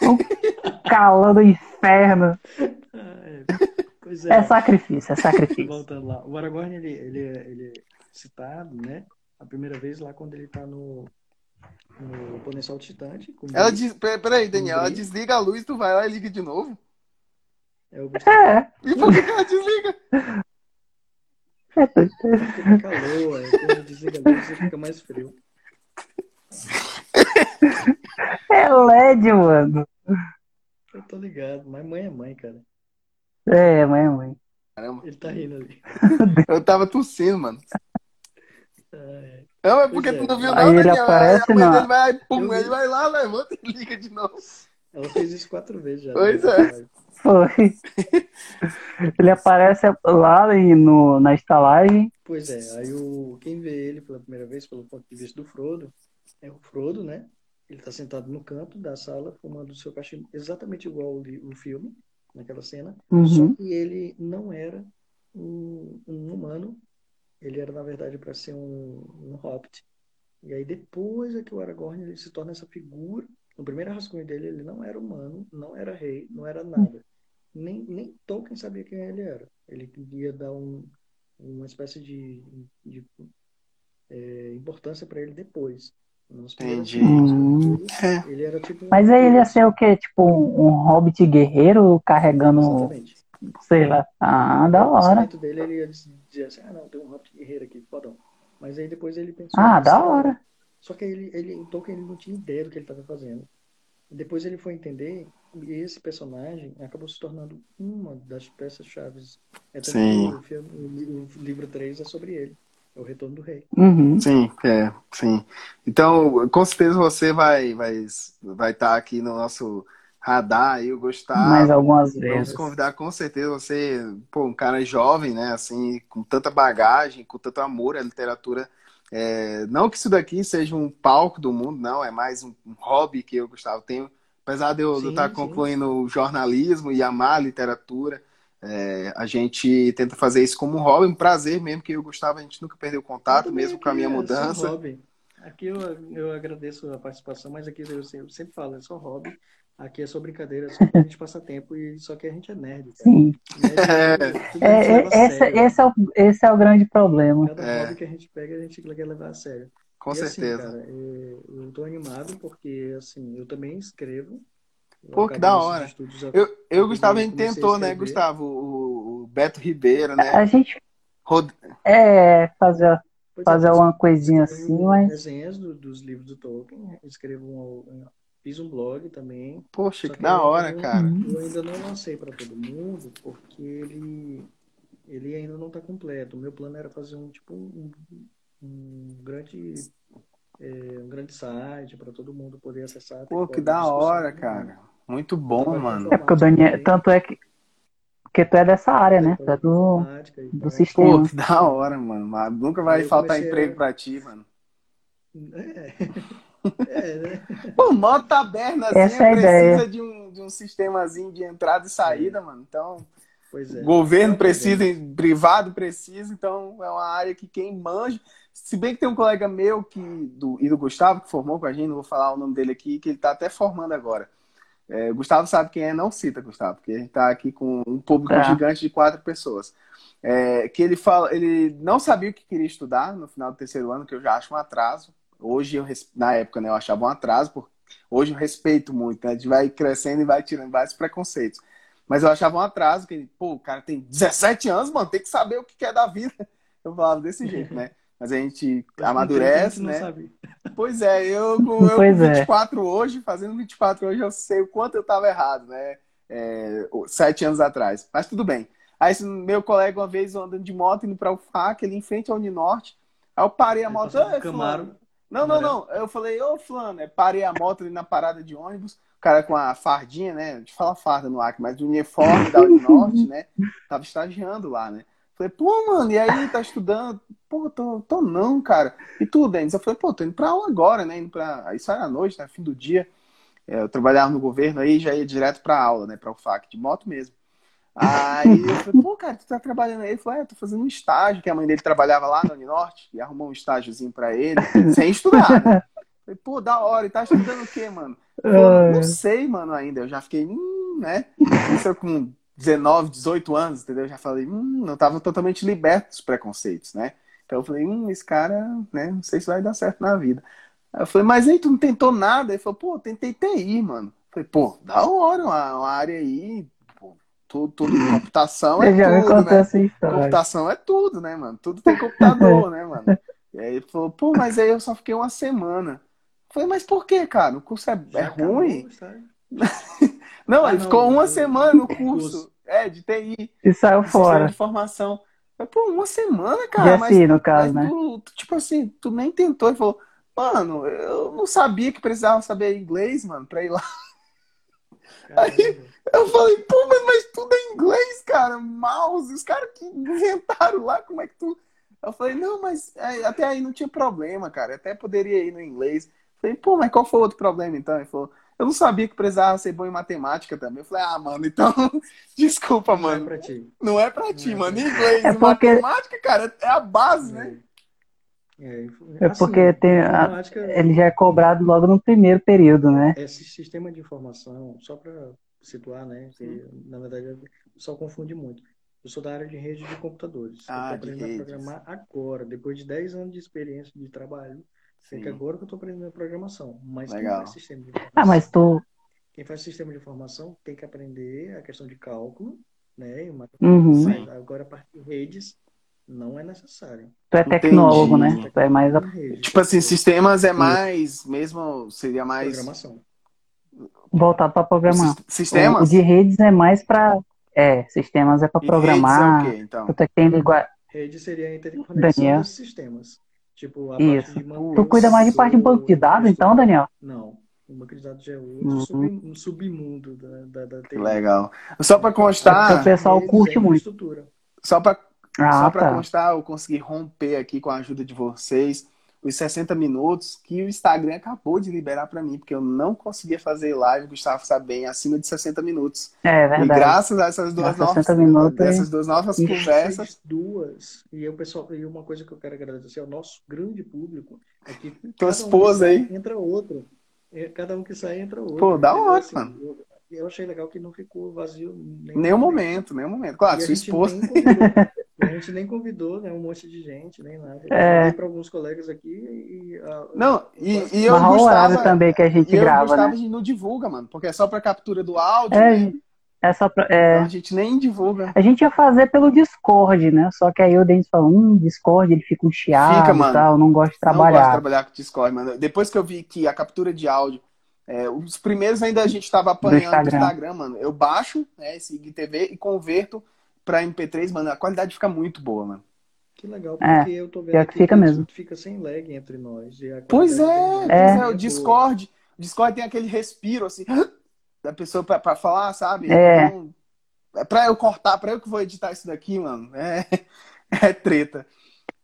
[SPEAKER 1] Ah.
[SPEAKER 2] calando o inferno.
[SPEAKER 3] Ah, é. Pois é.
[SPEAKER 2] É sacrifício, é sacrifício.
[SPEAKER 3] Voltando lá, o Aragorn ele, ele, é- ele é citado, né? A primeira vez lá quando ele tá no, no Potencial Titante. com-
[SPEAKER 1] Ela diz. pe- Peraí, Daniel, ela
[SPEAKER 3] Lembrei.
[SPEAKER 1] desliga a luz, tu vai lá e liga de novo.
[SPEAKER 3] É o
[SPEAKER 2] É,
[SPEAKER 1] E por que que ela desliga?
[SPEAKER 3] fica calor, aí quando desliga a luz, fica mais frio.
[SPEAKER 2] é LED, mano.
[SPEAKER 3] Eu tô ligado, mas mãe é mãe, cara.
[SPEAKER 2] É, mãe, mãe.
[SPEAKER 1] Caramba,
[SPEAKER 3] Ele tá rindo ali.
[SPEAKER 1] eu tava tossindo, mano.
[SPEAKER 3] Ah,
[SPEAKER 1] Não, é porque
[SPEAKER 3] Pois é.
[SPEAKER 1] tu não viu
[SPEAKER 2] Aí
[SPEAKER 1] nada,
[SPEAKER 2] ele aparece
[SPEAKER 1] aí a mãe
[SPEAKER 2] na-
[SPEAKER 1] dele vai, pum,
[SPEAKER 3] Eu vi.
[SPEAKER 1] ele vai lá, levanta e liga de novo.
[SPEAKER 3] Ela fez isso quatro vezes já.
[SPEAKER 1] Pois é.
[SPEAKER 3] né?
[SPEAKER 2] Foi. Ele aparece lá em- no, na estalagem.
[SPEAKER 3] Pois é, aí o, quem vê ele pela primeira vez, pelo ponto de vista do Frodo, é o Frodo, né? Ele tá sentado no canto da sala, fumando o seu cachimbo, exatamente igual o, li- o filme, naquela cena.
[SPEAKER 2] Uhum.
[SPEAKER 3] Só que ele não era um, um humano, ele era, na verdade, para ser um, um hobbit. E aí depois é que o Aragorn ele se torna essa figura. No primeiro rascunho dele, ele não era humano, não era rei, não era nada. Nem, nem Tolkien sabia quem ele era. Ele queria dar um, uma espécie de, de, eh, importância para ele depois. Nos primeiros
[SPEAKER 1] Entendi.
[SPEAKER 3] filmes,
[SPEAKER 2] Hum.
[SPEAKER 3] ele- Ele era tipo um
[SPEAKER 2] Mas aí ele ia
[SPEAKER 3] deus.
[SPEAKER 2] ser o quê? Tipo um, um hobbit guerreiro carregando,
[SPEAKER 3] Exatamente.
[SPEAKER 2] sei lá. Ah, da
[SPEAKER 3] O
[SPEAKER 2] hora.
[SPEAKER 3] pensamento dele, ele ia dizer assim, ah, não, tem um Hobbit guerreiro aqui, fodão. Mas aí depois ele pensou...
[SPEAKER 2] Ah,
[SPEAKER 3] "Nossa,
[SPEAKER 2] da
[SPEAKER 3] cara."
[SPEAKER 2] hora.
[SPEAKER 3] Só que ele, ele, o Tolkien ele não tinha ideia do que ele estava fazendo. Depois ele foi entender e esse personagem acabou se tornando uma das peças-chave. É tanto
[SPEAKER 1] Sim.
[SPEAKER 3] que O, filme, o li- o livro 3 é sobre ele. É o Retorno do Rei.
[SPEAKER 2] Uhum.
[SPEAKER 1] Sim, é, sim. Então, com certeza você vai vai vai estar aqui no nosso radar aí, o Gustavo.
[SPEAKER 2] Mais algumas
[SPEAKER 1] Tá. Vamos
[SPEAKER 2] vezes.
[SPEAKER 1] convidar com certeza você, pô, um cara jovem, né? Assim, com tanta bagagem, com tanto amor à literatura. É, não que isso daqui seja um palco do mundo, não, é mais um, um hobby que eu, Gustavo, tenho. Apesar de eu
[SPEAKER 3] Sim,
[SPEAKER 1] estar
[SPEAKER 3] sim.
[SPEAKER 1] concluindo o jornalismo e amar a literatura, é, a gente tenta fazer isso como um hobby, um prazer mesmo, que eu, Gustavo, a gente nunca perdeu contato,
[SPEAKER 3] Também
[SPEAKER 1] Tá mesmo com a
[SPEAKER 3] aqui
[SPEAKER 1] minha
[SPEAKER 3] é só
[SPEAKER 1] mudança.
[SPEAKER 3] hobby. Aqui eu, eu agradeço a participação, mas aqui eu sempre, eu sempre falo, é só hobby. Aqui é só brincadeira, é só pra gente passar tempo. E só que a gente é nerd, cara.
[SPEAKER 2] Sim.
[SPEAKER 1] É.
[SPEAKER 2] É, é, essa- esse, é o, esse é o grande problema.
[SPEAKER 3] Cada
[SPEAKER 1] É.
[SPEAKER 3] hobby que a gente pega, a gente quer levar a sério.
[SPEAKER 1] Com
[SPEAKER 3] E
[SPEAKER 1] certeza.
[SPEAKER 3] Assim, cara, é, eu tô animado porque, assim, eu também escrevo. Eu
[SPEAKER 1] Pô, que
[SPEAKER 3] acabei
[SPEAKER 1] da
[SPEAKER 3] esses
[SPEAKER 1] hora.
[SPEAKER 3] estudos há-
[SPEAKER 1] eu, eu, Gustavo, a gente
[SPEAKER 3] Comecei a
[SPEAKER 1] tentou, né,
[SPEAKER 3] escrever.
[SPEAKER 1] Gustavo? O, o Beto Ribeiro, né?
[SPEAKER 2] A gente
[SPEAKER 1] Rod-
[SPEAKER 2] é fazer,
[SPEAKER 3] Pois é,
[SPEAKER 2] fazer
[SPEAKER 3] eu
[SPEAKER 2] alguma coisinha
[SPEAKER 3] escrevo
[SPEAKER 2] assim, mas.
[SPEAKER 3] Resenhas do- dos livros do Tolkien. Escrevo um, fiz um blog também.
[SPEAKER 1] Poxa,
[SPEAKER 3] Só
[SPEAKER 1] que
[SPEAKER 3] que
[SPEAKER 1] da
[SPEAKER 3] eu-
[SPEAKER 1] hora,
[SPEAKER 3] eu-
[SPEAKER 1] cara.
[SPEAKER 2] Uhum.
[SPEAKER 3] Eu ainda não lancei para todo mundo tá porque ele ele ainda não está completo. O meu plano era fazer um tipo um, um grande, é, um grande site para todo mundo poder acessar.
[SPEAKER 1] Pô, que da hora, cara. Muito bom, mano.
[SPEAKER 2] É porque o Daniel. Tanto é que. Porque tu é dessa área, né? Tu é do, do
[SPEAKER 1] Pô,
[SPEAKER 2] sistema.
[SPEAKER 1] que da hora, mano. Mas Nunca vai
[SPEAKER 3] Eu
[SPEAKER 1] faltar
[SPEAKER 3] comecei a-
[SPEAKER 1] emprego pra ti, mano.
[SPEAKER 3] É, Assim, é né?
[SPEAKER 1] Pô, mó tabernazinha
[SPEAKER 2] Essa é a
[SPEAKER 1] precisa
[SPEAKER 2] ideia.
[SPEAKER 1] de um, de um sistemazinho de entrada e saída, mano. Então,
[SPEAKER 3] Pois é.
[SPEAKER 1] o governo precisa, privado precisa, então é uma área que quem manja. Se bem que tem um colega meu que, do, e do Gustavo, que formou com a gente, não vou falar o nome dele aqui, que ele tá até formando agora. É, o Gustavo sabe quem é, não cita, Gustavo, porque ele tá aqui com um público
[SPEAKER 2] Tá.
[SPEAKER 1] gigante de quatro pessoas. É, que ele fala, ele não sabia o que queria estudar no final do terceiro ano, que eu já acho um atraso. Hoje, eu, res- na época, né, eu achava um atraso, porque hoje eu respeito muito, né? A gente vai crescendo e vai tirando vários preconceitos. Mas eu achava um atraso, que, pô, o cara tem 17 anos, mano, tem que saber o que quer da vida. Eu falava desse jeito, né? Mas a gente amadurece,
[SPEAKER 3] Não
[SPEAKER 1] né?
[SPEAKER 3] sabe.
[SPEAKER 1] Pois é, eu, com- eu
[SPEAKER 2] Pois
[SPEAKER 1] com
[SPEAKER 2] é.
[SPEAKER 1] 24 hoje, fazendo 24 hoje, eu sei o quanto eu estava errado, né? É, o- sete anos atrás. Mas tudo bem. Aí esse meu colega, uma vez, eu andando de moto, indo para o FAC, ali em frente ao Uninorte. Aí eu parei a
[SPEAKER 3] Aí
[SPEAKER 1] moto. é
[SPEAKER 3] passou um
[SPEAKER 1] "Ei,
[SPEAKER 3] Camaro
[SPEAKER 1] fulano." Não, não, não. Eu falei, ô fulano, Aí parei a moto ali na parada de ônibus, o cara com a fardinha, né? A gente fala farda no Acre, mas do uniforme da Uninorte, né? Tava estagiando lá, né? Falei, pô, mano, e aí, tá estudando? Pô, tô, tô não, cara. E tu, Denis? Eu falei, pô, tô indo pra aula agora, né? Indo pra... Isso era à noite, né? Fim do dia. É, eu trabalhava no governo aí já ia direto pra aula, né? Pra UFAC, de moto mesmo. Aí eu falei, pô, cara, tu tá trabalhando aí? Ele falou, é, tô fazendo um estágio, que a mãe dele trabalhava lá no Uninorte, e arrumou um estágiozinho pra ele, sem estudar, né? Falei, pô, da hora, e tá estudando o quê, mano? Pô,
[SPEAKER 2] É.
[SPEAKER 1] não sei, mano, ainda. Eu já fiquei, hum, né? Isso eu com 19, 18 anos, entendeu? Eu já falei, hum, não tava totalmente liberto dos preconceitos, né? Então eu falei, hum, esse cara, né? Não sei se vai dar certo na vida. Aí eu falei, mas aí tu não tentou nada? Ele falou, pô, eu tentei TI, mano. Eu falei, pô, da hora, uma, uma área aí, pô, tudo, tudo computação é
[SPEAKER 2] Eu já me
[SPEAKER 1] tudo,
[SPEAKER 2] contou
[SPEAKER 1] né?
[SPEAKER 2] essa história.
[SPEAKER 1] Computação é tudo, né, mano? Tudo tem computador, né, mano? E aí ele falou, pô, mas aí eu só fiquei uma semana. Eu falei, mas por que, cara? O curso é, é
[SPEAKER 3] Já acabou,
[SPEAKER 1] ruim?
[SPEAKER 3] sabe?
[SPEAKER 1] Não,
[SPEAKER 3] Ah,
[SPEAKER 1] ele
[SPEAKER 3] não,
[SPEAKER 1] ficou uma
[SPEAKER 3] eu-
[SPEAKER 1] semana no curso.
[SPEAKER 3] curso.
[SPEAKER 1] É, de TI,
[SPEAKER 2] E saiu
[SPEAKER 1] sistema
[SPEAKER 2] fora.
[SPEAKER 1] de formação. Eu, pô, uma semana, cara, Tá, mas
[SPEAKER 2] Jesse, no
[SPEAKER 1] mas
[SPEAKER 2] caso, né?
[SPEAKER 1] tu, tu, tipo assim, tu nem tentou e falou, mano, eu não sabia que precisava saber inglês, mano, pra ir lá.
[SPEAKER 3] Caramba.
[SPEAKER 1] Eu falei, pô, mas, mas tudo é inglês, cara, mouse, os caras que inventaram lá, como é que tu. Eu falei, não, mas é, até aí não tinha problema, cara, até poderia ir no inglês. Eu falei, pô, mas qual foi o outro problema então? Ele falou, eu não sabia que precisava ser bom em matemática também. Eu falei, ah, mano, então, desculpa,
[SPEAKER 3] Não é
[SPEAKER 1] mano,
[SPEAKER 3] pra ti.
[SPEAKER 1] não é pra ti, mano, inglês,
[SPEAKER 2] É
[SPEAKER 1] e
[SPEAKER 2] porque-
[SPEAKER 1] matemática, cara, é a base, né?
[SPEAKER 3] É,
[SPEAKER 2] É
[SPEAKER 3] assim,
[SPEAKER 2] porque tem a-
[SPEAKER 3] informática-
[SPEAKER 2] Ele já é cobrado logo no primeiro período, né?
[SPEAKER 3] Esse sistema de informação, só para situar, né? Que, na verdade, só confunde muito. Eu sou da área de rede de computadores.
[SPEAKER 1] Ah, de
[SPEAKER 3] eu estou aprendendo a
[SPEAKER 1] redes.
[SPEAKER 3] programar agora, depois de 10 anos de experiência de trabalho. É que agora que eu estou aprendendo a programação. Mas
[SPEAKER 1] Legal.
[SPEAKER 3] quem faz sistema de informação,
[SPEAKER 2] Ah, mas tu.
[SPEAKER 3] quem faz sistema de informação tem que aprender a questão de cálculo, né? e uma-
[SPEAKER 2] Uhum.
[SPEAKER 1] Sim.
[SPEAKER 3] Agora a parte de redes não é necessário.
[SPEAKER 2] Tu é tecnólogo,
[SPEAKER 1] Entendi.
[SPEAKER 2] né? Tu é mais. a-
[SPEAKER 3] Rede,
[SPEAKER 1] Tipo assim, sistemas é mais, mesmo, seria mais
[SPEAKER 3] programação.
[SPEAKER 2] voltado pra programar.
[SPEAKER 1] sis-
[SPEAKER 2] O, o
[SPEAKER 1] sistemas?
[SPEAKER 2] de redes é mais pra. É, sistemas é pra
[SPEAKER 1] E
[SPEAKER 2] programar.
[SPEAKER 1] redes é o quê, então?
[SPEAKER 2] Tanto é que tem linguagem.
[SPEAKER 3] Rede seria a interconexão
[SPEAKER 2] Daniel.
[SPEAKER 3] dos sistemas. Tipo, a parte
[SPEAKER 2] Isso.
[SPEAKER 3] de
[SPEAKER 2] Tu cuida mais de parte de banco de dados, então, Daniel?
[SPEAKER 3] Não. O banco de dados já é
[SPEAKER 2] Uhum.
[SPEAKER 3] outro sub- um submundo da, da, da TI.
[SPEAKER 1] Legal. Só para
[SPEAKER 2] É porque
[SPEAKER 1] constar,
[SPEAKER 2] o pessoal
[SPEAKER 3] Eles
[SPEAKER 2] curte
[SPEAKER 3] têm uma
[SPEAKER 2] muito.
[SPEAKER 3] Estrutura.
[SPEAKER 1] só para
[SPEAKER 2] Ah,
[SPEAKER 1] só para
[SPEAKER 2] tá.
[SPEAKER 1] constar, eu consegui romper aqui com a ajuda de vocês os 60 minutos que o Instagram acabou de liberar para mim, porque eu não conseguia fazer live, Gustavo sabe bem, acima de 60 minutos.
[SPEAKER 2] É
[SPEAKER 1] E
[SPEAKER 2] verdade.
[SPEAKER 1] graças a essas duas
[SPEAKER 2] 60
[SPEAKER 1] novas,
[SPEAKER 2] minutos,
[SPEAKER 1] essas duas novas
[SPEAKER 2] Ixi.
[SPEAKER 1] conversas,
[SPEAKER 3] Vocês duas. E eu, pessoal, e uma coisa que eu quero agradecer ao nosso grande público é que
[SPEAKER 1] tua
[SPEAKER 3] cada um que
[SPEAKER 1] esposa
[SPEAKER 3] sai,
[SPEAKER 1] aí.
[SPEAKER 3] Entra outro. É, Cada um que sai entra outro.
[SPEAKER 1] Pô, da
[SPEAKER 3] entendeu?
[SPEAKER 1] hora,
[SPEAKER 3] Assim,
[SPEAKER 1] mano.
[SPEAKER 3] Eu, eu achei legal que não ficou vazio nem
[SPEAKER 1] Nenhum momento, nenhum momento.
[SPEAKER 2] Ah,
[SPEAKER 1] Claro,
[SPEAKER 3] E a
[SPEAKER 1] sua
[SPEAKER 3] gente
[SPEAKER 1] esposa.
[SPEAKER 3] nem convidou- A gente nem convidou, né? Um monte de gente, nem nada. Eu
[SPEAKER 2] É.
[SPEAKER 3] Falei para alguns colegas aqui e. ah,
[SPEAKER 1] Não, e, e eu
[SPEAKER 2] Mas o
[SPEAKER 1] Gustavo,
[SPEAKER 2] horário também que a gente
[SPEAKER 1] e eu
[SPEAKER 2] grava,
[SPEAKER 1] Gustavo
[SPEAKER 2] né?
[SPEAKER 1] a gente não divulga, mano, porque é só para captura do áudio,
[SPEAKER 2] É,
[SPEAKER 1] né?
[SPEAKER 2] É só pra,
[SPEAKER 1] Então
[SPEAKER 2] é,
[SPEAKER 1] a gente nem divulga.
[SPEAKER 2] a gente ia fazer pelo Discord, né? Só que aí o Denis falou, hum, Discord, ele fica um chiado
[SPEAKER 1] Fica,
[SPEAKER 2] e
[SPEAKER 1] mano.
[SPEAKER 2] tal, não gosta de
[SPEAKER 1] Não gosto de
[SPEAKER 2] trabalhar.
[SPEAKER 1] trabalhar com Discord, mano. Depois que eu vi que a captura de áudio, é, os primeiros ainda a gente tava apanhando do Instagram,
[SPEAKER 2] Instagram.
[SPEAKER 1] mano. Eu baixo né, esse IGTV e converto pra MP3, mano. A qualidade fica muito boa, mano.
[SPEAKER 3] Que legal,
[SPEAKER 2] É,
[SPEAKER 3] porque eu tô vendo
[SPEAKER 2] pior que
[SPEAKER 3] aqui
[SPEAKER 2] fica
[SPEAKER 3] o
[SPEAKER 2] mesmo.
[SPEAKER 3] assunto fica sem lag entre nós. e a
[SPEAKER 1] Pois é,
[SPEAKER 3] qualidade
[SPEAKER 1] pois
[SPEAKER 3] do
[SPEAKER 1] é,
[SPEAKER 3] tempo-
[SPEAKER 1] o Discord. O Discord tem aquele respiro, assim, da pessoa pra, pra falar, sabe?
[SPEAKER 2] É.
[SPEAKER 1] Então, é pra eu cortar, pra eu que vou editar isso daqui, mano, é, é treta.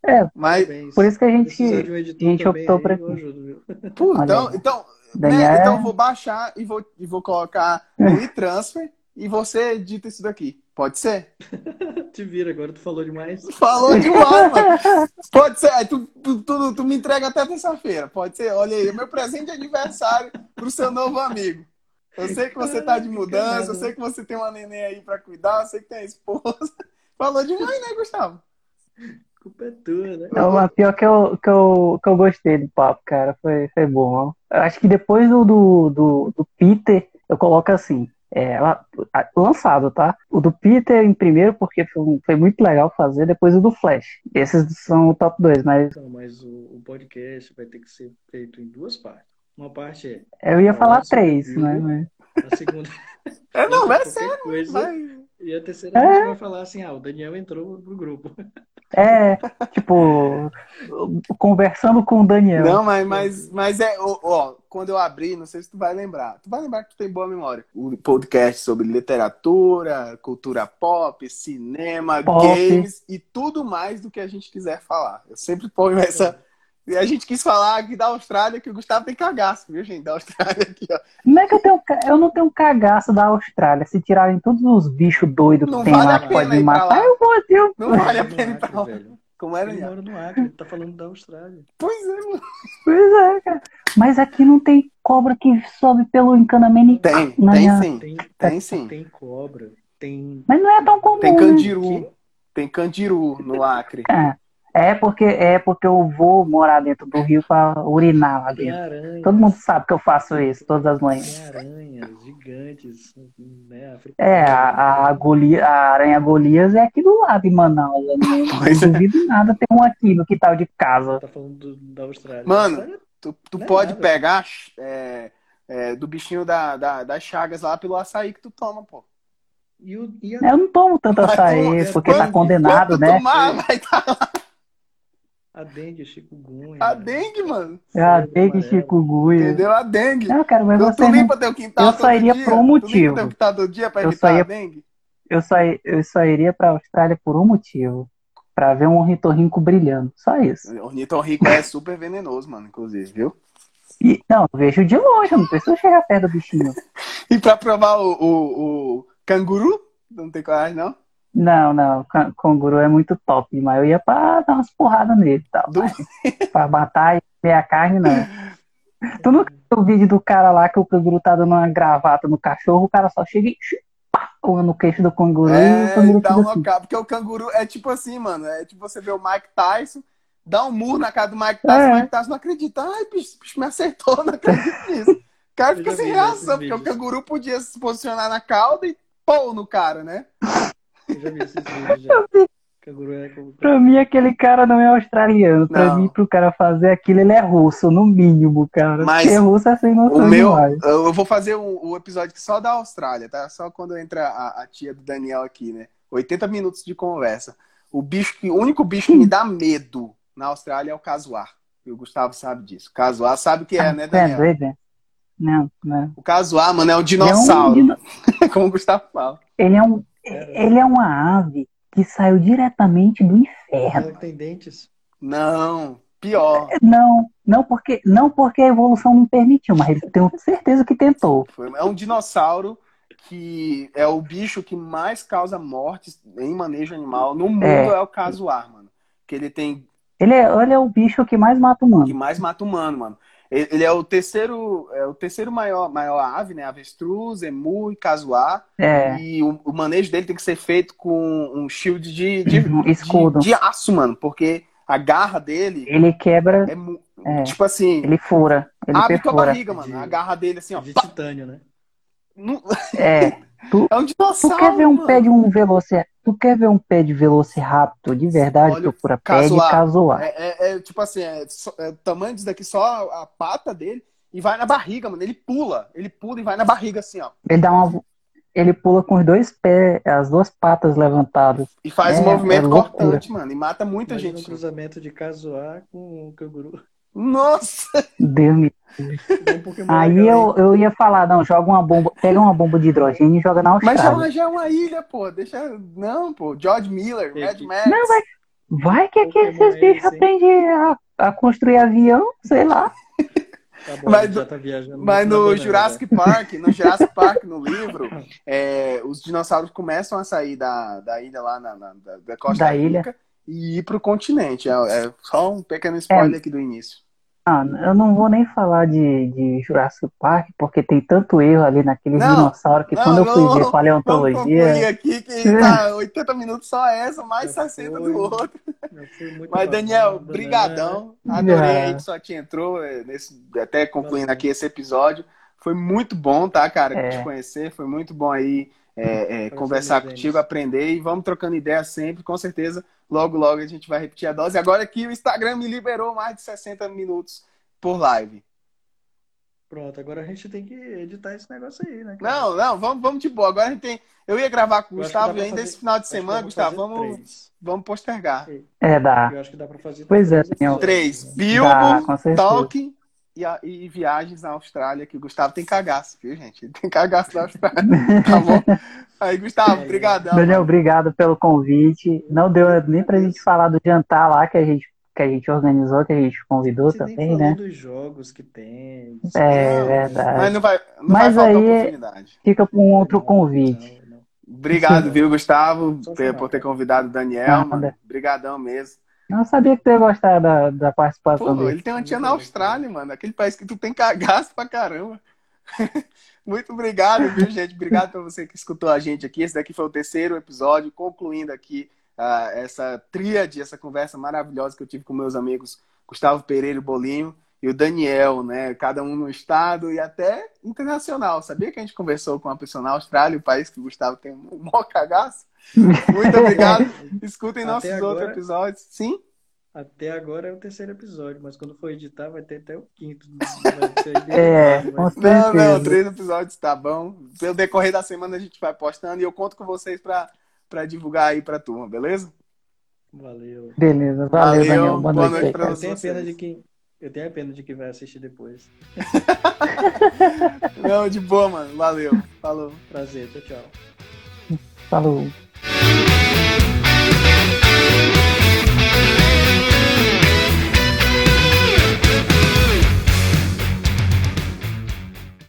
[SPEAKER 2] É.
[SPEAKER 1] Mas,
[SPEAKER 3] Parabéns.
[SPEAKER 2] Por isso que a
[SPEAKER 3] Precisar
[SPEAKER 2] gente.
[SPEAKER 3] de um editor
[SPEAKER 2] a gente
[SPEAKER 3] também
[SPEAKER 2] optou por
[SPEAKER 3] aí,
[SPEAKER 2] aqui.
[SPEAKER 3] eu ajudo, viu?
[SPEAKER 1] pô,
[SPEAKER 2] Olha
[SPEAKER 1] então,
[SPEAKER 2] aí.
[SPEAKER 1] então, né,
[SPEAKER 2] Daniel é-
[SPEAKER 1] então eu vou baixar e vou, e vou colocar no e-transfer e você edita isso daqui. Pode ser?
[SPEAKER 3] Te vira agora, tu falou demais.
[SPEAKER 1] Falou demais, mano. Pode ser. Aí tu, tu, tu, tu me entrega até terça-feira. Pode ser. Olha aí, é meu presente de aniversário pro seu novo amigo. Eu sei que você tá de mudança, eu sei que você tem uma neném aí pra cuidar, eu sei que tem a esposa. Falou demais, né, Gustavo?
[SPEAKER 3] A culpa é tua, né?
[SPEAKER 2] É uma pior que eu, que, eu, que eu gostei do papo, cara. Foi, foi bom. ó. Eu acho que depois do, do, do, do Peter, eu coloco assim. É, lá- a- lançado, tá? O do Peter em primeiro, porque foi, um- foi muito legal fazer, depois o do Flash. Esses são o top 2, mas
[SPEAKER 3] Então, mas o, o podcast vai ter que ser feito em duas partes. Uma parte é
[SPEAKER 2] eu ia falar
[SPEAKER 3] Nossa,
[SPEAKER 2] três,
[SPEAKER 3] viu?
[SPEAKER 2] né? Mas-
[SPEAKER 3] a segunda.
[SPEAKER 1] É, não, é
[SPEAKER 3] qualquer
[SPEAKER 1] sério.
[SPEAKER 3] coisa,
[SPEAKER 1] Mas...
[SPEAKER 3] E a terceira a gente vai falar assim: ah, o Daniel entrou pro grupo.
[SPEAKER 2] É, tipo, conversando com o Daniel.
[SPEAKER 1] Não, mas, mas, mas é. Ó, ó, quando eu abri, não sei se tu vai lembrar. Tu vai lembrar que tu tem boa memória. O podcast sobre literatura, cultura pop, cinema,
[SPEAKER 2] Pop.
[SPEAKER 1] games e tudo mais do que a gente quiser falar. Eu sempre ponho essa, E a gente quis falar aqui da Austrália que o Gustavo tem cagaço, viu, gente? Da Austrália aqui, ó.
[SPEAKER 2] Como é que eu tenho. ca- Eu não tenho cagaço da Austrália. Se tirarem todos os bichos doidos
[SPEAKER 1] Não
[SPEAKER 2] que tem
[SPEAKER 1] vale
[SPEAKER 2] lá
[SPEAKER 1] a
[SPEAKER 2] que
[SPEAKER 1] pena
[SPEAKER 2] pode me
[SPEAKER 1] ir pra
[SPEAKER 2] matar,
[SPEAKER 1] lá.
[SPEAKER 2] eu vou, eu
[SPEAKER 1] Não vale a
[SPEAKER 3] Ele
[SPEAKER 1] pena ir
[SPEAKER 3] mora no
[SPEAKER 1] pra lá.
[SPEAKER 3] Acre, velho.
[SPEAKER 1] Como era,
[SPEAKER 3] Ele
[SPEAKER 1] Ian?
[SPEAKER 3] mora no Acre, ele tá falando da Austrália.
[SPEAKER 1] Pois é, mano.
[SPEAKER 2] Pois é, cara. Mas aqui não tem cobra que sobe pelo encanamento.
[SPEAKER 1] Tem,
[SPEAKER 2] Não,
[SPEAKER 1] tem
[SPEAKER 2] não.
[SPEAKER 1] sim.
[SPEAKER 3] Tem,
[SPEAKER 1] Tem sim.
[SPEAKER 3] tem cobra, tem.
[SPEAKER 2] Mas não é tão comum.
[SPEAKER 1] Tem
[SPEAKER 2] né?
[SPEAKER 1] candiru. Tem candiru no Acre.
[SPEAKER 2] É. É porque, é porque eu vou morar dentro do rio pra urinar lá
[SPEAKER 3] Tem
[SPEAKER 2] dentro.
[SPEAKER 3] aranha.
[SPEAKER 2] Todo mundo sabe que eu faço isso todas as manhãs.
[SPEAKER 3] Tem aranhas gigantes, né? africanas.
[SPEAKER 2] É, a, a, Goli- a aranha Golias é aqui do lado em Manaus. Eu não
[SPEAKER 1] Pois é.
[SPEAKER 2] duvido nada ter um aqui no quintal de casa.
[SPEAKER 3] Tá falando do- da Austrália.
[SPEAKER 1] Mano,
[SPEAKER 3] Austrália
[SPEAKER 1] Tu, tu
[SPEAKER 3] Não é
[SPEAKER 1] pode
[SPEAKER 3] nada.
[SPEAKER 1] pegar é, é, do bichinho da, da- das chagas lá pelo açaí que tu toma, pô.
[SPEAKER 3] E, o, e a
[SPEAKER 2] Eu não tomo tanto
[SPEAKER 1] Mas
[SPEAKER 2] açaí
[SPEAKER 3] tu-
[SPEAKER 2] porque tá
[SPEAKER 3] quando-
[SPEAKER 2] condenado,
[SPEAKER 1] Quando tu
[SPEAKER 2] né?
[SPEAKER 1] tomar, vai dar
[SPEAKER 3] A dengue, a chikungunya.
[SPEAKER 2] É.
[SPEAKER 1] a dengue, mano.
[SPEAKER 2] Ah,
[SPEAKER 3] febre
[SPEAKER 2] tem que
[SPEAKER 3] amarela.
[SPEAKER 2] chikungunya.
[SPEAKER 1] é Entendeu? A dengue.
[SPEAKER 2] Não, cara, mas
[SPEAKER 1] Tu, tu
[SPEAKER 2] você né? não...
[SPEAKER 1] limpa teu quintal
[SPEAKER 2] eu
[SPEAKER 1] todo
[SPEAKER 2] sairia
[SPEAKER 1] dia?
[SPEAKER 2] por um
[SPEAKER 1] Tu limpa
[SPEAKER 2] motivo.
[SPEAKER 1] teu quintal todo dia pra
[SPEAKER 2] Eu
[SPEAKER 1] evitar a
[SPEAKER 2] saía-
[SPEAKER 1] dengue?
[SPEAKER 2] eu, saí... eu sairia pra Austrália por um motivo. Pra ver um ornitorrinco brilhando. Só isso.
[SPEAKER 1] Ornitorrinco é super venenoso, mano, inclusive, viu?
[SPEAKER 2] E, não, eu vejo de longe, eu não preciso chegar perto do bichinho.
[SPEAKER 1] E pra provar o, o- o canguru? Não tem coragem, não?
[SPEAKER 2] Não, não, can- canguru é muito top, mas eu ia pra dar umas porradas nele e tal.
[SPEAKER 1] Do-
[SPEAKER 2] Pra matar e comer a carne, não.
[SPEAKER 1] É.
[SPEAKER 2] Tu não viu o vídeo do cara lá que o canguru tá dando uma gravata no cachorro, o cara só chega e chu- pá, pula no queixo do canguru e o
[SPEAKER 1] É,
[SPEAKER 2] canguru
[SPEAKER 1] dá
[SPEAKER 2] fica
[SPEAKER 1] uma
[SPEAKER 2] assim.
[SPEAKER 1] ca- Porque o canguru é tipo assim, mano. É tipo você vê o Mike Tyson, dá um murro na cara do Mike Tyson,
[SPEAKER 2] É.
[SPEAKER 1] o Mike Tyson não acredita. Ai, bicho, bicho me acertou, não acredito nisso. O cara
[SPEAKER 3] Eu
[SPEAKER 1] fica
[SPEAKER 3] já
[SPEAKER 1] sem
[SPEAKER 3] vi esses
[SPEAKER 1] reação, porque
[SPEAKER 3] vídeos.
[SPEAKER 1] o canguru podia se posicionar na cauda e pô no cara, né?
[SPEAKER 3] Eu já vi esses vídeos já. Canguru é como-
[SPEAKER 2] Pra mim, aquele cara não é australiano. Pra
[SPEAKER 1] Não.
[SPEAKER 2] mim, pro cara fazer aquilo, ele é russo, no mínimo, cara.
[SPEAKER 1] Mas
[SPEAKER 2] Porque russo é sem
[SPEAKER 1] O
[SPEAKER 2] noção
[SPEAKER 1] meu,
[SPEAKER 2] demais.
[SPEAKER 1] eu vou fazer um, um episódio só da Austrália, tá? Só quando entra a, a tia do Daniel aqui, né? 80 minutos de conversa. O bicho que, o único bicho que me dá medo na Austrália é o casuar. E o Gustavo sabe disso. Casuar sabe o que é, né,
[SPEAKER 2] Você é
[SPEAKER 1] Daniel?
[SPEAKER 2] doido? é? Não, não.
[SPEAKER 1] O casuar, mano, é um
[SPEAKER 2] Ele é um
[SPEAKER 1] dinossauro,
[SPEAKER 2] dino-
[SPEAKER 1] como o Gustavo fala.
[SPEAKER 2] Ele é, um,
[SPEAKER 3] Era.
[SPEAKER 2] ele é uma ave que saiu diretamente do inferno.
[SPEAKER 3] Ela é que tem dentes.
[SPEAKER 1] Não, pior.
[SPEAKER 2] Não, não porque, não porque a evolução não permitiu, mas eu tenho certeza que tentou.
[SPEAKER 1] Foi- É um dinossauro que é o bicho que mais causa mortes em manejo animal no mundo é,
[SPEAKER 2] É.
[SPEAKER 1] o casuar, mano. Que ele tem
[SPEAKER 2] Ele é, ele é o bicho que mais mata
[SPEAKER 1] que
[SPEAKER 2] humano.
[SPEAKER 1] mais mata humano, mano. Ele ele é o terceiro, é o terceiro maior, maior ave, né? Avestruz, emu e casuar.
[SPEAKER 2] É,
[SPEAKER 1] E o, o manejo dele tem que ser feito com um shield de, de,
[SPEAKER 2] um
[SPEAKER 1] de-
[SPEAKER 2] escudo.
[SPEAKER 1] de aço, mano. Porque a garra dele
[SPEAKER 2] Ele quebra,
[SPEAKER 1] é, mu-
[SPEAKER 2] É.
[SPEAKER 1] tipo assim,
[SPEAKER 2] ele fura, ele
[SPEAKER 1] abre com a
[SPEAKER 2] perfura.
[SPEAKER 1] barriga, mano.
[SPEAKER 3] De-
[SPEAKER 1] A garra dele, assim, ó.
[SPEAKER 3] De
[SPEAKER 1] pá,
[SPEAKER 3] titânio, né?
[SPEAKER 1] não-
[SPEAKER 2] É,
[SPEAKER 1] é um
[SPEAKER 2] tu
[SPEAKER 1] dinossauro,
[SPEAKER 2] quer ver um
[SPEAKER 1] mano.
[SPEAKER 2] pé de um velociraptor, tu quer ver um pé de velociraptor de verdade,
[SPEAKER 1] Olha,
[SPEAKER 2] procura pé de
[SPEAKER 1] casuar.
[SPEAKER 2] casuar.
[SPEAKER 1] É, é- é, tipo assim, é, só- é o tamanho disso daqui, só a pata dele. E vai na barriga, mano. Ele pula. Ele pula e vai na barriga, assim, ó.
[SPEAKER 2] Ele dá uma, ele pula com os dois pés, as duas patas levantadas.
[SPEAKER 1] E faz
[SPEAKER 2] É,
[SPEAKER 1] um movimento
[SPEAKER 2] é loucura.
[SPEAKER 1] cortante, mano. E mata muita
[SPEAKER 3] Imagina um
[SPEAKER 1] gente.
[SPEAKER 3] cruzamento de Kazuha com o canguru.
[SPEAKER 1] Nossa!
[SPEAKER 2] Deus me...
[SPEAKER 3] Tem um Pokémon
[SPEAKER 2] Aí
[SPEAKER 3] legal, hein?
[SPEAKER 2] eu, eu ia falar, não, joga uma bomba, pega uma bomba de hidrogênio e joga na
[SPEAKER 1] Mas já, é
[SPEAKER 2] Austrália.
[SPEAKER 1] uma- já é uma ilha, pô. Deixa. Não, pô. George Miller,
[SPEAKER 3] É,
[SPEAKER 1] Mad
[SPEAKER 3] que-
[SPEAKER 1] Max.
[SPEAKER 2] Não, vai, vai que aqui
[SPEAKER 3] Pokémon
[SPEAKER 2] esses
[SPEAKER 3] é
[SPEAKER 2] bichos
[SPEAKER 3] esse, hein?
[SPEAKER 2] aprendem a, a construir avião, sei lá.
[SPEAKER 3] Tá bom,
[SPEAKER 1] Mas
[SPEAKER 3] a gente
[SPEAKER 1] do-
[SPEAKER 3] já tá viajando
[SPEAKER 1] Mas
[SPEAKER 3] muito na
[SPEAKER 1] no
[SPEAKER 3] banana,
[SPEAKER 1] Jurassic Park, no Jurassic Park, no livro, é, os dinossauros começam a sair da, da ilha lá na, na- da, da Costa
[SPEAKER 2] Da
[SPEAKER 1] Rica
[SPEAKER 2] ilha.
[SPEAKER 1] e ir pro continente. É, é só um pequeno spoiler aqui do início.
[SPEAKER 2] Ah, eu não vou nem falar de, de Jurassic Park, porque tem tanto erro ali naqueles
[SPEAKER 1] Não,
[SPEAKER 2] dinossauros que
[SPEAKER 1] não,
[SPEAKER 2] quando eu fui
[SPEAKER 1] não,
[SPEAKER 2] ver
[SPEAKER 1] Vamos concluir
[SPEAKER 2] paleontologia.
[SPEAKER 1] aqui que tá 80 minutos só essa, mais
[SPEAKER 3] Já
[SPEAKER 1] 60
[SPEAKER 3] foi.
[SPEAKER 1] do outro.
[SPEAKER 3] né? Eu fui muito
[SPEAKER 1] Mas
[SPEAKER 3] na
[SPEAKER 1] Daniel,
[SPEAKER 3] banana.
[SPEAKER 1] brigadão. Adorei aí
[SPEAKER 2] Ah.
[SPEAKER 1] que só te entrou, é, nesse, até concluindo aqui esse episódio. Foi muito bom, tá, cara,
[SPEAKER 2] É.
[SPEAKER 1] te conhecer. Foi muito bom aí é, é,
[SPEAKER 3] Prazer,
[SPEAKER 1] conversar
[SPEAKER 3] meus
[SPEAKER 1] contigo,
[SPEAKER 3] bens.
[SPEAKER 1] aprender e vamos trocando ideia sempre, com certeza. Logo, logo a gente vai repetir a dose. Agora que o Instagram me liberou mais de 60 minutos por live.
[SPEAKER 3] Pronto, agora a gente tem que editar esse negócio aí, né? cara?
[SPEAKER 1] Não, não, vamos, vamos de boa. Agora a gente tem. Eu ia gravar com o
[SPEAKER 3] Eu acho que dá
[SPEAKER 1] Gustavo e
[SPEAKER 3] pra
[SPEAKER 1] ainda
[SPEAKER 3] fazer-
[SPEAKER 1] esse final de
[SPEAKER 3] Acho que dá
[SPEAKER 1] semana,
[SPEAKER 3] pra
[SPEAKER 1] Gustavo,
[SPEAKER 3] fazer
[SPEAKER 1] vamos,
[SPEAKER 3] três.
[SPEAKER 1] vamos postergar.
[SPEAKER 2] É, dá.
[SPEAKER 3] Eu acho que dá pra fazer
[SPEAKER 2] Pois é,
[SPEAKER 3] três
[SPEAKER 2] Daniel.
[SPEAKER 3] episódios,
[SPEAKER 1] Três.
[SPEAKER 3] né?
[SPEAKER 1] Bilbo,
[SPEAKER 2] Dá, com certeza.
[SPEAKER 1] Tolkien e, a- e viagens na Austrália, que o Gustavo tem cagaço, viu, gente? Ele tem cagaço na Austrália, tá bom? Aí, Gustavo, brigadão.
[SPEAKER 2] Daniel, obrigado pelo convite. Não deu nem pra gente falar do jantar lá que a gente, que a gente organizou, que a gente convidou
[SPEAKER 3] Você nem
[SPEAKER 2] também,
[SPEAKER 3] falou
[SPEAKER 2] né?
[SPEAKER 3] dos jogos que tem. né?
[SPEAKER 2] É
[SPEAKER 1] Não,
[SPEAKER 2] verdade.
[SPEAKER 1] Mas não vai, não
[SPEAKER 2] Mas
[SPEAKER 1] vai faltar
[SPEAKER 2] aí- é
[SPEAKER 1] oportunidade.
[SPEAKER 2] Fica para um outro
[SPEAKER 3] Não,
[SPEAKER 2] convite.
[SPEAKER 3] não, não.
[SPEAKER 1] Obrigado, viu, Gustavo,
[SPEAKER 3] Só
[SPEAKER 1] por-
[SPEAKER 3] chamar,
[SPEAKER 1] por ter
[SPEAKER 3] cara.
[SPEAKER 1] convidado o Daniel,
[SPEAKER 2] Nada.
[SPEAKER 1] mano. Brigadão mesmo.
[SPEAKER 2] Eu sabia que tu ia gostar da, da participação
[SPEAKER 1] Pô,
[SPEAKER 2] dele.
[SPEAKER 1] ele tem uma tia
[SPEAKER 3] Muito
[SPEAKER 1] na
[SPEAKER 3] bom.
[SPEAKER 1] Austrália, mano. Aquele país que tu tem cagaço pra caramba. Muito obrigado, viu, gente? Obrigado pra você que escutou a gente aqui. Esse daqui foi o terceiro episódio, concluindo aqui ah, essa tríade, essa conversa maravilhosa que eu tive com meus amigos Gustavo Pereira e Bolinho e o Daniel, né? Cada um no estado e até internacional. Sabia que a gente conversou com uma pessoa na Austrália, o país que o Gustavo tem um maior cagaço? Muito obrigado. Escutem
[SPEAKER 3] Até
[SPEAKER 1] nossos
[SPEAKER 3] agora-
[SPEAKER 1] outros episódios. Sim?
[SPEAKER 3] Até agora é o terceiro episódio, mas quando for editar vai ter até o quinto. Vai ser
[SPEAKER 2] É,
[SPEAKER 3] editado,
[SPEAKER 2] com
[SPEAKER 3] mas-
[SPEAKER 1] Não, não,
[SPEAKER 2] certeza.
[SPEAKER 1] três episódios tá bom. Pelo decorrer da semana a gente vai postando e eu conto com vocês pra, pra divulgar aí pra turma, beleza?
[SPEAKER 3] Valeu.
[SPEAKER 2] Beleza, valeu,
[SPEAKER 1] Valeu,
[SPEAKER 2] Daniel.
[SPEAKER 1] boa
[SPEAKER 2] Boa noite.
[SPEAKER 1] noite
[SPEAKER 2] aí,
[SPEAKER 1] pra
[SPEAKER 2] cara.
[SPEAKER 1] Pra
[SPEAKER 3] Eu tenho, a
[SPEAKER 1] vocês.
[SPEAKER 3] pena de quem, eu tenho a pena de quem vai assistir depois.
[SPEAKER 1] Não, de boa, mano. Valeu. Falou.
[SPEAKER 3] Prazer, tchau, tchau.
[SPEAKER 2] Falou.